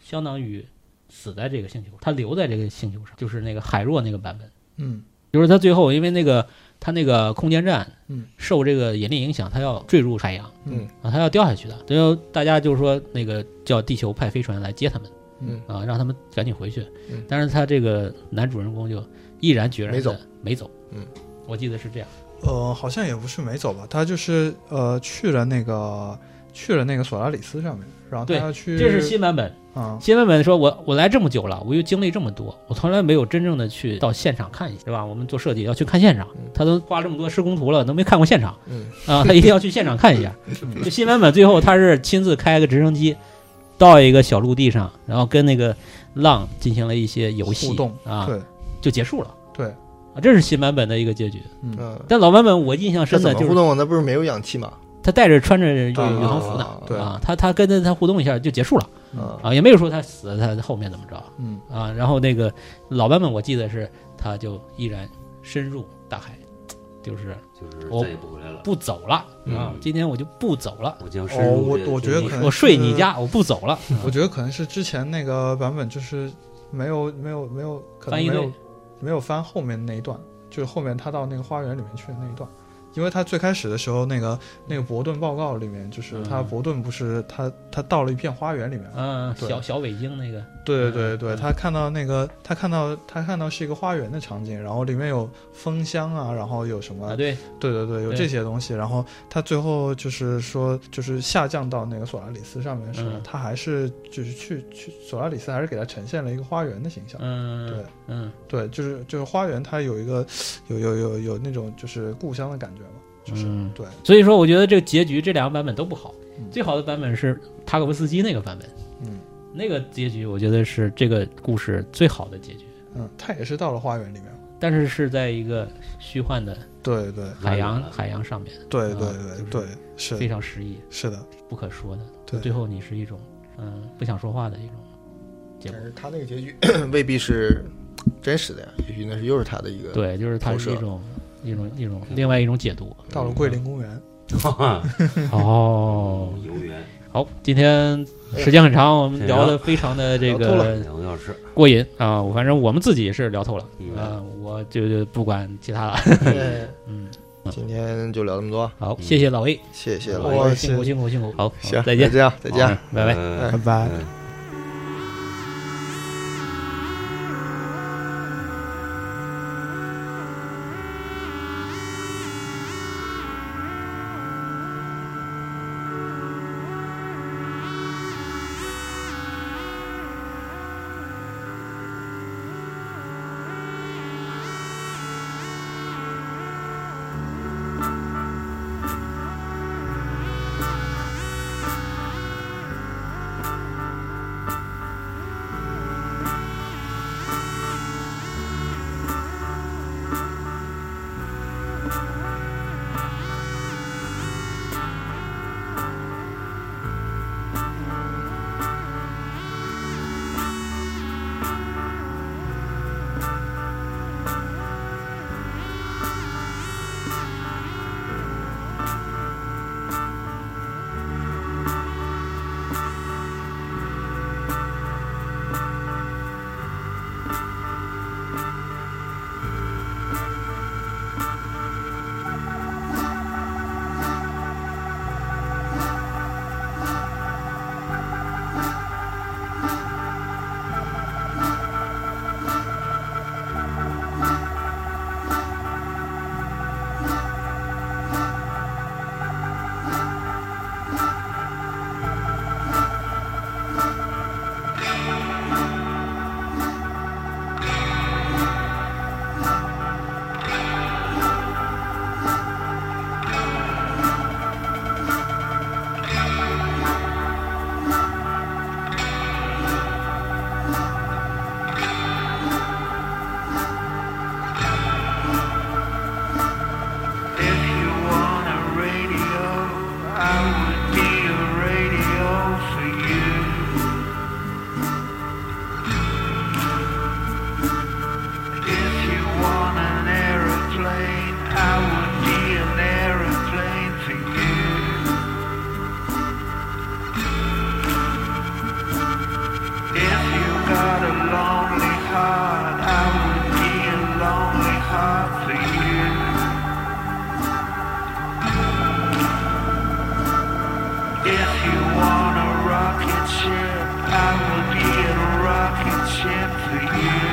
相当于死在这个星球，他留在这个星球上，就是那个海若那个版本。嗯就是他最后因为那个他那个空间站，嗯，受这个引力影响，他要坠入海洋嗯啊，他要掉下去的。最后大家就是说那个叫地球派飞船来接他们嗯啊，让他们赶紧回去嗯。但是他这个男主人公就毅然决然地没走，没走。嗯，我记得是这样。呃，好像也不是没走吧，他就是呃去了那个去了那个索拉里斯上面，然后他对要去，这是新版本，啊、新版本说我我来这么久了，我又经历这么多，我从来没有真正的去到现场看一下，对吧？我们做设计要去看现场，他都画这么多施工图了，都没看过现场嗯啊， 他一定要去现场看一下。这新版本最后他是亲自开个直升机。到一个小陆地上，然后跟那个浪进行了一些游戏互动啊，对就结束了。对啊，这是新版本的一个结局。嗯，但老版本我印象这深怎的么就互是动啊？那不是没有氧气吗？他带着穿着宇宇航服呢啊对啊，他他跟着他互动一下就结束了啊，啊，也没有说他死他后面怎么着。嗯，啊，然后那个老版本我记得是他就依然深入大海，就是就是我再也不回来了。哦不走了啊嗯，今天我就不走了，我将深哦，入我这个我觉得可能我睡你是，家，我不走了。我觉得可能是之前那个版本就是没有没有没有可能翻译没对有没有翻后面那一段，就是后面他到那个花园里面去的那一段。因为他最开始的时候，那个那个伯顿报告里面，就是他嗯伯顿不是他他到了一片花园里面，嗯，对小小北京那个，对对对对，嗯他看到那个，他看到他看到是一个花园的场景，然后里面有蜂箱啊，然后有什么，啊，对，对对对，有对这些东西。然后他最后就是说，就是下降到那个索拉里斯上面的时候，嗯他还是就是去去索拉里斯，还是给他呈现了一个花园的形象。对嗯，嗯，对，就是就是花园，它有一个有有有有那种就是故乡的感觉嘛，就是、嗯对，所以说我觉得这个结局这两个版本都不好，嗯最好的版本是塔可夫斯基那个版本，嗯那个结局我觉得是这个故事最好的结局，嗯，他也是到了花园里面。但是是在一个虚幻的对对海洋拉远了海洋上面，对对啊就对是对，非是常诗意，是的，不可说的。对最后你是一种嗯不想说话的一种结但果。是他那个结局 未必是真实的呀，也许那是又是他的一个对，就是它投是射一种嗯一种一种另外一种解读。到了桂林公园。哈哈 嗯哦，游园好，今天时间很长，我们聊的非常的这聊透个两个小时，过瘾啊、我反正我们自己是聊透了，嗯呃，我就就不管其他了。 对。嗯，今天就聊这么多，好，谢嗯谢老 A，谢谢老老我 A，爷。也辛苦是辛苦辛苦。好，行，再见，这样，再见。啊好拜拜。呃拜拜拜嗯啊。 If you want a rocket ship, I will be a rocket ship for you.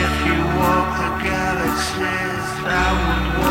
If you walk the galaxies, I will walk.